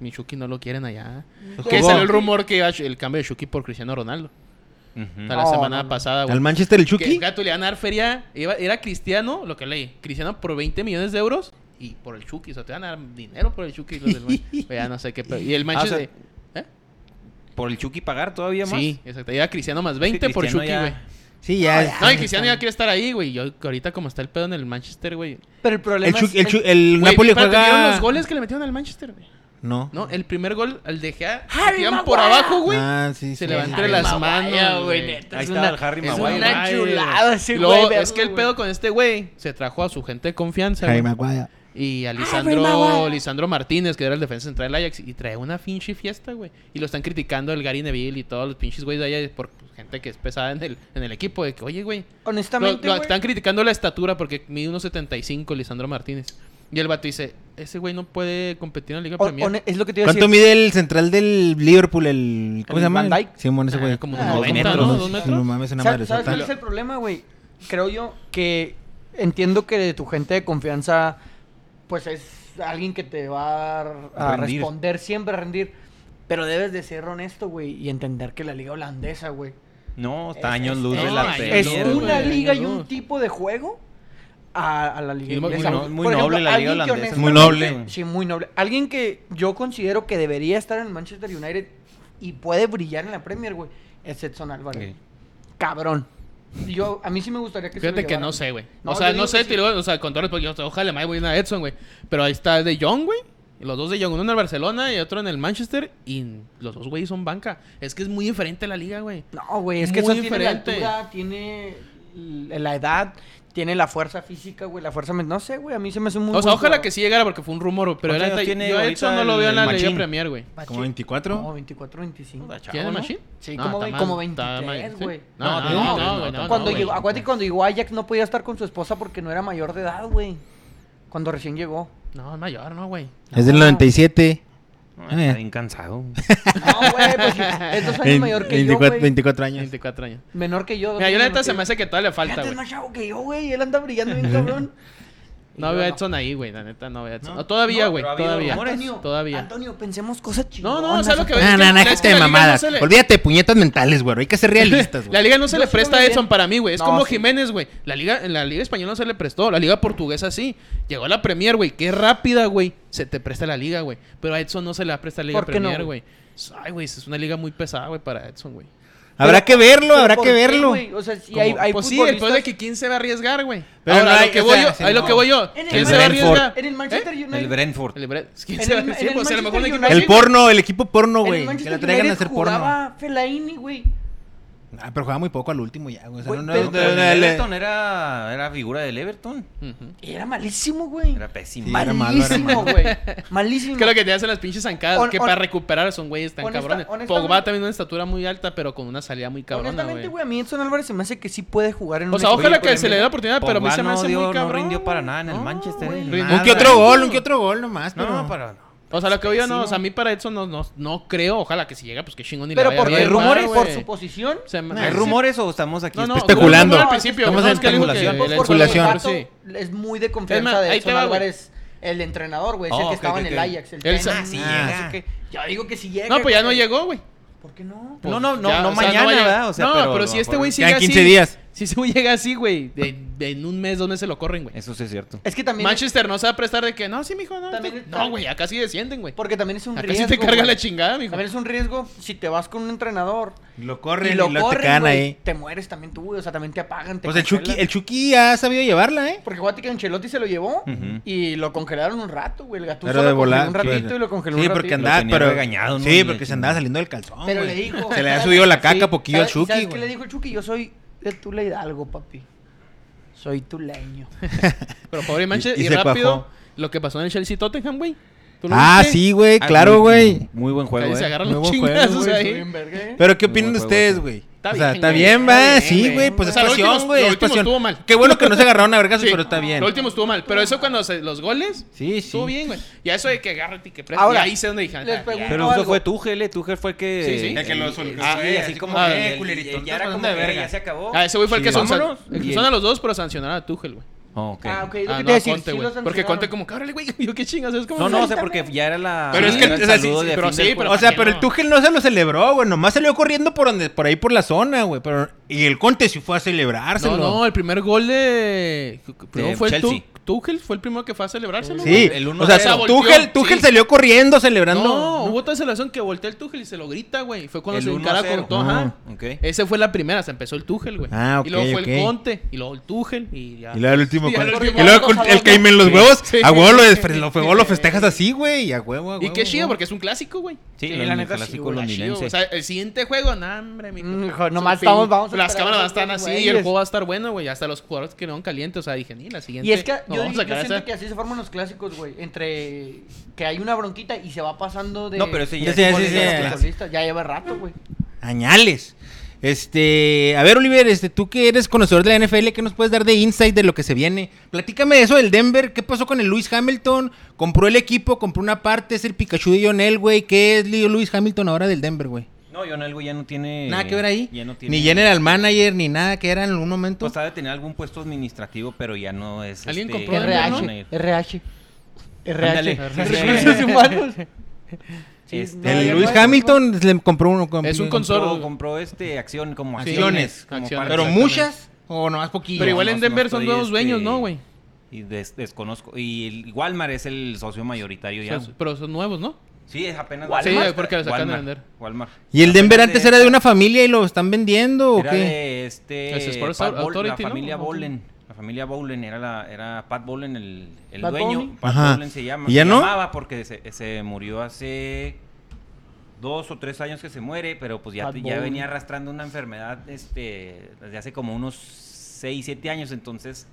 Speaker 2: mi Chucky no lo quieren allá. Pues Que
Speaker 1: jugó.
Speaker 2: salió el rumor que iba a ch- el cambio de Chucky por Cristiano Ronaldo.
Speaker 5: Ujú.
Speaker 2: O sea, la
Speaker 3: No,
Speaker 2: semana
Speaker 3: no, no.
Speaker 2: pasada, güey.
Speaker 1: ¿Al Manchester el
Speaker 2: Que
Speaker 1: Chucky?
Speaker 2: gato le iban a dar feria, iba- era Cristiano, lo que leí, Cristiano por 20 millones de euros y por el Chucky. O sea, te van a dar dinero por el Chucky. Los del Man-
Speaker 1: [LAUGHS]
Speaker 2: Pero ya no sé qué pedo. Y el
Speaker 5: Ah,
Speaker 2: Manchester... ¿eh?
Speaker 5: Por el Chucky pagar todavía más.
Speaker 2: Sí, exacto. Era Cristiano más 20 por
Speaker 5: Cristiano
Speaker 2: Chucky,
Speaker 5: ya-
Speaker 2: güey.
Speaker 1: Sí, ya.
Speaker 2: No, y Cristiano ya quiere estar ahí, güey. Yo ahorita como está el pedo en el Manchester, güey.
Speaker 3: Pero el problema
Speaker 1: El, Chucky- el
Speaker 3: es...
Speaker 1: Chu- el
Speaker 2: Güey,
Speaker 1: Napoli
Speaker 2: espérate, ¿vieron
Speaker 1: juega.
Speaker 2: los goles que le metieron al Manchester, güey?
Speaker 1: No.
Speaker 2: No, el primer gol al de Gea,
Speaker 3: ¡Harry
Speaker 2: que iban
Speaker 3: Maguire!
Speaker 2: por abajo, güey.
Speaker 1: Ah, sí,
Speaker 2: se
Speaker 1: sí.
Speaker 2: levanta
Speaker 3: Harry
Speaker 2: entre las
Speaker 3: Maguire,
Speaker 2: manos,
Speaker 3: güey,
Speaker 2: güey.
Speaker 3: neta,
Speaker 5: Ahí
Speaker 3: es
Speaker 5: está
Speaker 3: una-
Speaker 5: el Harry
Speaker 2: Es
Speaker 5: Maguire.
Speaker 3: una
Speaker 2: Ay,
Speaker 3: chulada ese
Speaker 2: Y luego,
Speaker 3: güey,
Speaker 2: es que el
Speaker 3: verlo,
Speaker 2: pedo
Speaker 3: güey.
Speaker 2: con este güey se trajo a su gente de confianza,
Speaker 1: Harry
Speaker 2: güey.
Speaker 1: Maguire.
Speaker 2: Y a
Speaker 3: Maguire.
Speaker 2: Lisandro, Lisandro Martínez, que era el defensa central del Ajax, y trae una pinche fiesta, güey. Y lo están criticando el Gary Neville y todos los pinches güeyes de allá por gente que es pesada en el, en el equipo, de que, oye, güey, lo,
Speaker 3: Honestamente,
Speaker 2: lo
Speaker 3: güey,
Speaker 2: están criticando la estatura porque mide 1.75 Lisandro Martínez. Y el vato dice, ese güey no puede competir en la Liga
Speaker 3: o-
Speaker 2: Premier.
Speaker 3: hone- es lo que te iba a decir.
Speaker 1: ¿Cuánto mide el central del Liverpool? El, ¿Cómo
Speaker 3: ¿El
Speaker 1: se llama?
Speaker 3: Van Dijk?
Speaker 1: Simón, ese
Speaker 2: Ah,
Speaker 1: güey.
Speaker 2: como
Speaker 3: unos
Speaker 1: Ah,
Speaker 3: 90,
Speaker 1: como
Speaker 3: ¿no?
Speaker 1: unos-
Speaker 3: ¿Dos metros?
Speaker 1: No mames, una
Speaker 3: ¿Sabes,
Speaker 1: madre.
Speaker 3: sabes cuál
Speaker 1: sota.
Speaker 3: es el problema, güey? Creo yo que entiendo que de tu gente de confianza, pues es alguien que te va a, dar- a
Speaker 5: Rendir.
Speaker 3: responder siempre, a rendir. Pero debes de ser honesto, güey, y entender que la liga holandesa, güey,
Speaker 5: No,
Speaker 3: Es-
Speaker 5: está años
Speaker 3: es-
Speaker 5: luz de
Speaker 2: no,
Speaker 5: la
Speaker 2: ay,
Speaker 5: Premier,
Speaker 3: es
Speaker 2: Ayer,
Speaker 3: una
Speaker 2: güey,
Speaker 3: liga
Speaker 2: ayer,
Speaker 3: y un
Speaker 2: no.
Speaker 3: tipo de juego a, a la liga
Speaker 2: Y muy
Speaker 3: inglesa.
Speaker 5: no-
Speaker 3: güey.
Speaker 5: muy
Speaker 3: Por
Speaker 5: noble la liga
Speaker 3: alguien que
Speaker 5: holandesa.
Speaker 1: Muy
Speaker 3: honestamente-
Speaker 1: noble.
Speaker 3: Sí, muy noble. Alguien que yo considero que debería estar en el Manchester United y puede brillar en la Premier, güey, es Edson Álvarez.
Speaker 5: Sí.
Speaker 3: Cabrón. Yo, a mí sí me gustaría que se lo
Speaker 2: Fíjate que
Speaker 3: llevaran.
Speaker 2: no sé, güey.
Speaker 3: No,
Speaker 2: o
Speaker 3: yo
Speaker 2: sea,
Speaker 3: digo
Speaker 2: no
Speaker 3: que
Speaker 2: sé,
Speaker 3: sí.
Speaker 2: te digo, o sea, con todo respeto, yo, ojalá me voy a Edson, güey. Pero ahí está de John, güey. Y Los dos de Young, uno en el Barcelona y otro en el Manchester. Y los dos, güey, son banca. Es que es muy diferente la liga, güey.
Speaker 3: No, güey, es que
Speaker 2: Muy
Speaker 3: Edson tiene la
Speaker 2: diferente.
Speaker 3: altura, tiene l- la edad, tiene la fuerza física, güey, la fuerza... men- No sé, güey, a mí se me hace muy
Speaker 2: O sea,
Speaker 3: buen
Speaker 2: ojalá
Speaker 3: jugador.
Speaker 2: que sí llegara porque fue un rumor, pero
Speaker 5: ¿Cuántos
Speaker 2: era
Speaker 5: años
Speaker 2: yo
Speaker 5: tiene
Speaker 2: a
Speaker 5: ahorita
Speaker 2: Edson no lo veo en la
Speaker 5: el
Speaker 2: Liga
Speaker 5: Machín?
Speaker 2: Premier, güey.
Speaker 1: ¿Como
Speaker 3: No,
Speaker 1: 24?
Speaker 3: 24, 25.
Speaker 2: ¿Tiene Machín?
Speaker 3: Sí,
Speaker 2: No,
Speaker 3: como,
Speaker 2: está
Speaker 3: ve-
Speaker 2: mal,
Speaker 3: como
Speaker 2: está mal,
Speaker 3: 23,
Speaker 2: ¿sí?
Speaker 3: güey.
Speaker 2: No, no,
Speaker 5: No, no,
Speaker 2: no, güey,
Speaker 5: no,
Speaker 2: no,
Speaker 3: cuando
Speaker 2: no,
Speaker 3: llegó,
Speaker 2: güey.
Speaker 3: acuérdate que cuando llegó Ajax no podía estar con su esposa porque no era mayor de edad, güey. Cuando
Speaker 2: [LAUGHS]
Speaker 3: recién llegó.
Speaker 2: No, es mayor, no, güey.
Speaker 1: Es del 97.
Speaker 5: No,
Speaker 1: Eh.
Speaker 5: está
Speaker 1: [LAUGHS]
Speaker 5: bien cansado.
Speaker 3: No, güey, pues es dos años
Speaker 1: Vein-
Speaker 3: mayor que
Speaker 1: 24,
Speaker 3: yo, güey.
Speaker 1: 24 años.
Speaker 2: 24 años.
Speaker 3: Menor que yo. dos
Speaker 2: Mira, yo la neta
Speaker 3: años menor
Speaker 2: se
Speaker 3: que
Speaker 2: me
Speaker 3: yo.
Speaker 2: hace que todavía le falta,
Speaker 3: Fíjate, es
Speaker 2: güey.
Speaker 3: más chavo que yo, güey. Él anda brillando bien cabrón.
Speaker 2: No
Speaker 3: Y yo
Speaker 2: veo a Edson ahí, güey, la neta, no veo a Edson.
Speaker 1: No,
Speaker 2: No, todavía,
Speaker 4: no,
Speaker 2: güey,
Speaker 4: pero ha habido
Speaker 2: todavía.
Speaker 4: rumores.
Speaker 3: Antonio,
Speaker 2: Todavía.
Speaker 3: Antonio, pensemos cosas
Speaker 2: No,
Speaker 3: chingonas.
Speaker 2: no, ¿sabes lo que
Speaker 1: No, no, no, déjate
Speaker 2: es que
Speaker 1: de
Speaker 2: la liga no
Speaker 1: mamadas.
Speaker 2: se le-
Speaker 1: Olvídate de puñetas mentales, güey. Hay que ser
Speaker 2: [LAUGHS]
Speaker 1: realistas,
Speaker 2: La
Speaker 1: güey.
Speaker 2: liga no se
Speaker 3: Yo
Speaker 2: le
Speaker 3: sí
Speaker 2: presta
Speaker 3: lo
Speaker 2: a
Speaker 3: veo
Speaker 2: Edson
Speaker 3: bien.
Speaker 2: para mí, güey. Es
Speaker 3: No,
Speaker 2: como
Speaker 3: sí.
Speaker 2: Jiménez, güey. La liga, en la liga española no se le prestó. La liga portuguesa sí. Llegó la Premier, güey. Qué rápida, güey. Se te presta la liga, güey. Pero a Edson no se le va a prestar la liga
Speaker 3: ¿Por qué no,
Speaker 2: Premier,
Speaker 3: güey?
Speaker 2: güey. Ay, güey, es una liga muy pesada, güey, para Edson, güey.
Speaker 1: Habrá que verlo,
Speaker 3: Pero
Speaker 1: habrá
Speaker 3: ¿por
Speaker 1: que
Speaker 3: qué,
Speaker 1: verlo.
Speaker 3: güey? O sea, si
Speaker 2: Como-
Speaker 3: hay, hay
Speaker 2: pues sí, el
Speaker 3: futbolistas...
Speaker 2: peor de que quién se va a arriesgar, güey.
Speaker 1: Pero
Speaker 2: Ahora,
Speaker 1: no hay-
Speaker 2: lo que
Speaker 1: o
Speaker 2: voy
Speaker 1: sea,
Speaker 2: yo,
Speaker 1: sí,
Speaker 2: ahí lo
Speaker 1: no.
Speaker 2: que voy yo.
Speaker 3: En el
Speaker 2: ¿Quién se va a
Speaker 5: Brentford.
Speaker 2: arriesgar?
Speaker 3: En el
Speaker 2: ¿Eh?
Speaker 3: Manchester United...
Speaker 5: El Brentford.
Speaker 2: El Brent- [LAUGHS] ¿Quién
Speaker 3: En
Speaker 2: se va a
Speaker 3: el- en
Speaker 2: arriesgar?
Speaker 3: el
Speaker 2: Pues a lo mejor
Speaker 3: Manchester
Speaker 2: no
Speaker 3: United-
Speaker 1: El
Speaker 2: United,
Speaker 1: porno, el equipo porno,
Speaker 3: en el
Speaker 1: güey. Que
Speaker 3: Manchester
Speaker 1: la traigan a
Speaker 3: United
Speaker 1: hacer porno.
Speaker 3: jugaba Fellaini, güey.
Speaker 1: Ah, pero jugaba muy poco al último ya, güey. O sea,
Speaker 3: Güey,
Speaker 1: no-
Speaker 3: pero-
Speaker 1: no-
Speaker 5: Pero
Speaker 1: no-
Speaker 5: el
Speaker 1: no-
Speaker 5: Everton era, era figura del Everton.
Speaker 2: Ujú.
Speaker 3: Era malísimo, güey.
Speaker 5: Era pésimo.
Speaker 1: Sí, era malo, era
Speaker 3: Malísimo,
Speaker 1: malo.
Speaker 3: güey. Malísimo.
Speaker 2: Creo que te hacen las pinches zancadas
Speaker 3: Hon-
Speaker 2: que
Speaker 3: hon-
Speaker 2: para recuperar son güeyes tan
Speaker 3: honesta-
Speaker 2: cabrones.
Speaker 3: honestamente-
Speaker 2: Pogba también una estatura muy alta, pero con una salida muy cabrona,
Speaker 3: Honestamente, güey, a mí Edson Álvarez se me hace que sí puede jugar en
Speaker 2: O
Speaker 3: un
Speaker 2: sea,
Speaker 3: equipo.
Speaker 2: ojalá
Speaker 5: Oye,
Speaker 2: que
Speaker 5: pero
Speaker 2: se le dé
Speaker 5: mira,
Speaker 2: la oportunidad, pero a mí
Speaker 5: Pogba
Speaker 2: se me
Speaker 5: no
Speaker 2: hace
Speaker 5: dio-
Speaker 2: muy
Speaker 5: no
Speaker 2: cabrón.
Speaker 5: rindió para
Speaker 2: güey.
Speaker 5: nada en el Manchester,
Speaker 2: güey.
Speaker 5: eh.
Speaker 1: Un que otro gol, un que otro gol nomás.
Speaker 5: No,
Speaker 1: pero-
Speaker 5: no, para.
Speaker 2: Ah. O sea, lo que yo no, o sea, a
Speaker 5: Pésimo.
Speaker 2: mí para Edson no, no, no creo. Ojalá que si llega, pues que chingón y
Speaker 3: Pero
Speaker 2: le vaya
Speaker 3: por
Speaker 2: bien,
Speaker 3: hay
Speaker 2: güey.
Speaker 3: rumores, por
Speaker 2: güey.
Speaker 3: su posición.
Speaker 2: Se me-
Speaker 5: ¿Hay
Speaker 2: sí.
Speaker 5: rumores o estamos aquí
Speaker 2: No, no,
Speaker 1: Especulando.
Speaker 2: hubo un rumor Al principio,
Speaker 1: Estamos
Speaker 2: ¿no?
Speaker 1: en
Speaker 2: Es que dijo que
Speaker 5: especulación.
Speaker 2: el Edson-
Speaker 1: Especulación.
Speaker 2: el vato-
Speaker 3: El vato Es muy de confianza
Speaker 2: Es más,
Speaker 3: de
Speaker 2: ahí
Speaker 3: Edson
Speaker 2: te va, güey.
Speaker 3: Álvarez, el entrenador, güey. Es
Speaker 5: Oh,
Speaker 3: el que
Speaker 5: ok,
Speaker 3: estaba en
Speaker 5: ok,
Speaker 3: el
Speaker 5: ok.
Speaker 3: Ajax. El
Speaker 2: Él
Speaker 3: Tena,
Speaker 2: sa-
Speaker 3: no
Speaker 5: sí
Speaker 3: sé
Speaker 1: Ah,
Speaker 5: llega.
Speaker 3: qué. Ya digo que si llega.
Speaker 2: No, pues ya no
Speaker 3: carnal.
Speaker 2: llegó, güey. Pues
Speaker 3: ¿Por qué no?
Speaker 5: No, no, no,
Speaker 2: Ya,
Speaker 5: no
Speaker 2: o sea,
Speaker 5: mañana,
Speaker 2: va a llegar.
Speaker 5: ¿verdad? O sea,
Speaker 2: no, pero,
Speaker 5: a lo
Speaker 2: si este
Speaker 5: mejor-
Speaker 2: güey sigue
Speaker 1: Quedan 15
Speaker 2: así,
Speaker 1: días.
Speaker 2: Si este güey llega así, güey, de- de en un mes, dos meses lo corren, güey.
Speaker 5: Eso sí es cierto.
Speaker 3: Es que también.
Speaker 2: Manchester no se va a prestar de que, no, sí, mijo, no.
Speaker 3: También
Speaker 2: esto-
Speaker 3: está-
Speaker 2: No, güey, acá sí descienden, güey.
Speaker 3: Porque también es un
Speaker 2: Acá sí
Speaker 3: riesgo.
Speaker 2: te carga
Speaker 3: güey.
Speaker 2: la chingada, mijo.
Speaker 3: También es un riesgo si te vas con un entrenador.
Speaker 1: Lo
Speaker 3: Y
Speaker 1: corren y
Speaker 3: lo
Speaker 1: lo te
Speaker 3: corren,
Speaker 1: quedan
Speaker 3: güey,
Speaker 1: ahí.
Speaker 3: Te mueres también tú, güey. O sea, también te apagan. te
Speaker 1: Pues el Chucky,
Speaker 3: cancelan.
Speaker 1: el Chucky ha sabido llevarla, ¿eh?
Speaker 3: Porque acuérdate que Ancelotti se lo llevó
Speaker 5: Ujú.
Speaker 3: y lo congelaron un rato, güey. El Gattuso
Speaker 1: Pero de
Speaker 3: lo congeló
Speaker 1: volar.
Speaker 3: un ratito
Speaker 1: sí.
Speaker 3: y lo congeló
Speaker 1: Sí,
Speaker 3: un
Speaker 1: porque
Speaker 3: ratito.
Speaker 5: pues. Lo
Speaker 1: andaba,
Speaker 5: tenía
Speaker 1: pero.
Speaker 5: regañado, ¿no? Y
Speaker 1: Sí,
Speaker 5: la
Speaker 1: porque se
Speaker 5: chingada.
Speaker 1: andaba saliendo del calzón.
Speaker 3: Pero le
Speaker 1: güey.
Speaker 3: dijo.
Speaker 1: Se le ha
Speaker 3: ¿sabes?
Speaker 1: subido la caca
Speaker 3: Sí,
Speaker 1: poquillo al
Speaker 3: ¿sabes-
Speaker 1: Chucky.
Speaker 3: ¿Sabes qué
Speaker 1: güey.
Speaker 3: le dijo el Chucky? Yo soy de Tula Hidalgo, papi.
Speaker 2: [LAUGHS]
Speaker 3: Soy tuleño.
Speaker 2: Pero pobre Manchester,
Speaker 1: Y-
Speaker 2: y,
Speaker 1: y se
Speaker 2: rápido,
Speaker 1: cuajó.
Speaker 2: lo que pasó en el Chelsea Tottenham, güey. ¿Tú lo
Speaker 1: Ah,
Speaker 2: viste?
Speaker 1: sí, güey,
Speaker 5: Ah,
Speaker 1: claro,
Speaker 5: muy-
Speaker 1: güey.
Speaker 5: Muy buen
Speaker 2: Ahí
Speaker 5: juego,
Speaker 2: se
Speaker 5: eh.
Speaker 2: agarran
Speaker 1: Muy
Speaker 2: los
Speaker 1: buen juego,
Speaker 2: chingazos
Speaker 1: güey,
Speaker 3: Soy
Speaker 2: ahí.
Speaker 3: bien verga, ¿eh?
Speaker 1: Pero ¿qué
Speaker 5: Muy
Speaker 1: opinan
Speaker 5: buen juego,
Speaker 1: ustedes,
Speaker 5: sí.
Speaker 1: güey?
Speaker 2: Está
Speaker 1: O sea,
Speaker 2: bien,
Speaker 1: está
Speaker 2: güey.
Speaker 1: bien, va,
Speaker 2: Está bien,
Speaker 1: sí,
Speaker 2: güey.
Speaker 1: güey, pues
Speaker 2: O
Speaker 1: es
Speaker 2: sea, lo
Speaker 1: pasión,
Speaker 2: último-
Speaker 1: güey,
Speaker 2: lo
Speaker 1: es
Speaker 2: último
Speaker 1: pasión.
Speaker 2: estuvo mal.
Speaker 1: Qué bueno que no se agarraron a vergas,
Speaker 2: Sí.
Speaker 1: pero está bien.
Speaker 2: Lo último estuvo mal, pero eso cuando se- los goles,
Speaker 1: Sí,
Speaker 2: estuvo
Speaker 1: sí.
Speaker 2: bien, güey. Y eso de que agárrate y que presta.
Speaker 3: Ahora,
Speaker 2: y ahí sé dónde dije.
Speaker 3: les
Speaker 2: ah,
Speaker 3: pregunto-
Speaker 2: ya.
Speaker 5: Pero eso
Speaker 3: algo.
Speaker 5: fue Tuchel, eh. Tuchel fue el que.
Speaker 2: Sí, sí. El
Speaker 1: que lo soltó,
Speaker 5: Ah,
Speaker 1: eh,
Speaker 5: sí,
Speaker 1: así
Speaker 5: así como
Speaker 2: como
Speaker 5: que.
Speaker 2: que,
Speaker 5: el-
Speaker 1: culerito,
Speaker 5: Ya
Speaker 1: estás
Speaker 5: era como
Speaker 1: pasando de
Speaker 5: que
Speaker 1: verga.
Speaker 5: ya se acabó.
Speaker 2: Ah, ese güey fue el que
Speaker 5: Sí.
Speaker 2: sancionó.
Speaker 5: Vámonos.
Speaker 2: a los dos, pero sancionaron a Tuchel, güey.
Speaker 5: Ah, ok.
Speaker 3: Ah, ok, es lo
Speaker 2: Ah,
Speaker 3: que te
Speaker 2: no,
Speaker 3: iba a
Speaker 2: a
Speaker 3: decir,
Speaker 2: Conte,
Speaker 3: sí
Speaker 2: güey.
Speaker 3: los
Speaker 2: porque
Speaker 3: sancionaron.
Speaker 2: Conte como, cábrale, güey. [LAUGHS] Yo qué chingas, es como...
Speaker 5: No, no, o sea, porque ya era la.
Speaker 1: Pero es que,
Speaker 5: era el
Speaker 1: o sea, sí,
Speaker 5: saludo
Speaker 1: sí,
Speaker 5: de
Speaker 2: pero
Speaker 5: fin del
Speaker 2: sí, pero-
Speaker 5: juego.
Speaker 1: O sea,
Speaker 2: también
Speaker 1: pero el
Speaker 2: no.
Speaker 1: Tuchel no se lo celebró, güey, nomás salió corriendo por donde por ahí por la zona, güey, pero y el Conte sí fue a celebrárselo.
Speaker 2: No, no, el primer gol de... creo
Speaker 5: De
Speaker 2: fue el
Speaker 5: Chelsea.
Speaker 2: Tu- Tuchel, fue el primero que fue a celebrárselo.
Speaker 1: Sí,
Speaker 5: El uno
Speaker 1: o sea,
Speaker 2: cero.
Speaker 1: Tuchel, Tuchel
Speaker 2: Sí.
Speaker 1: salió corriendo
Speaker 2: No,
Speaker 1: celebrando.
Speaker 2: hubo otra celebración que voltea el Tuchel y se lo grita, güey. Fue cuando
Speaker 5: El
Speaker 2: se
Speaker 5: 1 a
Speaker 2: encara
Speaker 5: cero.
Speaker 2: con todo. Ajá.
Speaker 5: Ok.
Speaker 2: Esa fue la primera, se empezó el Tuchel, güey.
Speaker 1: Ah, ok,
Speaker 2: Y luego fue
Speaker 1: ok.
Speaker 2: el Conte, y luego el Tuchel, y ya.
Speaker 1: Y luego el último.
Speaker 2: Y ya
Speaker 1: con-
Speaker 2: el
Speaker 1: Y
Speaker 2: último.
Speaker 1: luego con-
Speaker 3: Vamos a
Speaker 1: el
Speaker 3: verlo.
Speaker 1: que en los
Speaker 2: Sí.
Speaker 1: huevos.
Speaker 2: Sí.
Speaker 1: A huevo lo, desfe- lo, huevo lo festejas así, güey. Y a huevo, a
Speaker 2: y
Speaker 1: huevo,
Speaker 2: qué
Speaker 1: a
Speaker 2: chido,
Speaker 1: huevo.
Speaker 2: porque es un clásico, güey.
Speaker 5: Sí,
Speaker 3: Sí,
Speaker 5: el
Speaker 3: la neta sí,
Speaker 5: clásico
Speaker 3: güey, la
Speaker 2: Chido,
Speaker 5: londinense.
Speaker 2: O sea, el siguiente juego, no, hombre, mijo.
Speaker 3: Mm, hijo,
Speaker 2: Es un
Speaker 3: nomás
Speaker 2: film.
Speaker 3: estamos- vamos a
Speaker 2: Las
Speaker 3: esperar
Speaker 2: cámaras
Speaker 3: a
Speaker 2: van a
Speaker 3: esos
Speaker 2: estar
Speaker 3: güeyes.
Speaker 2: así y el juego va a estar bueno, güey. Hasta los jugadores quedaron calientes. O sea, dije, ni la siguiente.
Speaker 3: Y es que
Speaker 2: no,
Speaker 3: yo,
Speaker 2: vamos
Speaker 3: yo
Speaker 2: a sacar
Speaker 3: siento
Speaker 2: esa.
Speaker 3: que así se forman los clásicos, güey. Entre que hay una bronquita y se va pasando de.
Speaker 5: No, pero ese
Speaker 1: Ya
Speaker 5: ya.
Speaker 1: sé,
Speaker 5: es-
Speaker 1: sí,
Speaker 3: de
Speaker 1: sí,
Speaker 3: los
Speaker 1: ya.
Speaker 3: futbolistas. Ya lleva rato, güey.
Speaker 1: Añales. Este, a ver, Oliver, este, tú que eres conocedor de la NFL, ¿qué nos puedes dar de insight de lo que se viene? Platícame de eso del Denver, ¿qué pasó con el Lewis Hamilton? ¿Compró el equipo? ¿Compró una parte? ¿Es el Pikachu de Lionel, güey? ¿Qué es Lewis Hamilton ahora del Denver, güey?
Speaker 5: No, John Algo ya no tiene.
Speaker 1: Nada que ver ahí.
Speaker 5: Eh, Ya no tiene.
Speaker 1: Ni general manager, ni nada que era en un momento.
Speaker 5: Pues sabe tener algún puesto administrativo, pero ya no es.
Speaker 2: Alguien
Speaker 5: este,
Speaker 2: compró
Speaker 5: general
Speaker 2: algo, ¿no?
Speaker 5: manager.
Speaker 3: RH.
Speaker 5: Ándale.
Speaker 3: Recursos [LAUGHS] humanos. Sí,
Speaker 5: Este,
Speaker 1: el
Speaker 3: ya
Speaker 1: Lewis
Speaker 3: no hay-
Speaker 1: Hamilton le compró uno.
Speaker 2: Es un
Speaker 1: compró-
Speaker 2: consorcio.
Speaker 5: compró,
Speaker 2: Zorro.
Speaker 5: compró este acción como
Speaker 2: Sí.
Speaker 5: acciones.
Speaker 2: Acciones,
Speaker 5: como
Speaker 2: acciones.
Speaker 5: parte-
Speaker 1: Pero
Speaker 5: exactamente.
Speaker 1: muchas o nomás poquillas.
Speaker 2: Pero igual
Speaker 5: no,
Speaker 2: en
Speaker 5: no
Speaker 2: Denver son
Speaker 5: estoy,
Speaker 2: nuevos
Speaker 5: este,
Speaker 2: dueños, ¿no, güey?
Speaker 5: Y des- desconozco. Y el Walmart es el socio mayoritario Pues ya.
Speaker 2: Son- Pero son nuevos, ¿no?
Speaker 5: Sí, es apenas.
Speaker 2: Sí,
Speaker 5: Walmart.
Speaker 2: porque lo sacan de
Speaker 5: Walmart,
Speaker 2: vender.
Speaker 5: Walmart.
Speaker 1: ¿Y el Denver antes era de
Speaker 5: esta-
Speaker 1: una familia y lo están vendiendo o
Speaker 5: Era
Speaker 1: qué?
Speaker 5: de este.
Speaker 2: Es Sports
Speaker 5: Pat Bol-
Speaker 2: Authority, ¿no?
Speaker 5: la familia
Speaker 2: Ok.
Speaker 5: Bolen. La familia Bolen era la, era Pat Bolen el, el
Speaker 3: Pat
Speaker 5: dueño.
Speaker 3: Bowlen.
Speaker 5: Pat
Speaker 1: Ajá.
Speaker 5: Bowlen se llama.
Speaker 1: ¿Y ya
Speaker 5: se
Speaker 1: no?
Speaker 5: llamaba porque se, se murió hace dos o tres años que se muere, pero pues ya,
Speaker 3: Pat
Speaker 5: ya
Speaker 3: Bowlen.
Speaker 5: venía arrastrando una enfermedad este desde hace como unos seis, siete años, entonces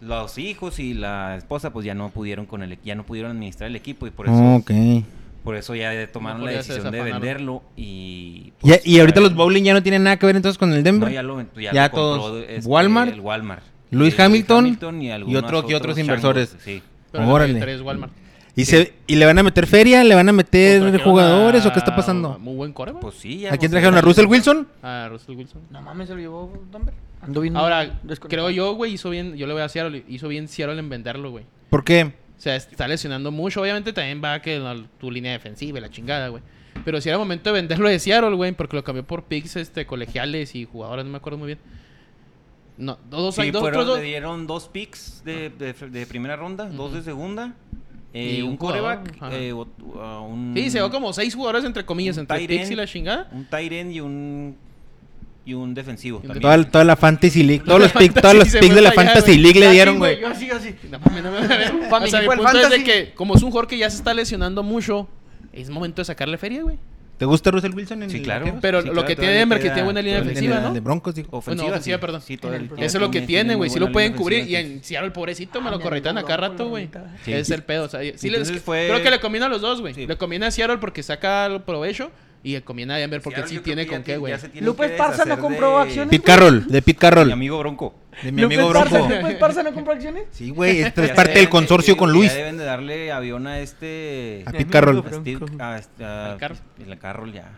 Speaker 5: los hijos y la esposa pues ya no pudieron con el ya no pudieron administrar el equipo y por eso
Speaker 1: Ok. Y,
Speaker 5: por eso ya tomaron
Speaker 2: Mejor
Speaker 5: la
Speaker 2: ya se
Speaker 5: decisión de
Speaker 2: desafanaron.
Speaker 5: venderlo y pues,
Speaker 1: y ahorita
Speaker 5: ya-
Speaker 1: los bowling ya no tienen nada que ver entonces con el Denver.
Speaker 5: no, ya lo, ya
Speaker 1: ya
Speaker 5: lo compró,
Speaker 1: todos.
Speaker 5: este,
Speaker 1: Walmart,
Speaker 5: el Walmart. Eh,
Speaker 1: Luis
Speaker 5: Sí,
Speaker 1: Hamilton y
Speaker 5: algunos
Speaker 1: otro- y otros
Speaker 5: changos,
Speaker 1: inversores.
Speaker 5: sí.
Speaker 2: Pero lo que
Speaker 1: Órale.
Speaker 2: interesa es Walmart.
Speaker 1: y, se, ¿Y le van a meter feria? ¿Le van a meter
Speaker 2: Trajeron
Speaker 1: jugadores
Speaker 2: a-
Speaker 1: o qué está pasando?
Speaker 2: Muy buen coreback.
Speaker 5: Pues sí, ya
Speaker 1: ¿A quién
Speaker 5: no sé.
Speaker 1: trajeron? ¿A Russell Wilson?
Speaker 2: a Russell Wilson.
Speaker 3: No mames, se lo llevó Denver. Ando bien.
Speaker 2: Ahora,
Speaker 3: desconectado.
Speaker 2: creo yo, güey, hizo bien, yo le voy a Seattle, hizo bien Seattle en venderlo, güey.
Speaker 1: ¿Por qué?
Speaker 2: O sea, está lesionando mucho. Obviamente también va a que la- tu línea defensiva y la chingada, güey. Pero si era momento de venderlo de Seattle, güey, porque lo cambió por picks este, colegiales y jugadores, no me acuerdo muy bien. No, dos,
Speaker 5: Sí,
Speaker 2: Pues hay dos,
Speaker 5: fueron-
Speaker 2: otros dos.
Speaker 5: le dieron dos picks de, de- de primera ronda, dos
Speaker 2: Ujú.
Speaker 5: de segunda,
Speaker 2: Y
Speaker 5: eh,
Speaker 2: un
Speaker 5: un
Speaker 2: jugador,
Speaker 5: coreback,
Speaker 2: ajá.
Speaker 5: eh, ot- a un,
Speaker 2: Sí, se dio como seis jugadores, entre comillas,
Speaker 5: un
Speaker 2: entre
Speaker 5: tight
Speaker 2: picks y
Speaker 5: end.
Speaker 2: la chingada.
Speaker 5: un tight end y un, y un defensivo
Speaker 2: Y un
Speaker 5: también.
Speaker 1: Toda, la- toda la Fantasy League, todos
Speaker 5: [LAUGHS]
Speaker 1: los
Speaker 2: La
Speaker 1: picks, todos los
Speaker 2: Fantasy se
Speaker 1: picks de
Speaker 2: fue
Speaker 1: la
Speaker 2: para allá,
Speaker 1: Fantasy
Speaker 2: güey.
Speaker 1: League le
Speaker 3: Así,
Speaker 1: dieron, güey.
Speaker 3: Ah, Yo así, así.
Speaker 2: No mames, no
Speaker 5: [LAUGHS]
Speaker 2: mames.
Speaker 3: Pa'
Speaker 2: o
Speaker 3: mi
Speaker 2: sea, mi
Speaker 3: equipo el
Speaker 2: punto es de
Speaker 3: fantasy.
Speaker 2: que, como es un jugador que ya se está lesionando mucho, es momento de sacarle feria, güey.
Speaker 1: ¿Te gusta Russell Wilson? En
Speaker 5: Sí,
Speaker 1: el-
Speaker 5: claro.
Speaker 1: en
Speaker 2: Pero
Speaker 5: Pues, Sí,
Speaker 2: lo
Speaker 5: claro,
Speaker 2: que tiene
Speaker 5: todavía
Speaker 2: Denver, que
Speaker 5: queda-
Speaker 2: tiene buena línea
Speaker 5: todavía
Speaker 1: el-
Speaker 2: defensiva,
Speaker 1: en el
Speaker 2: ¿no?
Speaker 1: De Broncos, dijo.
Speaker 5: Ofensiva,
Speaker 2: Bueno, ofensiva,
Speaker 5: sí.
Speaker 2: perdón.
Speaker 5: Sí, todavía-
Speaker 3: En el-
Speaker 5: todavía
Speaker 2: Eso es lo que
Speaker 5: tiene-
Speaker 2: tiene,
Speaker 5: muy
Speaker 2: güey. Sí
Speaker 5: buena
Speaker 2: lo pueden
Speaker 5: línea
Speaker 2: cubrir. Y
Speaker 5: ofensiva,
Speaker 2: en Seattle, el pobrecito, me
Speaker 3: Ah,
Speaker 2: lo
Speaker 3: me
Speaker 2: corretan a
Speaker 3: dobló
Speaker 2: cada
Speaker 3: con la
Speaker 2: rato, güey.
Speaker 3: mitad.
Speaker 5: Sí.
Speaker 2: Es el pedo. o sea, sí les-
Speaker 5: Entonces fue-
Speaker 2: Creo que le combina a los dos, güey.
Speaker 5: Sí.
Speaker 2: Le combina a Seattle porque saca el provecho y le combina a Denver porque
Speaker 5: Seattle
Speaker 2: sí
Speaker 5: yo creo
Speaker 2: tiene
Speaker 5: que
Speaker 2: con
Speaker 5: ya
Speaker 2: qué,
Speaker 5: ti-
Speaker 2: güey.
Speaker 5: ya se tienen
Speaker 3: Lupe
Speaker 5: que
Speaker 3: Esparza no
Speaker 5: deshacer
Speaker 3: compró
Speaker 5: de-
Speaker 3: acciones.
Speaker 1: Pete Carroll, de Pete
Speaker 5: Mi
Speaker 1: Carroll,
Speaker 5: amigo Bronco.
Speaker 1: de mi amigo
Speaker 3: Lupe Esparza,
Speaker 1: Bronco.
Speaker 3: Lupe Esparza no compra acciones?
Speaker 1: Sí, güey,
Speaker 5: [LAUGHS]
Speaker 1: este es
Speaker 5: Ya
Speaker 1: parte
Speaker 5: deben
Speaker 1: del
Speaker 5: de-
Speaker 1: consorcio
Speaker 5: que-
Speaker 1: con
Speaker 5: ya
Speaker 1: Luis.
Speaker 5: deben de darle avión a este...
Speaker 1: A Pete Carroll.
Speaker 5: a Steve- a- este, a- pues,
Speaker 2: Al Carroll.
Speaker 5: el Carroll ya.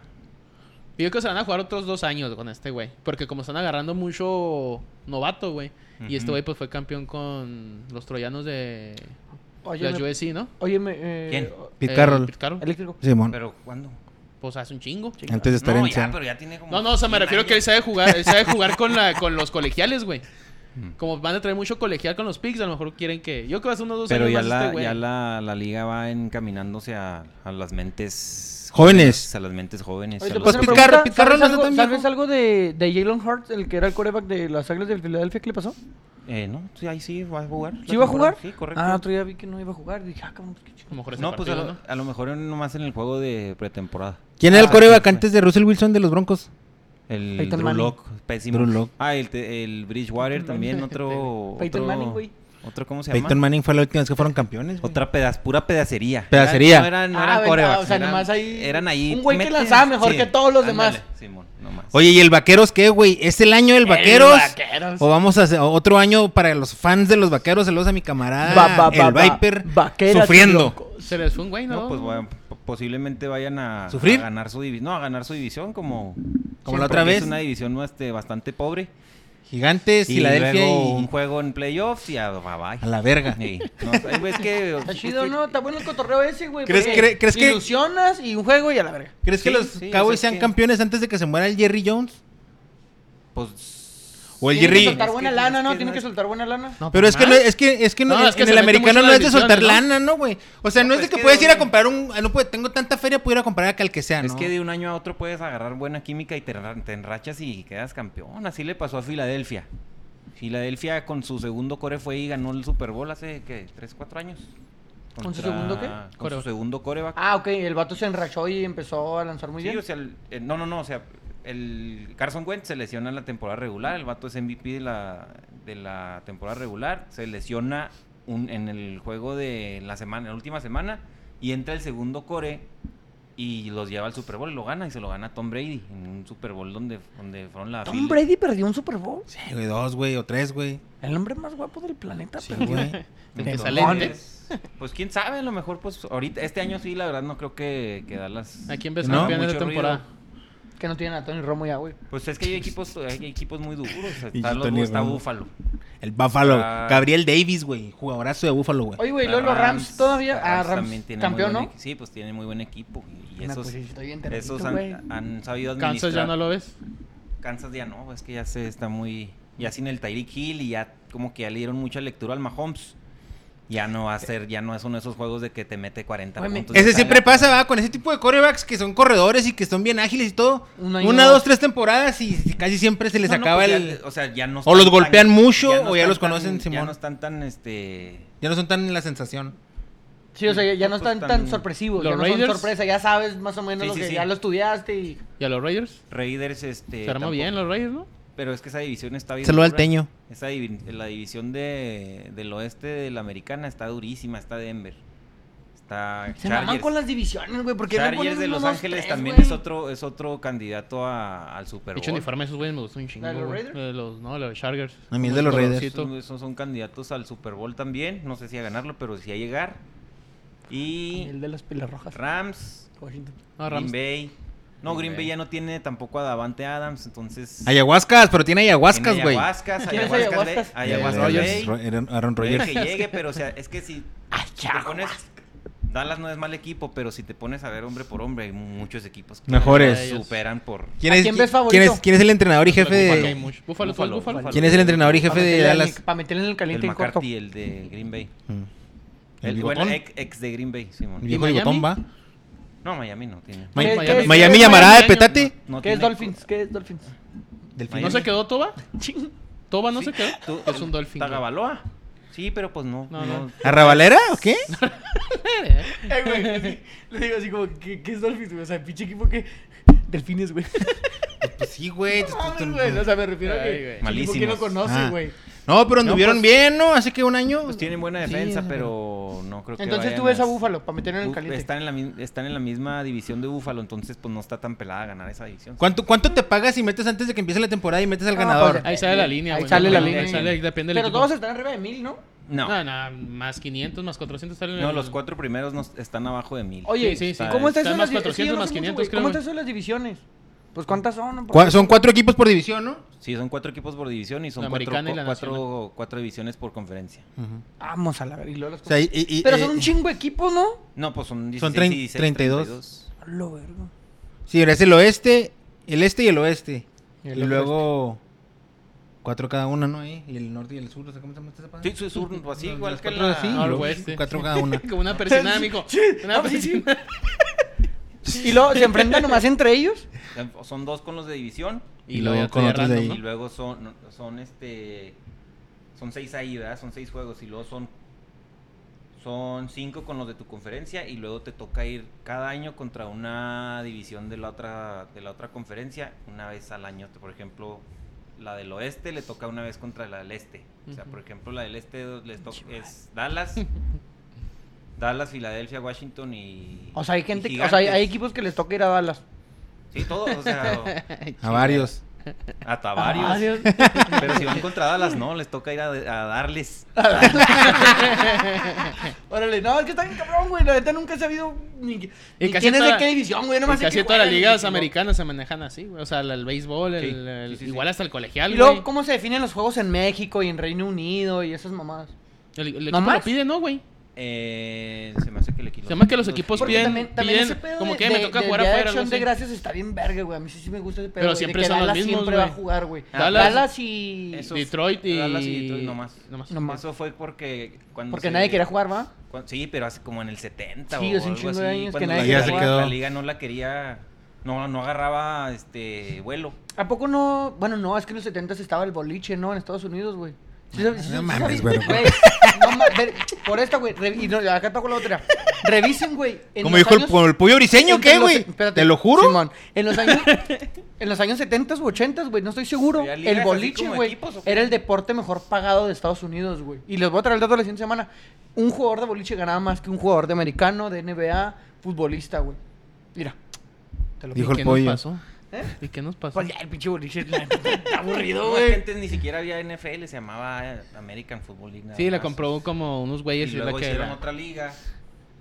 Speaker 2: Y Yo creo que se van a jugar otros dos años con este güey. Porque como están agarrando mucho novato, güey. Y este
Speaker 5: Ujú.
Speaker 2: güey pues fue campeón con los troyanos de
Speaker 3: Oye,
Speaker 2: la
Speaker 3: me-
Speaker 2: USC, ¿no?
Speaker 3: oye, me, eh,
Speaker 5: ¿Quién?
Speaker 1: Pete
Speaker 2: Eh,
Speaker 1: Carroll.
Speaker 2: Pete Carroll.
Speaker 3: Eléctrico.
Speaker 1: Simón,
Speaker 5: Pero ¿cuándo?
Speaker 2: Pues hace un chingo.
Speaker 1: antes de estar
Speaker 5: No,
Speaker 1: en
Speaker 5: ya,
Speaker 1: Seattle.
Speaker 5: pero ya tiene como
Speaker 2: No, no, o sea, me
Speaker 5: 100
Speaker 2: refiero que él
Speaker 5: años.
Speaker 2: sabe jugar, él sabe jugar con la, con los colegiales, güey.
Speaker 5: Mm.
Speaker 2: Como van a traer mucho colegial con los picks, a lo mejor quieren que. Yo creo que hace unos dos
Speaker 5: Pero
Speaker 2: años
Speaker 5: ya,
Speaker 2: más
Speaker 5: la,
Speaker 2: este güey.
Speaker 5: ya la, la liga va encaminándose a, a las mentes
Speaker 1: Jóvenes.
Speaker 5: A las mentes jóvenes.
Speaker 3: Oye,
Speaker 5: a
Speaker 3: te
Speaker 5: los-
Speaker 1: Pues
Speaker 3: paso
Speaker 1: Pete
Speaker 3: una pregunta.
Speaker 1: Carroll, Pete Carroll no
Speaker 3: ¿Sabes
Speaker 1: está tan
Speaker 3: algo,
Speaker 1: viejo.
Speaker 3: ¿Sabes algo de, de Jalen Hurts, el que era el coreback de las Águilas del Filadelfia? ¿Qué le pasó?
Speaker 5: Eh, no, sí, ahí sí va a jugar. la
Speaker 3: ¿Sí iba a
Speaker 5: temporada.
Speaker 3: jugar?
Speaker 5: Sí, correcto.
Speaker 3: Ah, otro día vi que no iba a jugar. Dije, ah, cabrón, qué
Speaker 2: A lo
Speaker 3: chido.
Speaker 2: mejor ese
Speaker 5: no, pues a
Speaker 2: partido,
Speaker 5: lo, a lo mejor en- nomás en el juego de pretemporada.
Speaker 1: ¿Quién era el
Speaker 5: Ah,
Speaker 1: coreback
Speaker 5: sí,
Speaker 1: antes de Russell Wilson de los Broncos?
Speaker 5: El
Speaker 3: Peyton
Speaker 5: Drew
Speaker 3: Manning.
Speaker 5: Lock, pésimo.
Speaker 1: Drew Lock.
Speaker 5: Ah, el, te-
Speaker 3: [LAUGHS]
Speaker 5: el Bridgewater también, otro...
Speaker 3: Peyton
Speaker 5: otro-
Speaker 3: Manning, güey.
Speaker 5: Otro, ¿cómo se llama?
Speaker 1: Peyton Manning fue la última vez que fueron campeones. güey.
Speaker 5: Otra peda- pura pedacería.
Speaker 1: Pedacería.
Speaker 5: No eran, no
Speaker 3: Ah,
Speaker 5: eran
Speaker 3: ¿verdad?
Speaker 5: corebacks,
Speaker 3: O sea,
Speaker 5: eran-
Speaker 3: nomás ahí-
Speaker 5: Eran ahí...
Speaker 3: un güey que
Speaker 5: metes-
Speaker 3: lanzaba mejor que todos los demás.
Speaker 5: ándale, Simón, nomás.
Speaker 1: Oye, ¿y el Vaqueros qué, güey? ¿Es el año del Vaqueros? O vamos a hacer otro año para los fans de los Vaqueros. Saludos a mi camarada,
Speaker 3: Va, va, va,
Speaker 1: el
Speaker 3: va.
Speaker 1: Viper,
Speaker 3: Vaquera,
Speaker 1: sufriendo.
Speaker 2: Se les fue un güey, ¿no?
Speaker 5: No, pues bueno, po- posiblemente vayan a,
Speaker 1: ¿Sufrir?
Speaker 5: a ganar su división. No, a ganar su división como...
Speaker 1: Como la otra
Speaker 5: porque
Speaker 1: vez.
Speaker 5: Es una división este, bastante pobre.
Speaker 1: Gigantes,
Speaker 5: Y
Speaker 1: Filadelfia
Speaker 5: luego
Speaker 1: y
Speaker 5: un juego en playoffs y a bye bye.
Speaker 1: a la verga.
Speaker 5: Sí. No, hay güeyes que...
Speaker 3: [LAUGHS] Está chido, ¿no? Está bueno el cotorreo ese, güey.
Speaker 1: ¿Crees-
Speaker 3: porque
Speaker 1: cre- crees que-
Speaker 3: Ilusionas y un juego y a la verga.
Speaker 1: ¿Crees que
Speaker 5: Sí,
Speaker 1: los
Speaker 5: sí, o
Speaker 1: Cowboys
Speaker 5: sea, es
Speaker 1: sean
Speaker 5: que-
Speaker 1: campeones antes de que se muera el Jerry Jones?
Speaker 5: Pues...
Speaker 1: O el
Speaker 3: Tienen que
Speaker 1: Jerry.
Speaker 3: soltar buena
Speaker 5: Es que-
Speaker 3: lana,
Speaker 5: es
Speaker 3: ¿no?
Speaker 5: que
Speaker 3: Tienen
Speaker 5: no
Speaker 3: que
Speaker 5: es-
Speaker 3: soltar buena lana.
Speaker 2: No,
Speaker 1: Pero
Speaker 2: pues
Speaker 1: es que, no,
Speaker 2: más.
Speaker 1: es que, es que, no-
Speaker 2: No, es que
Speaker 1: en
Speaker 2: se
Speaker 1: el
Speaker 2: meten
Speaker 1: americano
Speaker 2: mucho
Speaker 1: no es de
Speaker 2: las
Speaker 1: soltar
Speaker 2: lesiones, ¿no?
Speaker 1: lana, ¿no, güey? O sea, no,
Speaker 5: No,
Speaker 1: es de
Speaker 5: pues
Speaker 1: que,
Speaker 5: es que
Speaker 1: puedes ir a
Speaker 5: de-
Speaker 1: comprar un... ah, No, puedo- tengo tanta feria, puedo ir a comprar a al que sea, ¿no?
Speaker 5: Es que de un año a otro puedes agarrar buena química y te, enra- te enrachas y quedas campeón. Así le pasó a Filadelfia. Filadelfia con su segundo core fue y ganó el Super Bowl hace, ¿qué? ¿Tres, cuatro años?
Speaker 3: ¿Con su segundo qué?
Speaker 5: Con
Speaker 2: Coreback.
Speaker 5: su segundo coreback.
Speaker 3: Ah, ok. El vato se enrachó y empezó a lanzar muy
Speaker 5: sí,
Speaker 3: bien.
Speaker 5: o sea, el- eh, no, no, no, o sea, el Carson Wentz se lesiona en la temporada regular, el vato es MVP de la, de la temporada regular, se lesiona un- en el juego de la semana, la última semana, y entra el segundo core y los lleva al Super Bowl, lo gana y se lo gana Tom Brady en un Super Bowl donde, donde fueron la
Speaker 3: Tom
Speaker 5: fila-
Speaker 3: Brady perdió un Super Bowl.
Speaker 1: Sí, güey, dos, güey, o tres, güey.
Speaker 3: El hombre más guapo del planeta
Speaker 1: Sí,
Speaker 3: perdió.
Speaker 1: güey.
Speaker 5: [LAUGHS]
Speaker 2: El que
Speaker 5: Entonces,
Speaker 2: sale en- ¿eh?
Speaker 5: Pues quién sabe, a lo mejor pues ahorita este año sí, la verdad no creo que, que Dallas
Speaker 2: Aquí empezó
Speaker 1: No,
Speaker 2: campeón de
Speaker 5: mucho
Speaker 2: esta temporada.
Speaker 5: ruido.
Speaker 3: Que no tienen a Tony Romo ya, güey.
Speaker 5: Pues es que hay equipos hay equipos muy duros, o sea,
Speaker 1: Y
Speaker 5: está, los-
Speaker 1: Tony
Speaker 5: está
Speaker 1: Romo.
Speaker 5: Buffalo.
Speaker 1: El Buffalo.
Speaker 5: Ah.
Speaker 1: Gabriel Davis, güey. Jugadorazo de Búfalo, güey.
Speaker 3: Oye, güey, luego los Rams todavía. Ah,
Speaker 5: también
Speaker 3: Rams.
Speaker 5: tiene
Speaker 3: Campeón,
Speaker 5: muy
Speaker 3: ¿no?
Speaker 5: buen equi- Sí, pues tiene muy buen equipo. Y
Speaker 3: Nah,
Speaker 5: esos,
Speaker 3: pues, estoy bien
Speaker 5: esos
Speaker 3: terrenito, güey.
Speaker 5: han, han sabido administrar.
Speaker 2: Kansas ya no lo ves.
Speaker 5: Kansas ya no, es que ya se está muy... Ya sin el Tyreek Hill y ya como que ya le dieron mucha lectura al Mahomes. Ya no va a ser, ya no es uno de esos juegos de que te mete 40
Speaker 3: Eh. Güey, me-
Speaker 5: puntos. y
Speaker 1: Ese
Speaker 5: te
Speaker 1: siempre
Speaker 5: salga.
Speaker 1: pasa, va, con ese tipo de corebacks que son corredores y que son bien ágiles y todo.
Speaker 3: Un año,
Speaker 1: Una,
Speaker 3: dos.
Speaker 1: dos, tres temporadas y y casi siempre se les
Speaker 5: No, no,
Speaker 1: acaba
Speaker 5: pues ya-
Speaker 1: el...
Speaker 5: o sea, ya no
Speaker 1: o los
Speaker 5: están
Speaker 1: golpean mucho o ya
Speaker 5: están
Speaker 1: los conocen,
Speaker 5: tan, Ya
Speaker 1: Simón.
Speaker 5: no están tan, este...
Speaker 1: Ya no son tan la sensación.
Speaker 3: Sí, o sea, ya- ya no
Speaker 5: Pues
Speaker 3: están tan
Speaker 5: tan-
Speaker 3: sorpresivos.
Speaker 2: Los
Speaker 3: Ya no
Speaker 2: Raiders.
Speaker 3: son sorpresa. Ya sabes más o menos
Speaker 5: Sí,
Speaker 3: lo
Speaker 5: sí,
Speaker 3: que
Speaker 5: sí.
Speaker 3: ya lo estudiaste y.
Speaker 2: ¿Y a los Raiders?
Speaker 5: Raiders, este...
Speaker 2: Se armó
Speaker 5: tampoco-
Speaker 2: bien los Raiders, ¿no?
Speaker 5: Pero es que esa división está bien.
Speaker 6: Saluda al
Speaker 5: dura.
Speaker 6: teño.
Speaker 5: Esa divi- la división de, del oeste de la americana está durísima, está Denver. Está
Speaker 3: Se maman
Speaker 5: Chargers.
Speaker 3: con las divisiones, güey. Porque
Speaker 5: Chargers de Los Ángeles también es otro es otro candidato a- al Super
Speaker 2: De
Speaker 5: Bowl.
Speaker 2: hecho, uniforme esos güeyes me gustó un chingo.
Speaker 3: ¿La de los
Speaker 2: güey.
Speaker 3: Raiders?
Speaker 2: La de los, no, la de Chargers.
Speaker 6: A mí es
Speaker 2: Con
Speaker 6: de
Speaker 2: el
Speaker 6: los Raiders.
Speaker 2: colorcito.
Speaker 5: Son, son- son candidatos al Super Bowl también. No sé si a ganarlo, pero sí a llegar. Y
Speaker 3: El de las pilas rojas.
Speaker 5: Rams,
Speaker 3: Washington.
Speaker 2: No, Ah, Rams.
Speaker 5: Green Bay. No,
Speaker 2: Green
Speaker 5: Green,
Speaker 2: Bay.
Speaker 5: Bay ya no tiene tampoco a Davante Adams, entonces...
Speaker 6: Ayahuascas, pero tiene
Speaker 5: tiene
Speaker 6: ayahuascas, güey.
Speaker 5: Ayahuascas,
Speaker 3: ¿Quién es
Speaker 5: ayahuascas,
Speaker 3: ayahuascas?
Speaker 5: de- ayahuascas
Speaker 1: Eh,
Speaker 5: Bay.
Speaker 1: Ro- Aaron- Aaron
Speaker 5: Puede
Speaker 1: Rodgers.
Speaker 5: que llegue, pero o sea, es que si si te pones... Dallas no es mal equipo, pero si te pones a ver hombre por hombre, hay muchos equipos que
Speaker 1: Mejores.
Speaker 5: superan por...
Speaker 1: ¿Quién
Speaker 3: ¿A
Speaker 1: es,
Speaker 3: quién ves favorito?
Speaker 1: quién es- quién es el entrenador y jefe
Speaker 2: Buffalo,
Speaker 1: de...
Speaker 2: mucho. Buffalo,
Speaker 5: Buffalo,
Speaker 2: Buffalo.
Speaker 5: Buffalo.
Speaker 1: ¿Quién es el entrenador y jefe de Dallas?
Speaker 3: Para meterle en el
Speaker 5: El
Speaker 3: caliente en corto.
Speaker 5: McCarthy, el de Green Bay.
Speaker 1: Mm.
Speaker 5: El,
Speaker 1: El
Speaker 5: bueno,
Speaker 1: bigotón.
Speaker 5: ex, ex de Green Bay, Simón.
Speaker 1: El viejo bigotón, va.
Speaker 5: No, Miami no tiene.
Speaker 1: Ma- Miami,
Speaker 3: ¿Qué- qué- qué-
Speaker 1: llamará de
Speaker 2: Miami,
Speaker 1: petate.
Speaker 5: No
Speaker 3: ¿Qué es
Speaker 5: tiene-
Speaker 3: Dolphins? ¿Qué es Dolphins?
Speaker 1: Delfín.
Speaker 2: ¿No se quedó Toba? Toba Ah, no se quedó.
Speaker 5: Tú-
Speaker 2: Es un Dolphin. güey.
Speaker 5: Tagabaloa. Sí, pero pues no.
Speaker 2: No,
Speaker 5: No,
Speaker 2: no.
Speaker 1: ¿Arrabalera o qué?
Speaker 3: [LAUGHS] Eh, güey, así- le digo así como, ¿qué, qué es Dolphins, güey? O sea, pinche equipo que... Delfines, güey. [LAUGHS]
Speaker 1: Pues sí, güey.
Speaker 3: Mames, güey. O sea, me refiero a
Speaker 2: Ay,
Speaker 3: que...
Speaker 2: güey.
Speaker 3: Malísimo. que no
Speaker 5: Malísimos.
Speaker 3: conoce,
Speaker 1: Ah.
Speaker 3: güey?
Speaker 1: No, pero anduvieron bien, ¿no? Hace que un año.
Speaker 5: Pues tienen buena
Speaker 1: Sí,
Speaker 5: defensa,
Speaker 1: es-
Speaker 5: pero no creo que
Speaker 3: Entonces
Speaker 5: vayan
Speaker 3: tú ves a
Speaker 5: s-
Speaker 3: Búfalo para meterlo en el
Speaker 5: Bú-
Speaker 3: caliente.
Speaker 5: Están en, la, mi- están en la misma división de Búfalo, entonces pues no está tan pelada ganar esa división.
Speaker 1: ¿Cuánto, ¿Cuánto te pagas si metes antes de que empiece la temporada y metes al
Speaker 3: No,
Speaker 1: ganador?
Speaker 3: pues,
Speaker 2: Ahí sale la línea,
Speaker 3: Ahí
Speaker 2: güey.
Speaker 3: sale
Speaker 2: No,
Speaker 3: la
Speaker 2: ahí
Speaker 3: línea.
Speaker 2: sale, depende del
Speaker 3: Pero
Speaker 2: equipo.
Speaker 3: todos están arriba de mil, ¿no?
Speaker 5: No,
Speaker 2: No, no, más 500, más 400 salen.
Speaker 5: no,
Speaker 2: en- [LAUGHS]
Speaker 5: los cuatro primeros no están abajo de mil.
Speaker 3: Oye,
Speaker 2: Sí, sí, sí.
Speaker 3: ¿cómo está
Speaker 2: Está
Speaker 3: eso? de
Speaker 2: más
Speaker 3: las- es que
Speaker 2: 400,
Speaker 3: yo no
Speaker 2: más
Speaker 3: sé mucho,
Speaker 2: 500,
Speaker 3: güey.
Speaker 2: creo,
Speaker 3: ¿Cómo
Speaker 2: güey.
Speaker 3: está eso de las divisiones? Pues ¿cuántas son?
Speaker 1: Cua- Son cuatro equipos por división, ¿no?
Speaker 5: Sí, son cuatro equipos por división y son
Speaker 2: La
Speaker 5: cuatro,
Speaker 2: americana y
Speaker 5: co-
Speaker 2: la
Speaker 5: cuatro, cuatro divisiones por conferencia.
Speaker 3: Vamos a la ver. y luego las
Speaker 1: O sea, y- y- y-
Speaker 3: Pero
Speaker 1: eh,
Speaker 3: son un chingo de equipos, ¿no?
Speaker 5: No, pues son 16
Speaker 1: Son trein-
Speaker 5: y 16,
Speaker 1: 32.
Speaker 3: A Lo verga.
Speaker 1: Sí, pero es el oeste, el este y el oeste.
Speaker 3: Y
Speaker 1: Y,
Speaker 3: el
Speaker 1: luego cuatro cada una, ¿no? Ahí. Y el norte y el sur. o sea, ¿Cómo se llama esta zapata?
Speaker 5: Sí, su sur, pues, sí,
Speaker 1: Los-
Speaker 5: igual
Speaker 1: los
Speaker 5: que
Speaker 1: cuatro
Speaker 5: la...
Speaker 1: así, y
Speaker 2: Ah,
Speaker 1: luego
Speaker 2: oeste.
Speaker 1: Cuatro cada
Speaker 2: [LAUGHS]
Speaker 1: una.
Speaker 2: Como una persona,
Speaker 5: [LAUGHS]
Speaker 2: mijo. Una persona.
Speaker 3: Y luego se enfrentan nomás entre ellos.
Speaker 5: Son dos con los de división
Speaker 1: Y luego
Speaker 2: ya te
Speaker 1: con
Speaker 2: ya
Speaker 1: otros de
Speaker 2: random,
Speaker 1: ahí.
Speaker 5: Y luego son, son este. Son seis ahí, ¿verdad? Son seis juegos. Y luego son. Son cinco con los de tu conferencia. Y luego te toca ir cada año contra una división de la otra, de la otra conferencia. Una vez al año. Por ejemplo, la del oeste le toca una vez contra la del este. O sea, por ejemplo, la del este les toca es
Speaker 3: [LAUGHS]
Speaker 5: Dallas. Dallas, Filadelfia, Washington y.
Speaker 3: O sea, hay gente,
Speaker 5: y
Speaker 3: o sea, hay, hay
Speaker 5: Gigantes.
Speaker 3: equipos que les toca ir a Dallas.
Speaker 5: Sí, todos.
Speaker 3: [LAUGHS]
Speaker 5: O sea,
Speaker 1: A varios.
Speaker 5: hasta varios.
Speaker 3: Adiós.
Speaker 1: [LAUGHS]
Speaker 5: Pero si van contra Dallas, no, les toca ir a, a
Speaker 3: [LAUGHS]
Speaker 5: darles.
Speaker 3: Órale, no, es que está bien cabrón, güey. La neta nunca he sabido ni, ni
Speaker 2: Y casi
Speaker 3: quién es
Speaker 2: toda
Speaker 3: de
Speaker 2: la-
Speaker 3: qué división, güey.
Speaker 2: Y
Speaker 3: Nomás sé
Speaker 2: Casi
Speaker 3: que
Speaker 2: todas las
Speaker 3: juegan y
Speaker 2: ligas
Speaker 3: que-
Speaker 2: americanas se manejan así, güey. O sea, el béisbol,
Speaker 5: Sí,
Speaker 2: el- el-
Speaker 5: sí, sí, sí.
Speaker 2: igual hasta el colegial,
Speaker 3: Y
Speaker 2: güey.
Speaker 3: luego, ¿cómo se definen los juegos en México y en Reino Unido y esas mamadas?
Speaker 2: El, el equipo
Speaker 3: ¿Nomás?
Speaker 2: lo pide, ¿no, güey?
Speaker 5: Eh, se me hace que el equipo.
Speaker 2: Se me hace que los equipos
Speaker 3: Porque
Speaker 2: piden-
Speaker 3: también, también
Speaker 2: piden-
Speaker 3: ese pedo
Speaker 2: como
Speaker 3: de-
Speaker 2: que me
Speaker 3: de-
Speaker 2: toca
Speaker 3: de
Speaker 2: jugar
Speaker 3: Dead
Speaker 2: afuera, algo
Speaker 3: Action de
Speaker 2: así.
Speaker 3: gracias está bien verga, güey. A mí sí, sí me gusta ese pedo.
Speaker 2: Pero
Speaker 3: güey, de
Speaker 2: siempre
Speaker 3: que
Speaker 2: son los
Speaker 3: Dallas
Speaker 2: mismos,
Speaker 3: siempre
Speaker 2: güey.
Speaker 3: va a jugar, güey.
Speaker 2: Dallas-
Speaker 3: Dallas, y...
Speaker 5: Eso-
Speaker 2: Detroit y.
Speaker 5: Dallas y Detroit nomás.
Speaker 2: nomás.
Speaker 3: No más.
Speaker 5: Eso fue porque. Cuando
Speaker 3: Porque
Speaker 5: se-
Speaker 3: nadie quería jugar, ¿va?
Speaker 5: cuan- sí, pero hace como en el 70
Speaker 3: Sí,
Speaker 5: o
Speaker 3: hace un
Speaker 5: algo
Speaker 3: chingo
Speaker 5: así.
Speaker 3: de años que
Speaker 5: cuando
Speaker 3: nadie
Speaker 5: la,
Speaker 1: quería
Speaker 5: liga,
Speaker 1: jugar.
Speaker 5: la liga no la quería. No, no agarraba este vuelo.
Speaker 3: ¿A poco no? Bueno, no, es que en los 70 estaba el boliche, ¿no? En Estados Unidos, güey. Sí, sí, sí,
Speaker 1: no
Speaker 3: sí,
Speaker 1: mames,
Speaker 3: sí,
Speaker 1: güey.
Speaker 3: güey. No ma- ver, por esta, güey. revi- Y no, acá toco la otra. Revisen, güey. en
Speaker 1: Como
Speaker 3: los
Speaker 1: dijo el,
Speaker 3: años-
Speaker 1: pu- el pollo briseño,
Speaker 3: entre
Speaker 1: ¿qué,
Speaker 3: los- e-,
Speaker 1: güey?
Speaker 3: espérate,
Speaker 1: Te lo juro.
Speaker 3: Simón, en los
Speaker 1: [LAUGHS]
Speaker 3: años en los años 70 u 80, güey, no estoy seguro.
Speaker 5: Había ligas
Speaker 3: El
Speaker 5: así
Speaker 3: boliche,
Speaker 5: como
Speaker 3: güey,
Speaker 5: equipos, ¿o qué?
Speaker 3: era el deporte mejor pagado de Estados Unidos, güey. Y les voy a traer el dato de la siguiente semana. Un jugador de boliche ganaba más que un jugador de americano, de NBA, futbolista, güey. Mira. Te lo
Speaker 1: Dijo
Speaker 2: ¿Qué
Speaker 1: el
Speaker 2: nos
Speaker 1: pollo.
Speaker 2: pasó?
Speaker 3: ¿Eh?
Speaker 2: ¿Y qué nos pasó?
Speaker 3: Pues ya, el pinche boliche la- está aburrido,
Speaker 5: No, es que
Speaker 3: güey.
Speaker 5: antes ni siquiera había NFL, se llamaba eh, American Football League. nada
Speaker 2: Sí, la
Speaker 5: más.
Speaker 2: compró como unos
Speaker 5: Y
Speaker 2: güeyes. y la
Speaker 5: luego
Speaker 2: que
Speaker 5: hicieron
Speaker 2: la-
Speaker 5: otra liga.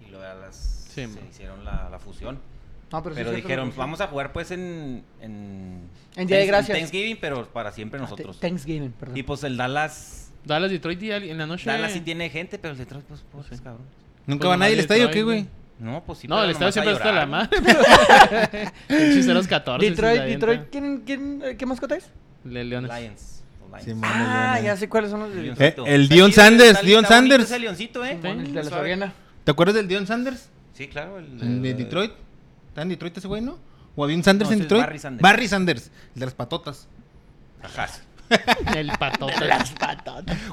Speaker 5: Y luego a las.
Speaker 2: Sí,
Speaker 5: se
Speaker 2: man.
Speaker 5: hicieron la, la fusión.
Speaker 3: No, sí
Speaker 5: Pero
Speaker 3: es cierto,
Speaker 5: dijeron,
Speaker 3: güey.
Speaker 5: vamos a jugar pues en. En,
Speaker 3: En Día de
Speaker 5: Thanks-
Speaker 3: Gracias. Ah,
Speaker 5: Thanksgiving, pero para siempre nosotros.
Speaker 3: Te- Thanksgiving, perdón.
Speaker 5: Y pues el Dallas.
Speaker 2: Dallas, Detroit y al- en la noche.
Speaker 5: Dallas sí tiene gente, pero el Detroit, pues, pues,
Speaker 2: Sí.
Speaker 5: cabrón.
Speaker 1: Nunca
Speaker 2: Pues
Speaker 1: va
Speaker 2: nomás
Speaker 1: nadie al estadio,
Speaker 2: Detroit,
Speaker 1: ¿qué, güey?
Speaker 5: No, pues sí.
Speaker 2: No,
Speaker 5: pero
Speaker 2: el estadio
Speaker 5: nomás a
Speaker 2: siempre está
Speaker 5: llorar.
Speaker 2: la madre. [LAUGHS] Pinches 14.
Speaker 3: Detroit, Detroit, ¿quién, quién, eh, ¿qué mascota es?
Speaker 2: Leones.
Speaker 5: Lions. los Lions.
Speaker 1: Sí, mames,
Speaker 3: Ah,
Speaker 1: güey.
Speaker 3: ya sé cuáles son los de...
Speaker 5: Leoncito.
Speaker 1: Eh, el
Speaker 5: Está
Speaker 1: Dion
Speaker 5: chido,
Speaker 1: Sanders,
Speaker 5: está-
Speaker 1: Dion
Speaker 5: está bonito
Speaker 1: Sanders.
Speaker 5: ese leoncito, ¿eh?
Speaker 3: Simón, el de la
Speaker 5: Suave.
Speaker 3: Soriana.
Speaker 1: ¿Te acuerdas del Dion Sanders?
Speaker 5: Sí, claro. El,
Speaker 1: ¿El de
Speaker 5: el-
Speaker 1: Detroit? ¿Está en Detroit ese güey, no? ¿O había un Sanders
Speaker 5: No,
Speaker 1: en
Speaker 5: ese es
Speaker 1: Detroit?
Speaker 5: Barry Sanders.
Speaker 1: Barry Sanders, el de las patotas.
Speaker 5: Ajá.
Speaker 2: El patote.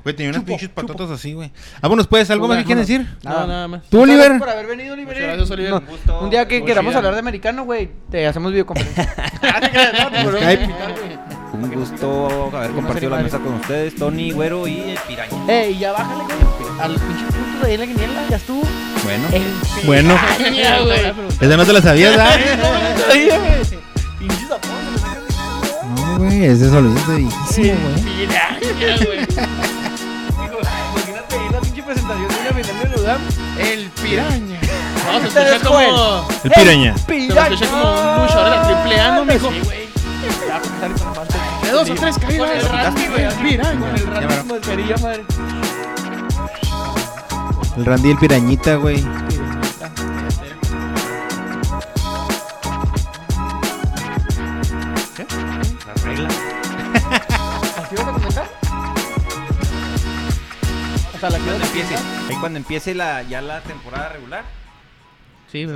Speaker 1: Güey, tenía unas
Speaker 3: Chupo,
Speaker 1: pinches patotas así, güey. Vámonos, pues, ¿algo más que quieran decir?
Speaker 2: No, nada más.
Speaker 1: ¿Tú,
Speaker 3: Muchas
Speaker 1: Oliver?
Speaker 3: gracias por haber venido, Oliver.
Speaker 2: Muchas gracias, Oliver.
Speaker 3: No,
Speaker 5: Un gusto.
Speaker 3: Un día que
Speaker 2: Muy
Speaker 3: queramos
Speaker 1: [LAUGHS]
Speaker 2: chida.
Speaker 3: hablar de americano, güey, te hacemos videoconferencia. Ah, no te creas, no, te volvemos a
Speaker 1: Skype.
Speaker 3: invitar, güey.
Speaker 5: Un gusto haber compartido la mesa con ustedes, Tony, Güero y el Piraña.
Speaker 3: Ey, Eh, ya bájale, güey. A los pinches puntos de ahí la quiniela, ya estuvo.
Speaker 5: Bueno,
Speaker 3: El
Speaker 1: Bueno,
Speaker 3: Piraña, güey.
Speaker 1: esa no te la sabías, ¿verdad?
Speaker 3: Oye, güey. Pinches apodos, se me sacan de culo.
Speaker 1: No, güey, ese solito difícil, güey.
Speaker 3: Piraña, güey. Digo, Imagínate ahí la pinche presentación de una final de la UDAM.
Speaker 2: El piraña. No, se
Speaker 3: Te
Speaker 2: escucha
Speaker 3: ves,
Speaker 2: como.
Speaker 1: El piraña.
Speaker 2: Se me escucha como un luchador de la triple A, ¿no, mijo?
Speaker 3: Sí, güey. Ya, pues, sale con la mano.
Speaker 2: De dos o tres
Speaker 3: Con el
Speaker 2: caídas.
Speaker 3: Randy, güey. así, Con el
Speaker 1: Ya,
Speaker 3: Randy
Speaker 1: bueno.
Speaker 3: del cerilla, madre.
Speaker 1: El Randy y el pirañita, güey.
Speaker 5: las reglas.
Speaker 3: ¿Así vas a comentar? O sea, la que
Speaker 5: Cuando empiece, ahí cuando empiece la, ya la temporada regular,
Speaker 2: Sí,